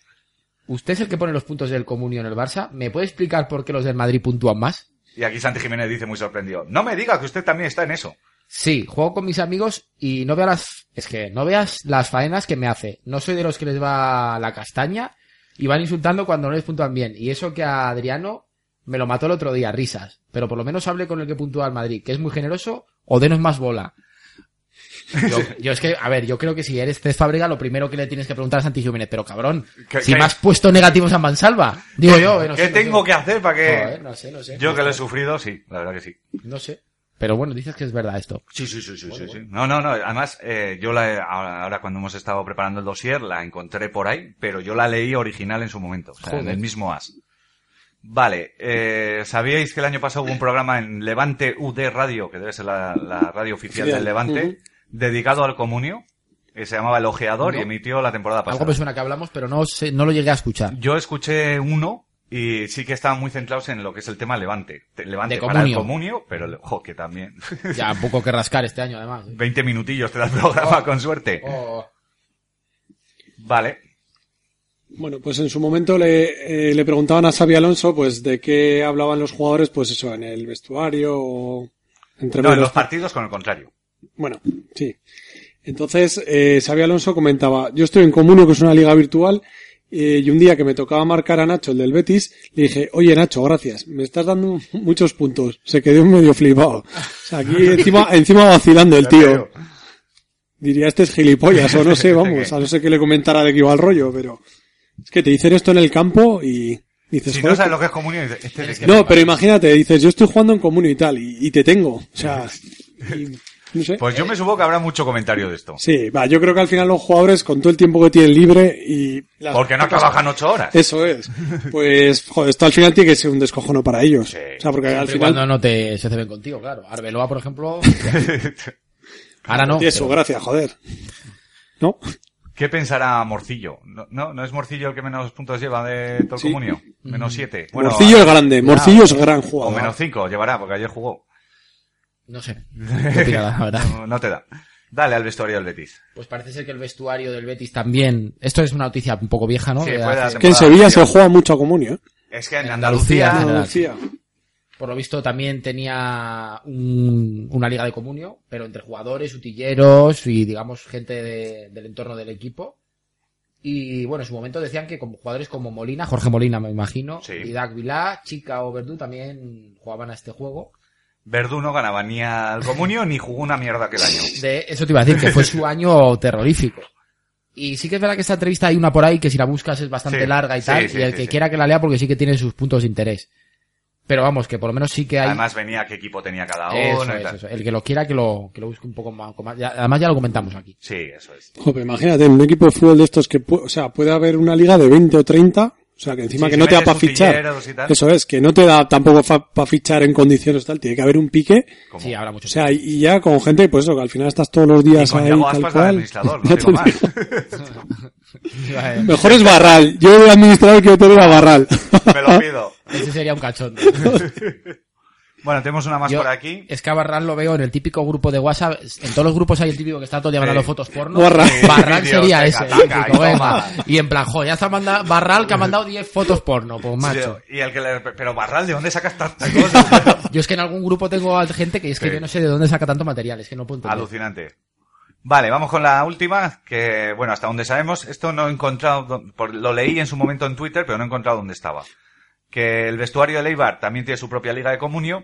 Speaker 5: Usted es el que pone los puntos del comunio en el Barça. ¿Me puede explicar por qué los del Madrid puntúan más?
Speaker 3: Y aquí Santi Jiménez dice muy sorprendido. No me diga que usted también está en eso.
Speaker 5: Sí, juego con mis amigos y no veo las... Es que no veas las faenas que me hace. No soy de los que les va la castaña y van insultando cuando no les puntúan bien. Y eso que a Adriano me lo mató el otro día, risas. Pero por lo menos hable con el que puntúa al Madrid, que es muy generoso, o denos más bola. Yo, yo es que, a ver, yo creo que si eres Cés Fábrega, lo primero que le tienes que preguntar a Santi Jiménez, pero cabrón,
Speaker 3: ¿Qué-
Speaker 5: si
Speaker 3: qué-
Speaker 5: me has puesto negativos a Mansalva. Digo yo, eh, no
Speaker 3: ¿Qué
Speaker 5: sé, no
Speaker 3: tengo
Speaker 5: sé.
Speaker 3: que hacer para que...?
Speaker 5: No, eh, no sé, no sé.
Speaker 3: Yo que lo he sufrido, sí, la verdad que sí.
Speaker 5: No sé. Pero bueno, dices que es verdad esto.
Speaker 3: Sí, sí, sí, sí, sí, sí. No, no, no. Además, eh, yo la, he- ahora, ahora cuando hemos estado preparando el dossier la encontré por ahí, pero yo la leí original en su momento, o sea, en
Speaker 5: Joder.
Speaker 3: el mismo as. Vale, eh, ¿sabíais que el año pasado hubo un programa en Levante UD Radio, que debe ser la, la radio oficial del
Speaker 4: Oficial,
Speaker 3: Levante,
Speaker 4: ujú.
Speaker 3: dedicado al comunio, que se llamaba El Ojeador y
Speaker 5: No.
Speaker 3: emitió la temporada pasada?
Speaker 5: Algo me suena que hablamos, pero no sé, no lo llegué
Speaker 4: *laughs*
Speaker 5: a escuchar.
Speaker 3: Yo escuché uno y sí que estaban muy centrados en lo que es el tema Levante. Te- Levante
Speaker 5: De
Speaker 3: para el
Speaker 5: comunio.
Speaker 3: comunio, pero el- jo, que también. *laughs*
Speaker 5: Ya un poco que rascar este año, además.
Speaker 3: 20 minutillos te da el programa con suerte.
Speaker 5: Oh,
Speaker 3: Vale.
Speaker 4: Bueno, pues en su momento le, eh, le preguntaban a Xavi Alonso pues de qué hablaban los jugadores, pues eso, en el vestuario o entre
Speaker 3: No, en
Speaker 4: medios.
Speaker 3: los partidos con el contrario.
Speaker 4: Bueno, sí. Entonces, eh, Xabi Alonso comentaba, yo estoy en Comunio, que es una liga virtual, eh, y un día que me tocaba marcar a Nacho, el del Betis, le dije, oye Nacho, gracias, me estás dando *laughs* muchos puntos. Se quedó medio flipado. O sea, aquí encima, encima vacilando el tío. Diría, este es gilipollas, o no sé, vamos, a no sé qué le comentara de que iba al rollo, pero... Es que te dicen esto en el campo y dices...
Speaker 3: Si no
Speaker 4: "Joder,
Speaker 3: sabes lo que es comunio, dices, este de qué
Speaker 4: no,
Speaker 3: me
Speaker 4: pero imagínate, dices, yo estoy jugando en Comunio y tal, y, y te tengo. O
Speaker 3: *laughs*
Speaker 4: sea, y- no sé.
Speaker 3: va". Pues yo me supongo que habrá mucho comentario de esto.
Speaker 4: Sí, va, yo creo que al final los jugadores, con todo el tiempo que tienen libre y... las-
Speaker 3: Porque no trabajan ocho horas.
Speaker 4: Eso es. Pues, joder, esto al final tiene que ser un descojono para ellos.
Speaker 3: Sí.
Speaker 4: O sea, porque al
Speaker 5: siempre y cuando
Speaker 4: final...
Speaker 5: no te se ven contigo, claro. Arbeloa, por ejemplo. *laughs* Ahora no.
Speaker 4: Y eso,
Speaker 5: pero-
Speaker 4: gracias, joder. ¿No?
Speaker 3: ¿Qué pensará Morcillo? No, no, ¿no es Morcillo el que menos puntos lleva de todo el
Speaker 4: Sí.
Speaker 3: comunio. Menos siete. Bueno,
Speaker 4: Morcillo es grande, Morcillo es gran
Speaker 3: o
Speaker 4: jugador.
Speaker 3: menos cinco llevará, porque ayer jugó.
Speaker 5: No sé. No opino nada,
Speaker 4: *laughs*
Speaker 5: la verdad.
Speaker 3: No, no te da. Dale al vestuario del Betis.
Speaker 5: Pues parece ser que el vestuario del Betis también. Esto es una noticia un poco vieja, ¿no?
Speaker 3: Sí,
Speaker 5: De
Speaker 3: fue de
Speaker 5: hace-
Speaker 3: la semana-
Speaker 4: Que en Sevilla se juega mucho a Comunio, ¿eh?
Speaker 3: Es que en
Speaker 5: En
Speaker 3: Andalucía...
Speaker 5: Andalucía, general.
Speaker 4: Andalucía.
Speaker 5: Por lo visto también tenía un- una liga de comunio, pero entre jugadores, utilleros y digamos gente de- del entorno del equipo. Y bueno, en su momento decían que como jugadores como Molina, Jorge Molina me imagino,
Speaker 3: Sí.
Speaker 5: y Dag Vilá, Chica o Verdú también jugaban a este juego.
Speaker 3: Verdú no ganaba ni al comunio ni jugó una mierda aquel año.
Speaker 5: De, eso te iba a decir, que fue
Speaker 3: *laughs*
Speaker 5: su año terrorífico. Y sí que es verdad que esta entrevista hay una por ahí que si la buscas es bastante
Speaker 3: Sí,
Speaker 5: larga y
Speaker 3: sí,
Speaker 5: tal,
Speaker 3: sí,
Speaker 5: y el
Speaker 3: sí,
Speaker 5: que
Speaker 3: sí.
Speaker 5: quiera que la lea porque sí que tiene sus puntos de interés. Pero vamos, que por lo menos sí que hay...
Speaker 3: Además venía qué equipo tenía cada
Speaker 5: Eso
Speaker 3: uno y
Speaker 5: es,
Speaker 3: tal.
Speaker 5: eso es. El que lo quiera, que lo, que lo busque un poco más. con más- ya- además, ya lo comentamos aquí.
Speaker 3: Sí, eso es.
Speaker 4: Joder, imagínate, un equipo de fútbol de estos que, pu- o sea, puede haber una liga de 20 o 30, o sea, que encima
Speaker 3: Sí,
Speaker 4: que
Speaker 3: si
Speaker 4: no te da
Speaker 3: metes
Speaker 4: para fichar.
Speaker 3: utilleros y tal.
Speaker 4: Eso es, que no te da tampoco para fichar en condiciones tal, tiene que haber un pique
Speaker 3: Como-
Speaker 5: Sí, habrá mucho.
Speaker 4: O sea, y- y ya con gente, pues eso, que al final estás todos los días
Speaker 3: Y con
Speaker 4: ahí,
Speaker 3: Yago
Speaker 4: tal
Speaker 3: Aspas al
Speaker 4: cual. *laughs*
Speaker 3: administrador, no
Speaker 4: Ya
Speaker 3: digo
Speaker 4: te digo.
Speaker 3: más.
Speaker 4: Mejor es Barral. Yo de administrador quiero tener a Barral.
Speaker 3: *laughs*
Speaker 4: *laughs*
Speaker 3: Me lo pido.
Speaker 5: *laughs* Ese sería un cachondo.
Speaker 3: Bueno, tenemos una más
Speaker 5: Yo-
Speaker 3: por aquí.
Speaker 4: eh,
Speaker 5: Es que a Barral lo veo en el típico grupo de WhatsApp. En todos los grupos hay el típico que está todo el día mandando
Speaker 3: Sí.
Speaker 5: fotos porno.
Speaker 4: Barral.
Speaker 5: Barral
Speaker 3: Vídeos,
Speaker 5: sería
Speaker 3: venga,
Speaker 5: ese.
Speaker 3: venga,
Speaker 5: típico,
Speaker 3: y
Speaker 5: venga.
Speaker 3: toma.
Speaker 5: Y en plan, jo, ya está mandando Barral que ha mandado 10 fotos porno, pues macho.
Speaker 3: Y el que le- Pero Barral, ¿de dónde sacas
Speaker 4: *laughs*
Speaker 3: tantas cosas?
Speaker 5: Yo es que en algún grupo tengo a gente que es que
Speaker 3: Sí.
Speaker 5: yo no sé de dónde saca tanto material, es que no puedo entender.
Speaker 3: Alucinante. Vale, vamos con la última, que bueno, hasta donde sabemos, esto no he encontrado, dó- por- lo leí en su momento en Twitter, pero no he encontrado dónde estaba. Que el vestuario de Leibar también tiene su propia liga de comunio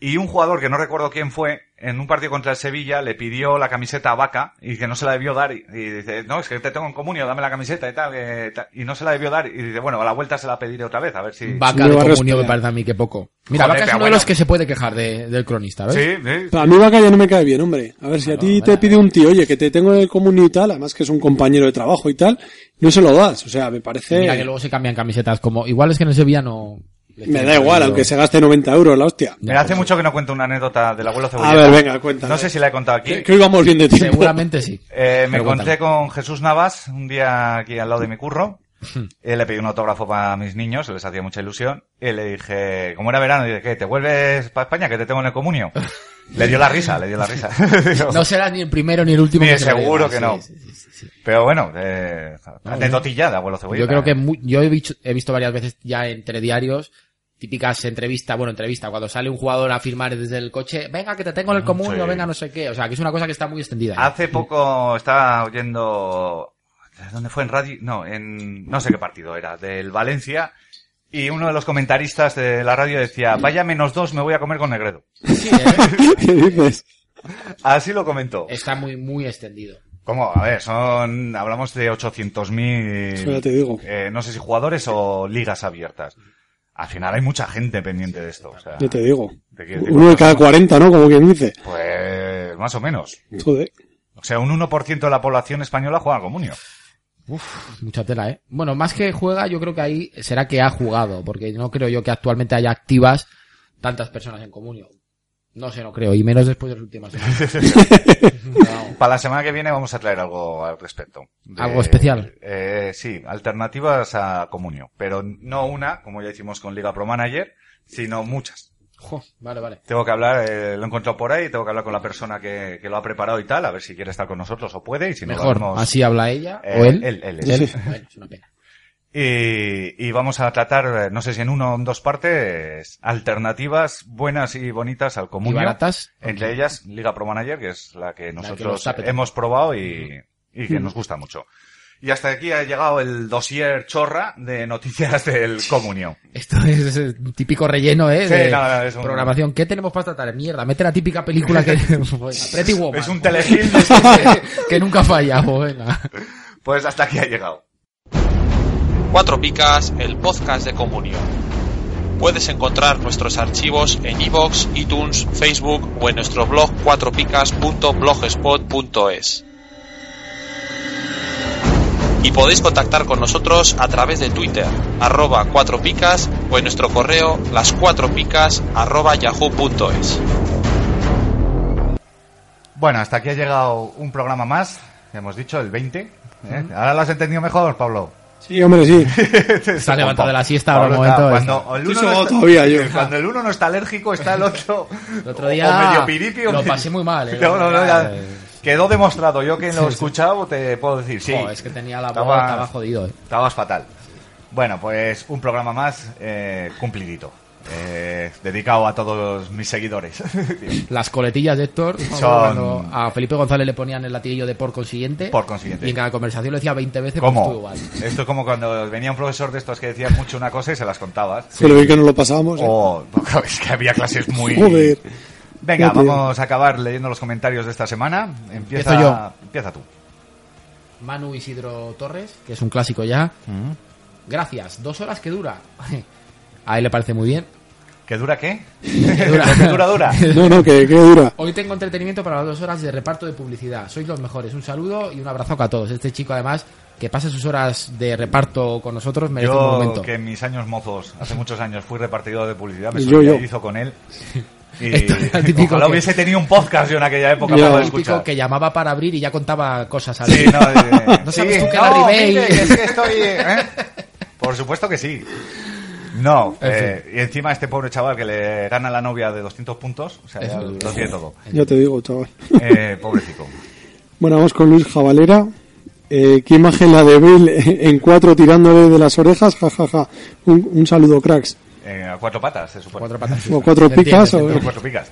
Speaker 3: Y un jugador que no recuerdo quién fue, en un partido contra el Sevilla, le pidió la camiseta a Vaca y que no se la debió dar. Y, y dice, no, es que te tengo en comunio, dame la camiseta y tal, eh, tal". Y no se la debió dar. Y dice, bueno, a la vuelta se la pediré otra vez, a ver si.
Speaker 5: Vaca
Speaker 4: me
Speaker 5: de
Speaker 4: va a respetar.
Speaker 5: comunio me parece a mí que poco. Mira,
Speaker 3: Joder,
Speaker 5: Vaca es
Speaker 3: pero
Speaker 5: uno de los
Speaker 3: bueno.
Speaker 5: que se puede quejar de- del cronista, ¿ves?
Speaker 3: Sí, sí.
Speaker 4: Pero a mí Vaca ya no me cae bien, hombre. A ver, si a ti te pide un tío, oye, que te tengo en el comunio y tal, además que es un compañero de trabajo y tal, no se lo das. O sea, me parece...
Speaker 5: Mira que luego se cambian camisetas como... Igual es que en el Sevilla no...
Speaker 4: Me da igual, aunque se gaste 90 euros la hostia.
Speaker 3: Mira, hace mucho que no cuento una anécdota del abuelo cebolleta.
Speaker 4: pues A ver, venga, cuéntame.
Speaker 3: No sé si la he contado aquí.
Speaker 4: Que, que hoy vamos bien de tiempo.
Speaker 5: Seguramente sí.
Speaker 3: *laughs* Eh, me
Speaker 5: Pero
Speaker 3: encontré
Speaker 5: cuéntame.
Speaker 3: con Jesús Navas un día aquí al lado de mi curro.
Speaker 5: Hmm.
Speaker 3: Eh, le pedí un autógrafo para mis niños, les hacía mucha ilusión. Y le dije, como era verano, dije, ¿qué? ¿Te vuelves para España? Que te tengo en el
Speaker 5: *laughs*
Speaker 3: comunio. le dio la risa, le dio la risa. *laughs* Digo,
Speaker 5: No será ni el primero ni el último.
Speaker 3: Ni
Speaker 5: se lo
Speaker 3: seguro
Speaker 5: diga.
Speaker 3: que
Speaker 5: Sí,
Speaker 3: no.
Speaker 5: sí, sí, sí, sí.
Speaker 3: Pero bueno, eh, anecdotilla de abuelo cebolleta.
Speaker 5: Yo creo que mu- yo he visto, he visto varias veces ya entre diarios típicas entrevistas, bueno, entrevista, cuando sale un jugador a firmar desde el coche, venga que te tengo en el común,
Speaker 3: Mm, sí. Ah,
Speaker 5: venga no sé qué, o sea, que es una cosa que está muy extendida. ¿eh?
Speaker 3: Hace poco estaba oyendo. ¿Dónde fue? En radio. No, en. No sé qué partido era. Del Valencia. Y uno de los comentaristas de la radio decía: Vaya menos dos, me voy a comer con Negredo.
Speaker 5: Sí, ¿eh?
Speaker 4: *laughs* ¿Qué dices?
Speaker 3: Así lo comentó.
Speaker 5: *laughs* Está muy, muy extendido.
Speaker 3: ¿Cómo? A ver, son. Hablamos de
Speaker 4: Eso ya
Speaker 3: 800.000.
Speaker 4: te digo.
Speaker 3: eh, no sé si jugadores o ligas abiertas. Al final hay mucha gente pendiente de esto. O sea,
Speaker 4: Yo te digo.
Speaker 3: te quiero decir,
Speaker 4: Uno de cada 40, ¿no? Como quien dice.
Speaker 3: Pues. Más o menos.
Speaker 4: Joder.
Speaker 3: O sea, un 1% de la población española juega a
Speaker 4: *laughs*
Speaker 3: comunio.
Speaker 5: Mucha tela, ¿eh? Bueno, más que juega, yo creo que ahí será que ha jugado, porque no creo yo que actualmente haya activas tantas personas en comunio. No sé, no creo, y menos después de las
Speaker 3: *laughs*
Speaker 5: últimas semanas. No.
Speaker 3: Para la semana que viene vamos a traer algo al respecto. De-
Speaker 5: ¿Algo especial?
Speaker 3: Eh, sí, alternativas a Comunio. Pero no una, como ya hicimos con Liga Pro Manager, sino muchas.
Speaker 5: Jo, vale, vale.
Speaker 3: Tengo que hablar, eh, lo he encontrado por ahí, tengo que hablar con la persona que, que lo ha preparado y tal, a ver si quiere estar con nosotros o puede, y si no lo
Speaker 5: Mejor,
Speaker 3: hacemos-
Speaker 5: así habla ella
Speaker 3: Eh,
Speaker 5: o él.
Speaker 3: él, él, él.
Speaker 5: Él. Bueno, es una pena.
Speaker 3: Y, y vamos a tratar, eh, no sé si en uno o en dos partes, alternativas buenas y bonitas al
Speaker 5: Muy
Speaker 3: Comunio.
Speaker 5: baratas.
Speaker 3: Entre ellas, Liga Pro Manager, que es la que nosotros
Speaker 5: nos apetece.
Speaker 3: hemos probado y, y que nos gusta mucho. Y hasta aquí ha llegado el dossier chorra de noticias del comunio.
Speaker 5: Esto es eh, típico relleno, ¿eh?
Speaker 3: Sí,
Speaker 5: de
Speaker 3: no, no, es un-
Speaker 5: programación. ¿Qué tenemos para tratar? Mierda, mete la típica
Speaker 3: *laughs*
Speaker 5: película que... Bueno, Pretty Woman.
Speaker 3: Es un telefilm, es-
Speaker 5: *laughs* que nunca falla,
Speaker 3: *laughs*
Speaker 5: pues, venga.
Speaker 3: pues hasta aquí ha llegado.
Speaker 1: Cuatro Picas, el podcast de Comunio. Puedes encontrar nuestros archivos en iVoox, iTunes, Facebook o en nuestro blog cuatropicas.blogspot.es. Y podéis contactar con nosotros a través de Twitter, arroba cuatro picas o en nuestro correo las cuatro picas arroba yahoo.es.
Speaker 3: Bueno, hasta aquí ha llegado un programa más, hemos dicho, el 20. ¿eh? Ahora lo has entendido mejor, Pablo.
Speaker 4: Sí, hombre, sí.
Speaker 5: Se ha levantado de la siesta ahora
Speaker 3: Pablo
Speaker 5: un
Speaker 3: está-
Speaker 5: momento. eh.
Speaker 3: cuando, el
Speaker 4: Estoy
Speaker 3: uno no
Speaker 4: sobado
Speaker 3: está-
Speaker 4: todavía yo.
Speaker 3: cuando el uno no está alérgico, está el otro.
Speaker 5: *laughs* El otro día
Speaker 3: o medio piripi, o
Speaker 5: lo
Speaker 3: medio-
Speaker 5: pasé muy mal, ¿eh?
Speaker 3: *laughs* No, no, no, ya
Speaker 5: Eh,
Speaker 3: Quedó demostrado. Yo que lo he escuchado te puedo decir, sí.
Speaker 5: jo, es que tenía la
Speaker 3: Estaba-
Speaker 5: boca, estaba jodido, ¿eh?
Speaker 3: Estabas fatal. Bueno, pues un programa más eh, cumplidito. Eh, dedicado a todos mis seguidores. *laughs*
Speaker 5: Las coletillas de Héctor,
Speaker 3: Son-
Speaker 5: cuando a Felipe González le ponían el latiguillo de por consiguiente.
Speaker 3: Por consiguiente.
Speaker 5: Y en cada conversación lo decía 20 veces, pues estuvo
Speaker 3: ¿Cómo?
Speaker 5: igual.
Speaker 3: Esto es como cuando venía un profesor de estos que decía mucho una cosa y se las contabas.
Speaker 4: Fue lo bien que nos lo pasábamos. ¿eh?
Speaker 3: O es que había clases Oh, muy...
Speaker 4: Joder.
Speaker 3: Venga,
Speaker 4: Joder.
Speaker 3: vamos a acabar leyendo los comentarios de esta semana. Empieza,
Speaker 5: Empiezo yo.
Speaker 3: Empieza tú.
Speaker 5: Manu Isidro Torres, que es un clásico ya. Gracias, dos horas que dura. *laughs* A él le parece muy bien.
Speaker 3: ¿Qué dura
Speaker 5: *laughs*
Speaker 3: qué? Lo que dura, dura.
Speaker 4: *laughs* No, no, que, que dura.
Speaker 5: Hoy tengo entretenimiento para las dos horas de reparto de publicidad. Sois los mejores. Un saludo y un abrazo a todos. Este chico, además, que pasa sus horas de reparto con nosotros, *laughs* merece un
Speaker 3: Yo,
Speaker 5: momento.
Speaker 3: que en mis años mozos, hace muchos años, fui repartidor de publicidad, me
Speaker 4: Yo, yo.
Speaker 3: solidarizo con él. Y
Speaker 5: *laughs* Esto era el típico
Speaker 3: ojalá
Speaker 5: que-
Speaker 3: hubiese tenido un podcast yo en aquella época
Speaker 4: Ya.
Speaker 3: para
Speaker 5: Un
Speaker 3: escuchar.
Speaker 5: chico que llamaba para abrir y ya contaba cosas. al-
Speaker 3: Sí, no, eh,
Speaker 5: *laughs* No sabes
Speaker 3: sí,
Speaker 5: tú que
Speaker 3: no,
Speaker 5: la Ribey-
Speaker 3: mire, que es que estoy... eh,
Speaker 5: *laughs*
Speaker 3: ¿eh? Por supuesto que sí. No, eh, y encima este pobre chaval que le gana la novia de 200 puntos, o sea, ya
Speaker 5: Eso es.
Speaker 3: lo tiene todo.
Speaker 4: Ya te digo, chaval.
Speaker 3: Eh, pobrecito.
Speaker 4: Bueno, vamos con Luis Jabalera. Eh, ¿Qué imagen la de Bale *laughs* en cuatro tirándole de las orejas? Ja, ja, ja. Un, un saludo, cracks.
Speaker 3: Eh, a cuatro ¿eh? patas, se supone.
Speaker 5: Cuatro patas.
Speaker 4: O cuatro
Speaker 5: Entiendo,
Speaker 4: picas. o-
Speaker 3: Cuatro picas.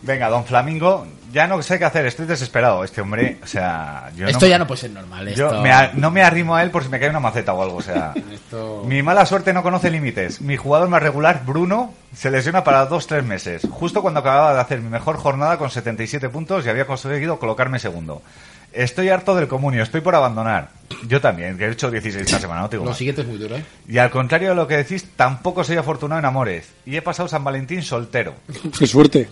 Speaker 3: Venga, don Flamingo, ya no sé qué hacer, estoy desesperado. Este hombre, o sea, yo
Speaker 5: esto
Speaker 3: no,
Speaker 5: ya no puede ser normal.
Speaker 3: yo
Speaker 5: esto-
Speaker 3: me a- no me arrimo a él por si me cae una maceta o algo, o sea.
Speaker 5: esto-
Speaker 3: Mi mala suerte no conoce límites. Mi jugador más regular, Bruno, se lesiona para dos tres meses. Justo cuando acababa de hacer mi mejor jornada con 77 puntos y había conseguido colocarme segundo. Estoy harto del comunio, estoy por abandonar. Yo también, que he hecho 16 esta semana, no te digo
Speaker 5: Lo
Speaker 3: más.
Speaker 5: siguiente es muy duro, ¿eh?
Speaker 3: Y al contrario de lo que decís, tampoco soy afortunado en amores. Y he pasado San Valentín soltero.
Speaker 4: Qué suerte.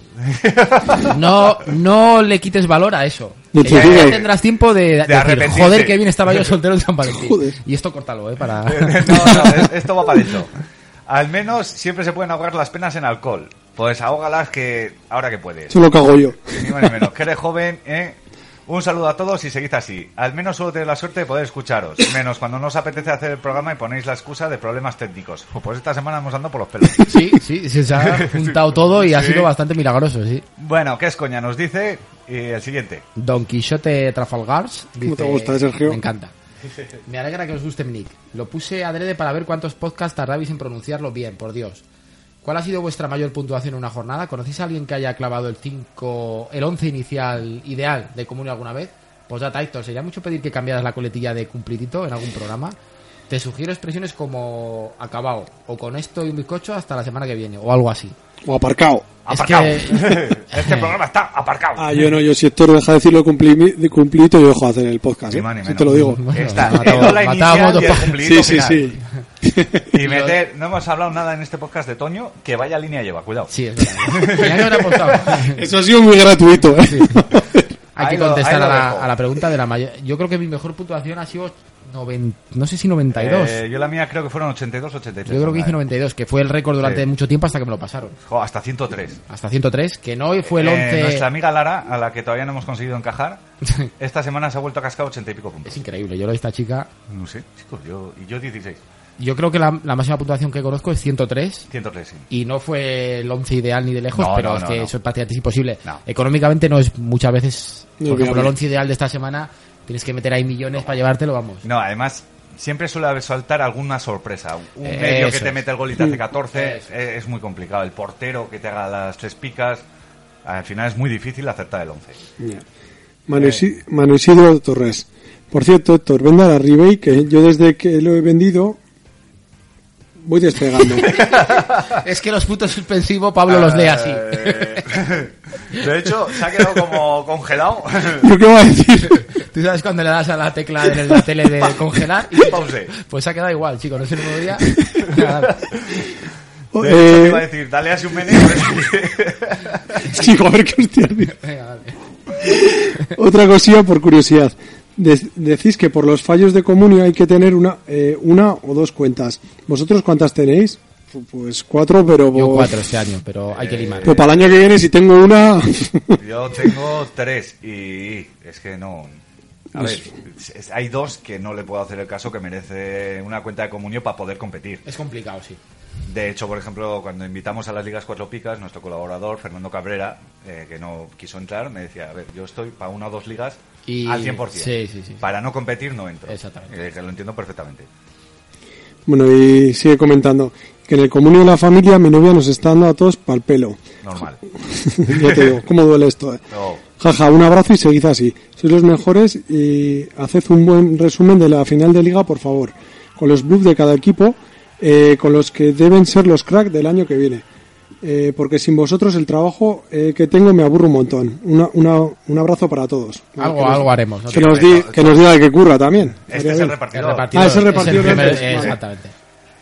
Speaker 5: No, no le quites valor a eso.
Speaker 4: Ni
Speaker 5: Que
Speaker 4: te
Speaker 5: ya
Speaker 4: digo.
Speaker 5: tendrás tiempo de, decir,
Speaker 3: arrepentirte.
Speaker 5: joder, qué bien estaba yo soltero en San Valentín.
Speaker 4: Joder.
Speaker 5: Y esto córtalo, ¿eh? Para...
Speaker 3: no, no, es- esto va para adentro. Al menos siempre se pueden ahogar las penas en alcohol. Pues ahógalas que ahora que puedes.
Speaker 4: Eso es lo que hago yo.
Speaker 3: Ni más ni menos. Que eres joven, ¿eh? Un saludo a todos y seguid así. Al menos solo tenéis la suerte de poder escucharos. Menos cuando no os apetece hacer el programa y ponéis la excusa de problemas técnicos. Pues esta semana hemos andado por los pelos.
Speaker 5: Sí, sí, se ha juntado todo y ha
Speaker 3: Sí.
Speaker 5: sido bastante milagroso, sí.
Speaker 3: Bueno, ¿qué es coña? Nos dice eh, el siguiente.
Speaker 5: Don Quixote Trafalgars.
Speaker 4: ¿Cómo te gusta, eh, Sergio?
Speaker 5: Me encanta. Me alegra que os guste mi nick. Lo puse adrede para ver cuántos podcasts tardabais en pronunciarlo bien, por Dios. ¿Cuál ha sido vuestra mayor puntuación en una jornada? ¿Conocéis a alguien que haya clavado el 5, el 11 inicial ideal de Comunio alguna vez? Pues ya, Taito, sería mucho pedir que cambiaras la coletilla de cumplidito en algún programa. Te sugiero expresiones como acabado o con esto y un bizcocho hasta la semana que viene o algo así.
Speaker 4: O aparcado.
Speaker 5: Es
Speaker 3: Aparcado.
Speaker 5: que-
Speaker 3: *laughs* Este programa está aparcado.
Speaker 4: Ah, yo no, yo si Héctor deja de decirlo cumplimi- de cumplidito, yo dejo de hacer el podcast.
Speaker 3: Ni
Speaker 4: ¿eh?
Speaker 3: más ni
Speaker 4: Si
Speaker 3: menos.
Speaker 4: te lo digo.
Speaker 5: Bueno,
Speaker 3: Está
Speaker 5: mataba-
Speaker 3: el hola
Speaker 5: mataba
Speaker 3: inicial y el
Speaker 5: motos.
Speaker 3: cumplidito
Speaker 4: Sí, sí,
Speaker 3: final.
Speaker 4: sí.
Speaker 3: Y meter, no hemos hablado nada en este podcast de Toño, que vaya línea lleva, cuidado.
Speaker 5: Sí, es verdad. Ya no era apostado.
Speaker 3: *laughs*
Speaker 4: Eso ha sido muy gratuito. ¿eh? *laughs*
Speaker 5: Sí. Hay
Speaker 3: Ahí
Speaker 5: que
Speaker 3: lo- ahí
Speaker 5: contestar
Speaker 3: lo
Speaker 5: a, la,
Speaker 3: dejo.
Speaker 5: a la pregunta de la mayor. Yo creo que mi mejor puntuación ha sido 90, no sé si 92.
Speaker 3: Eh, yo la mía creo que fueron 82, 83.
Speaker 5: Yo creo que hice 92, que fue el récord durante
Speaker 3: Sí.
Speaker 5: mucho tiempo hasta que me lo pasaron.
Speaker 3: Jo, hasta 103.
Speaker 5: Hasta 103, que no fue el
Speaker 3: Eh,
Speaker 5: 11.
Speaker 3: nuestra amiga Lara, a la que todavía no hemos conseguido encajar, esta semana se ha vuelto a cascar 80 y pico puntos.
Speaker 5: *laughs* es increíble, yo lo de esta chica.
Speaker 3: No sé, chicos, yo, y yo 16.
Speaker 5: Yo creo que la, la máxima puntuación que conozco es 103.
Speaker 3: 103, sí.
Speaker 5: Y no fue el 11 ideal ni de lejos,
Speaker 3: No,
Speaker 5: pero
Speaker 3: no,
Speaker 5: es
Speaker 3: no,
Speaker 5: que
Speaker 3: no.
Speaker 5: eso es prácticamente imposible.
Speaker 3: No.
Speaker 5: Económicamente no es muchas veces.
Speaker 4: No,
Speaker 5: por ejemplo, el
Speaker 4: obviamente.
Speaker 5: 11 ideal de esta semana tienes que meter ahí millones para
Speaker 3: *laughs*
Speaker 5: llevártelo, vamos.
Speaker 3: No, además, siempre suele haber saltar alguna sorpresa. Un
Speaker 5: Eh, Eso
Speaker 3: medio que te
Speaker 5: es.
Speaker 3: mete el gol y te hace 14
Speaker 5: Eso
Speaker 3: eh, es muy complicado. El portero que te haga las tres picas. Al final es muy difícil acertar el 11.
Speaker 4: Manu, Isi- Manu Isidro Torres. Por cierto, Héctor, venda la Ribey, que yo desde que lo he vendido voy despegando.
Speaker 5: Es que los puntos suspensivos Pablo los lee así.
Speaker 3: Eh, *laughs* De hecho, se ha quedado como
Speaker 5: *laughs*
Speaker 3: congelado.
Speaker 4: ¿Yo qué voy
Speaker 3: *laughs*
Speaker 4: a decir?
Speaker 5: Tú sabes cuando le das a la tecla en la tele de congelar y
Speaker 3: Pause.
Speaker 5: pues se ha quedado igual, chicos, no es el nuevo
Speaker 3: *laughs*
Speaker 5: día. Nada.
Speaker 3: De hecho, te
Speaker 4: Eh, *laughs*
Speaker 3: iba a decir, dale así un meneo.
Speaker 4: chico, a ver qué hostia digo.
Speaker 5: Venga, dale.
Speaker 4: Otra cosilla por curiosidad. De- decís que por los fallos de comunio hay que tener una, eh, una o dos cuentas. ¿Vosotros cuántas tenéis? Pu- Pues cuatro, pero,
Speaker 5: Yo
Speaker 4: vos-
Speaker 5: cuatro este año, pero hay que limar.
Speaker 4: pero para el año que viene si tengo una... *laughs*
Speaker 3: Yo tengo tres y es que no. A ver,
Speaker 5: Pues
Speaker 3: es- hay dos que no le puedo hacer el caso que merece una cuenta de comunio para poder competir.
Speaker 5: Es complicado, sí.
Speaker 3: De hecho, por ejemplo, cuando invitamos a las Ligas Cuatro Picas, nuestro colaborador, Fernando Cabrera, eh, que no quiso entrar, me decía, a ver, yo estoy para una o dos ligas
Speaker 5: Y-
Speaker 3: al 100%.
Speaker 5: sí, sí, sí.
Speaker 3: Para no competir no entro.
Speaker 5: Exactamente.
Speaker 3: Y le dije, lo entiendo perfectamente.
Speaker 4: Bueno, y sigue comentando que en el comunio de la familia mi novia nos está dando a todos pa'l pelo. *laughs*
Speaker 5: *laughs*
Speaker 3: Normal.
Speaker 4: ya te digo, cómo duele esto. eh.
Speaker 3: No.
Speaker 4: Jaja, un abrazo y seguid así. Sois los mejores y haced un buen resumen de la final de liga, por favor. Con los blues de cada equipo, eh, con los que deben ser los crack del año que viene. Eh, porque sin vosotros el trabajo eh, que tengo me aburro un montón. Una- una- un abrazo para todos.
Speaker 5: Algo,
Speaker 4: Que nos-
Speaker 5: algo haremos. ¿no?
Speaker 4: Que nos, di- que nos diga el que curra también.
Speaker 3: Este es el repartidor.
Speaker 4: Ah, es el repartidor
Speaker 5: es el primer- eh,
Speaker 4: antes, vale.
Speaker 5: Exactamente.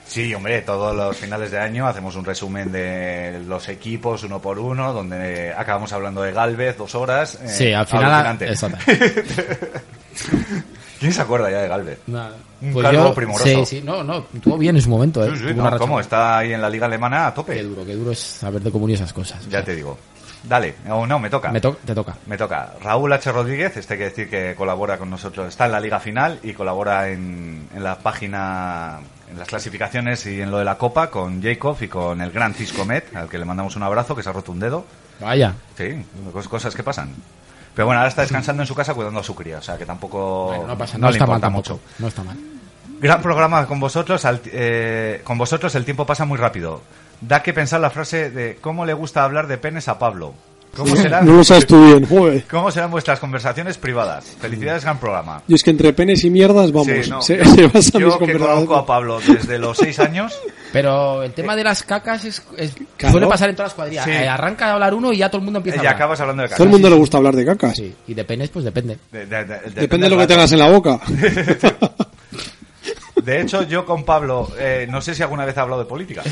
Speaker 3: Sí, hombre, todos los finales de año hacemos un resumen de los equipos uno por uno, donde acabamos hablando de Galvez dos horas. eh,
Speaker 5: Sí, al final.
Speaker 3: alucinante.
Speaker 5: Exactamente.
Speaker 3: *laughs* ¿Quién se acuerda ya de Galvez?
Speaker 5: Nada. Pues
Speaker 3: Un calvo primoroso.
Speaker 5: Sí, sí, no, no, tuvo bien en su momento, ¿eh?
Speaker 3: Sí, sí,
Speaker 5: Tuvo
Speaker 3: no,
Speaker 5: una racha-
Speaker 3: ¿Cómo? Está ahí en la liga alemana a
Speaker 5: Qué
Speaker 3: tope.
Speaker 5: duro, qué duro es saber de comunio esas cosas.
Speaker 3: Ya te digo. Dale, o no, me toca.
Speaker 5: Me to- te toca.
Speaker 3: Me toca. Raúl H. Rodríguez, este hay que decir que colabora con nosotros, está en la liga final y colabora en, en la página, en las clasificaciones y en lo de la copa con Jacob y con el gran Cisco Met, al que le mandamos un abrazo, que se ha roto un dedo.
Speaker 5: Vaya.
Speaker 3: Sí, cos- cosas que pasan. Pero bueno, ahora está descansando en su casa cuidando a su cría, o sea que tampoco
Speaker 5: Bueno, no pasa, no,
Speaker 3: Oh, le
Speaker 5: está mal
Speaker 3: importa
Speaker 5: tampoco. No está mal.
Speaker 3: Gran programa con vosotros, al- eh, con vosotros el tiempo pasa muy rápido. Da que pensar la frase de cómo le gusta hablar de penes a Pablo. ¿Cómo serán,
Speaker 4: No lo sabes tú bien, joder.
Speaker 3: ¿Cómo serán vuestras conversaciones privadas? Felicidades, gran programa.
Speaker 4: Y es que entre penes y mierdas, vamos,
Speaker 3: Sí, no,
Speaker 4: se, *laughs*
Speaker 3: yo-
Speaker 4: se basan mis
Speaker 3: yo que conozco a
Speaker 4: conversaciones.
Speaker 3: Pablo desde los seis
Speaker 4: *laughs*
Speaker 3: años,
Speaker 5: Pero el tema de las cacas es, es-
Speaker 4: Claro.
Speaker 5: suele pasar en todas las cuadrillas.
Speaker 3: Sí.
Speaker 5: Eh, arranca a hablar uno y ya todo el mundo empieza
Speaker 3: y
Speaker 5: a hablar.
Speaker 3: acabas hablando de
Speaker 4: Todo el
Speaker 3: cacas.
Speaker 4: mundo le gusta hablar de cacas.
Speaker 5: Sí, y de penes, pues depende. *laughs*
Speaker 3: De- de- de-
Speaker 4: Depende de lo
Speaker 3: del
Speaker 4: que tengas en la boca.
Speaker 3: De hecho, yo con Pablo, eh, no sé si alguna vez he hablado de política.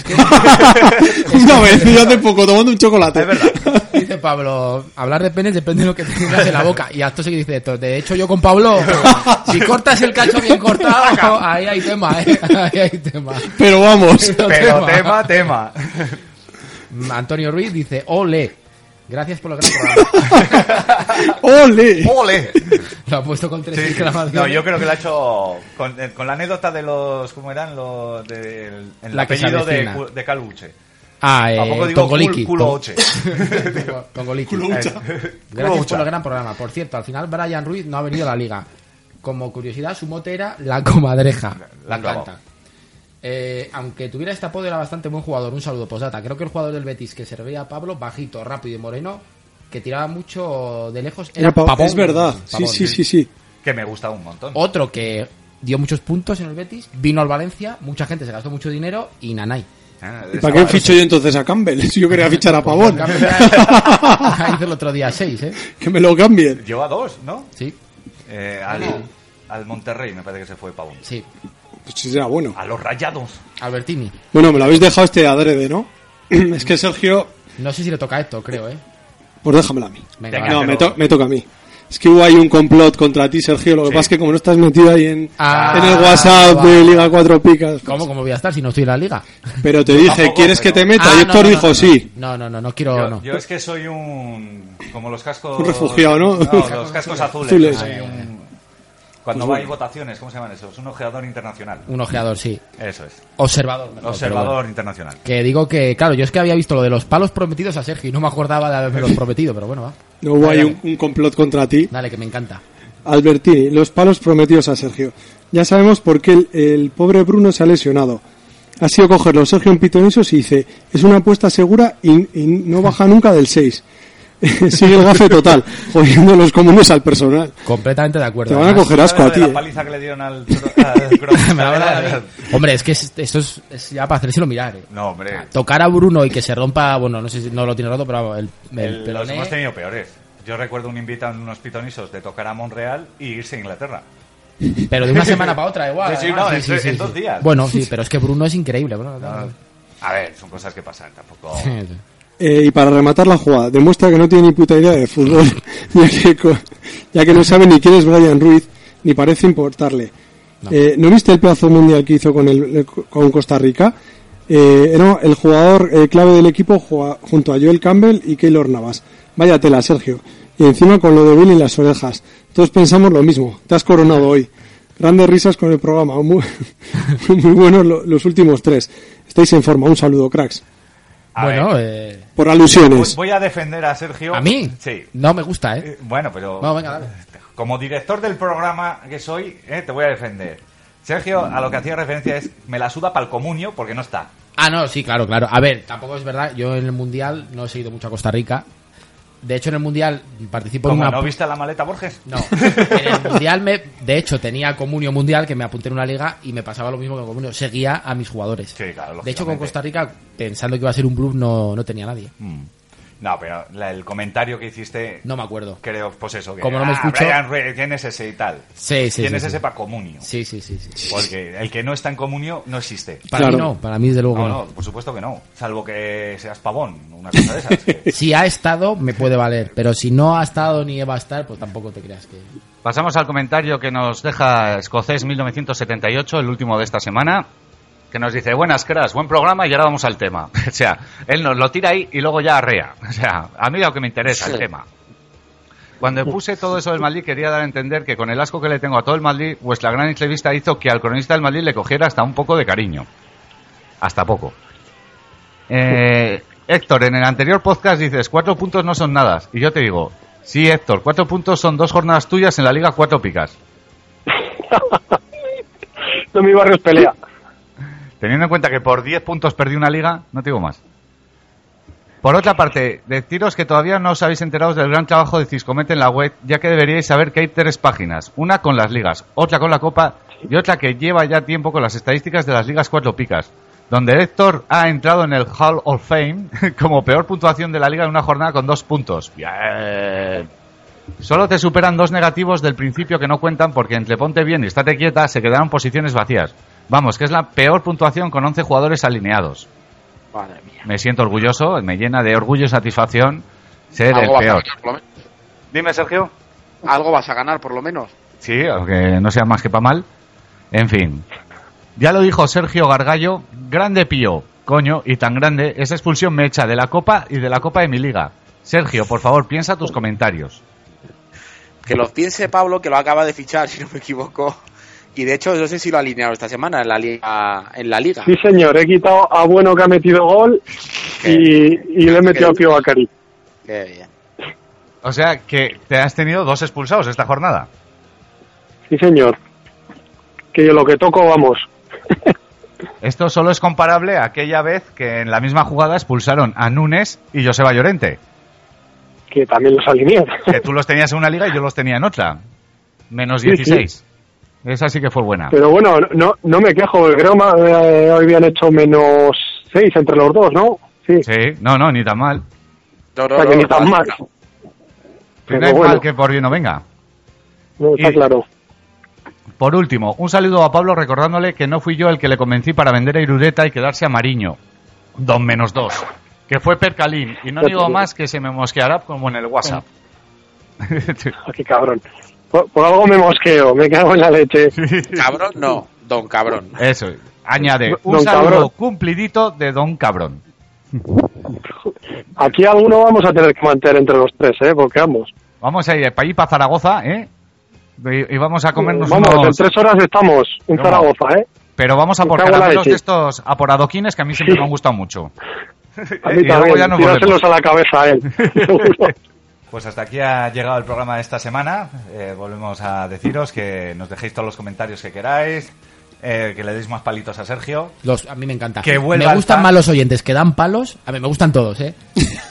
Speaker 3: *laughs*
Speaker 4: Una vez, yo hace poco, tomando un chocolate.
Speaker 3: Es verdad.
Speaker 5: Dice Pablo, hablar de penes depende de lo que tengas en la boca. Y acto seguido dice, "To- de hecho yo con Pablo, si cortas el cacho bien cortado, ahí hay tema, eh. Ahí
Speaker 3: *laughs*
Speaker 5: hay tema.
Speaker 4: Pero vamos.
Speaker 3: Pero tema, tema.
Speaker 5: Mm, Antonio Ruiz dice, ole, gracias por el gran programa.
Speaker 4: ¡Ole!
Speaker 3: *laughs* ¡Ole!
Speaker 5: *laughs* Lo ha puesto con tres
Speaker 3: Sí.
Speaker 5: exclamaciones.
Speaker 3: No, yo creo que lo ha hecho con, eh, con la anécdota de los, ¿cómo eran? Los, del el
Speaker 5: La que se
Speaker 3: apellido de,
Speaker 5: avecina.
Speaker 3: Cu- de Calvuche.
Speaker 5: Ah,
Speaker 3: ¿A poco
Speaker 5: eh,
Speaker 3: digo
Speaker 5: Tongoliki.
Speaker 3: cul- culo
Speaker 5: Tong-
Speaker 3: oche?
Speaker 5: Tongo-
Speaker 4: *laughs*
Speaker 5: Tongoliki.
Speaker 3: Culo
Speaker 5: Eh, Gracias
Speaker 3: hucha.
Speaker 5: por el gran programa. Por cierto, al final Brian Ruiz no ha venido a la liga. Como curiosidad, su mote era la comadreja.
Speaker 3: La
Speaker 5: La
Speaker 3: clavó.
Speaker 5: encanta. Eh, aunque tuviera este apodo, era bastante buen jugador. Un saludo, posdata. Creo que el jugador del Betis que servía a Pablo, bajito, rápido y moreno, que tiraba mucho de lejos, era
Speaker 4: Era pa-
Speaker 5: Pavón.
Speaker 4: es verdad. Sí,
Speaker 5: Pavón. ¿eh?
Speaker 4: sí, sí, sí.
Speaker 3: Que me gusta un montón.
Speaker 5: Otro que dio muchos puntos en el Betis, vino al Valencia, mucha gente se gastó mucho dinero y Nanay.
Speaker 3: Ah,
Speaker 4: ¿Y para qué ficho yo entonces a Campbell? *laughs* Si yo quería fichar a
Speaker 5: Pues
Speaker 4: Pavón. *laughs*
Speaker 5: *laughs* Hizo el otro día 6, ¿eh?
Speaker 4: Que me lo cambien.
Speaker 3: Lleva dos, ¿no?
Speaker 5: Sí,
Speaker 3: Eh, al, al Monterrey me parece que se fue Pavón.
Speaker 5: sí.
Speaker 4: Pues sí, será bueno.
Speaker 3: A los rayados.
Speaker 5: Albertini.
Speaker 4: Bueno, me lo habéis dejado este adrede, ¿no? *clears throat* Es que Sergio,
Speaker 5: No sé si le toca esto, creo, ¿eh?
Speaker 4: pues déjamela a mí.
Speaker 5: Venga,
Speaker 3: Venga.
Speaker 4: No,
Speaker 5: va.
Speaker 3: pero-
Speaker 4: me, to- me toca a mí. Es que hubo ahí un complot contra ti, Sergio. Lo que
Speaker 3: Sí.
Speaker 4: pasa es que como no estás metido ahí en,
Speaker 5: Ah,
Speaker 4: en el WhatsApp
Speaker 5: vale.
Speaker 4: de Liga Cuatro Picas.
Speaker 5: ¿Cómo, ¿Cómo voy a estar si no estoy en la liga?
Speaker 4: Pero te dije,
Speaker 3: tampoco,
Speaker 4: ¿quieres
Speaker 3: pero-
Speaker 4: que te meta?
Speaker 5: Ah,
Speaker 4: y
Speaker 5: no,
Speaker 4: Héctor
Speaker 5: no, no,
Speaker 4: dijo
Speaker 5: no.
Speaker 4: sí.
Speaker 5: No, no, no, no quiero.
Speaker 3: Yo,
Speaker 5: no.
Speaker 3: yo es que soy un. Como los cascos.
Speaker 4: Un refugiado, ¿no?
Speaker 3: los cascos azules.
Speaker 4: Azules.
Speaker 3: Soy un- cuando hay votaciones, ¿cómo se llaman esos? Un ojeador internacional.
Speaker 5: Un ojeador, sí.
Speaker 3: Eso es.
Speaker 5: Observador. mejor, pero
Speaker 3: Observador
Speaker 5: bueno.
Speaker 3: internacional.
Speaker 5: Que digo que, claro, yo es que había visto lo de los palos prometidos a Sergio y no me acordaba de
Speaker 4: *laughs*
Speaker 5: haberme los prometido, pero bueno, va.
Speaker 4: No hubo ahí un, un complot contra ti.
Speaker 5: Dale, que me encanta.
Speaker 4: Albertini, los palos prometidos a Sergio. Ya sabemos por qué el, el pobre Bruno se ha lesionado. Ha sido cogerlo Sergio en pitonisos y dice, es una apuesta segura y, y no baja nunca del 6. *laughs* Sigue el gafe total, jodiendo los comunes al personal.
Speaker 5: Completamente de acuerdo.
Speaker 4: Te van a
Speaker 5: además.
Speaker 4: coger asco
Speaker 3: ¿Sabes lo
Speaker 4: a
Speaker 3: de La
Speaker 4: ti. eh.
Speaker 3: paliza que le dieron al. al Cross?
Speaker 5: *laughs* Me la van a dar a mí. Hombre, es que es- esto es, es ya para hacérselo mirar. eh.
Speaker 3: No, hombre.
Speaker 5: Tocar a Bruno y que se rompa, bueno, no sé si no lo tiene roto, pero el, el,
Speaker 3: el- los
Speaker 5: peroné-
Speaker 3: hemos tenido peores. Yo recuerdo un invitado en unos pitonisos de tocar a Montreal y irse a Inglaterra.
Speaker 5: Pero de una semana para otra, igual.
Speaker 3: Sí, sí,
Speaker 5: además.
Speaker 3: no, en- en dos días.
Speaker 5: Bueno, sí, pero es que Bruno es increíble. Bruno.
Speaker 3: A ver, son cosas que pasan, tampoco.
Speaker 4: Eh, y para rematar la jugada, demuestra que no tiene ni puta idea de fútbol, *laughs* ya que, co- ya que no sabe ni quién es Brian Ruiz, ni parece importarle.
Speaker 5: No.
Speaker 4: Eh, ¿no viste el pedazo mundial que hizo con, el, el- con Costa Rica? Eh, era el jugador eh, clave del equipo jua- junto a Joel Campbell y Keylor Navas. Vaya tela, Sergio. Y encima con lo de Will en las orejas. Todos pensamos lo mismo. Te has coronado hoy. Grandes risas con el programa. Muy, *laughs* muy buenos lo- los últimos tres. Estáis en forma. Un saludo, cracks.
Speaker 3: A
Speaker 5: bueno,
Speaker 3: ver,
Speaker 5: eh,
Speaker 4: Por
Speaker 3: voy,
Speaker 4: alusiones.
Speaker 3: voy a defender a Sergio.
Speaker 5: a mí
Speaker 3: Sí.
Speaker 5: no me gusta, ¿eh?
Speaker 3: Eh, Bueno, pero.
Speaker 5: Bueno, venga, dale.
Speaker 3: Como director del programa que soy, eh, te voy a defender. Sergio, a lo que hacía referencia es. Me la suda para el comunio porque no está.
Speaker 5: Ah, no, sí, claro, claro. A ver, tampoco es verdad. Yo en el Mundial no he seguido mucho a Costa Rica. De hecho, en el Mundial participo en
Speaker 3: Como
Speaker 5: una...
Speaker 3: no viste la maleta Borges.
Speaker 5: No, en el Mundial me... De hecho, tenía Comunio Mundial, que me apunté en una liga y me pasaba lo mismo que con Comunio. Seguía a mis jugadores.
Speaker 3: Sí, claro,
Speaker 5: de hecho, con
Speaker 3: lógicamente.
Speaker 5: Costa Rica, pensando que iba a ser un bluff, no, no tenía nadie.
Speaker 3: Mm. No, pero la- el comentario que hiciste.
Speaker 5: No me acuerdo.
Speaker 3: Creo, pues eso. Que,
Speaker 5: Como no me
Speaker 3: "Ah,
Speaker 5: escuchó".
Speaker 3: Brian Ruiz, ¿Quién es ese y tal?
Speaker 5: Sí, sí,
Speaker 3: ¿Quién
Speaker 5: sí,
Speaker 3: es
Speaker 5: sí.
Speaker 3: ese para comunio?
Speaker 5: Sí, sí, sí. sí.
Speaker 3: Porque el que no está en comunio no existe.
Speaker 5: Para mí
Speaker 4: Claro.
Speaker 5: no, para mí desde luego
Speaker 3: No,
Speaker 5: que
Speaker 3: no, por supuesto que no. Salvo que seas pavón, una cosa de esas. que-
Speaker 5: Si ha estado, me puede valer. Pero si no ha estado ni va a estar, pues tampoco te creas que.
Speaker 10: Pasamos al comentario que nos deja Escocés 1978, el último de esta semana, que nos dice, buenas cras, buen programa y ahora vamos al tema. *laughs* O sea, él nos lo tira ahí y luego ya arrea. O sea, a mí lo que me interesa, el tema. Cuando puse todo eso del Madrid quería dar a entender que con el asco que le tengo a todo el Madrid, vuestra gran entrevista hizo que al cronista del Madrid le cogiera hasta un poco de cariño. Hasta poco. Eh, Héctor, en el anterior podcast dices cuatro puntos no son nada. Y yo te digo, sí, Héctor, cuatro puntos son dos jornadas tuyas en la Liga Cuatro Picas.
Speaker 8: No, mi barrio es pelea.
Speaker 10: Teniendo en cuenta que por 10 puntos perdí una liga, no te digo más.
Speaker 3: Por otra parte, deciros que todavía no os habéis enterado del gran trabajo de Ciscomet en la web, ya que deberíais saber que hay tres páginas. Una con las ligas, otra con la Copa y otra que lleva ya tiempo con las estadísticas de las ligas cuatro picas, donde Héctor ha entrado en el Hall of Fame *laughs* como peor puntuación de la liga en una jornada con dos puntos. Bien. Solo te superan dos negativos del principio que no cuentan porque entre ponte bien y estate quieta se quedaron posiciones vacías. Vamos, que es la peor puntuación con 11 jugadores alineados.
Speaker 7: Madre mía.
Speaker 3: Me siento orgulloso, me llena de orgullo y satisfacción ser el
Speaker 7: Algo vas a
Speaker 3: peor.
Speaker 7: ganar, por lo menos.
Speaker 11: Dime, Sergio.
Speaker 7: Algo vas a ganar, por lo menos.
Speaker 3: Sí, aunque no sea más que para mal. En fin. Ya lo dijo Sergio Gargallo, grande pío, coño, y tan grande, esa expulsión me echa de la Copa y de la Copa de mi Liga. Sergio, por favor, piensa tus comentarios.
Speaker 7: Que los piense Pablo, que lo acaba de fichar, *laughs* si no me equivoco. Y de hecho, no sé si lo ha alineado esta semana en la liga. En la liga.
Speaker 8: Sí, señor, he quitado a Bueno que ha metido gol y, y le he metido a Pío Bacari.
Speaker 7: Qué bien.
Speaker 3: O sea, que te has tenido dos expulsados esta jornada.
Speaker 8: Sí, señor. Que yo lo que toco, vamos.
Speaker 3: Esto solo es comparable a aquella vez que en la misma jugada expulsaron a Nunes y Joseba Llorente.
Speaker 8: Que también
Speaker 3: *laughs*
Speaker 8: los alineé.
Speaker 3: Que tú los tenías en una liga y yo los tenía en otra. Menos
Speaker 8: Sí,
Speaker 3: 16. Esa sí que fue buena.
Speaker 8: Pero bueno, no, no me quejo, porque creo que eh, hoy habían hecho menos 6 entre los dos, ¿no? Sí.
Speaker 3: Sí, no, no, ni tan mal.
Speaker 7: No, no,
Speaker 8: O sea, que
Speaker 7: no,
Speaker 8: ni tan
Speaker 7: no,
Speaker 8: mal.
Speaker 7: no.
Speaker 3: Que
Speaker 8: Pero
Speaker 3: no hay
Speaker 8: bueno.
Speaker 3: mal que por bien no venga.
Speaker 8: No, está
Speaker 3: Y-
Speaker 8: claro.
Speaker 3: Por último, un saludo a Pablo recordándole que no fui yo el que le convencí para vender a Irureta y quedarse a Mariño. Don menos dos. Que fue Percalín. Y no digo más que se me mosqueará como en el WhatsApp.
Speaker 8: Ah, qué cabrón. Por, por algo me mosqueo, me cago en la leche.
Speaker 7: Cabrón, no. Don cabrón.
Speaker 3: *laughs* Eso. Añade, un
Speaker 8: Don
Speaker 3: saludo
Speaker 8: Cabrón.
Speaker 3: cumplidito de Don Cabrón.
Speaker 8: Aquí alguno vamos a tener que mantener entre los tres, ¿eh? Porque vamos.
Speaker 3: Vamos a ir para allí, para Zaragoza, ¿eh? Y y vamos a comernos
Speaker 8: Vamos,
Speaker 3: unos...
Speaker 8: en tres horas estamos en
Speaker 3: No,
Speaker 8: Zaragoza, ¿eh?
Speaker 3: Pero vamos a
Speaker 8: Me
Speaker 3: por
Speaker 8: cago en la
Speaker 3: caramelos de
Speaker 8: leche.
Speaker 3: estos, a por adoquines que a mí siempre me han gustado mucho.
Speaker 8: A mí
Speaker 3: Y luego
Speaker 8: también,
Speaker 3: ya nos
Speaker 8: tíratelos a la cabeza a él.
Speaker 3: *laughs*
Speaker 8: seguro.
Speaker 11: Pues hasta aquí ha llegado el programa de esta semana. Eh, volvemos a deciros que nos dejéis todos los comentarios que queráis, eh, que le deis más palitos a Sergio.
Speaker 5: Los, a mí me encanta.
Speaker 11: Que vuelva
Speaker 5: me
Speaker 11: al
Speaker 5: gustan
Speaker 11: pan.
Speaker 5: más los oyentes que dan palos. A mí me gustan todos, ¿eh?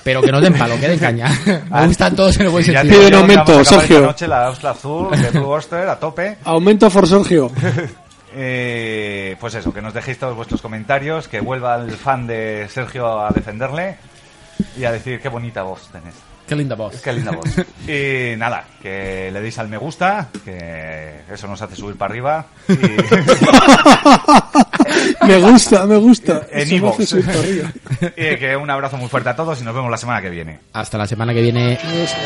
Speaker 5: Pero que no den palo, que den
Speaker 11: *laughs*
Speaker 5: caña. Me gustan todos en el buen
Speaker 11: Y ya
Speaker 5: sentido.
Speaker 11: te digo yo
Speaker 4: Piden
Speaker 11: que
Speaker 4: aumento,
Speaker 11: vamos a acabar
Speaker 4: Sergio.
Speaker 11: esta noche la Austria Azul, de Blue Oyster, a tope.
Speaker 4: Aumento for Sergio.
Speaker 11: Eh, pues eso, que nos dejéis todos vuestros comentarios, que vuelva el fan de Sergio a defenderle y a decir qué bonita voz tenés.
Speaker 5: Qué linda voz.
Speaker 11: Qué linda voz. *laughs* Y nada, que le deis al me gusta, que eso nos hace subir para arriba.
Speaker 4: *laughs*
Speaker 11: Y,
Speaker 4: *laughs* Me gusta, me gusta.
Speaker 11: En
Speaker 4: Eso me hace
Speaker 11: iVoox.
Speaker 4: subir
Speaker 11: *laughs*
Speaker 4: para arriba.
Speaker 11: y que un abrazo muy fuerte a todos y nos vemos la semana que viene.
Speaker 5: Hasta la semana que viene.
Speaker 4: Eso.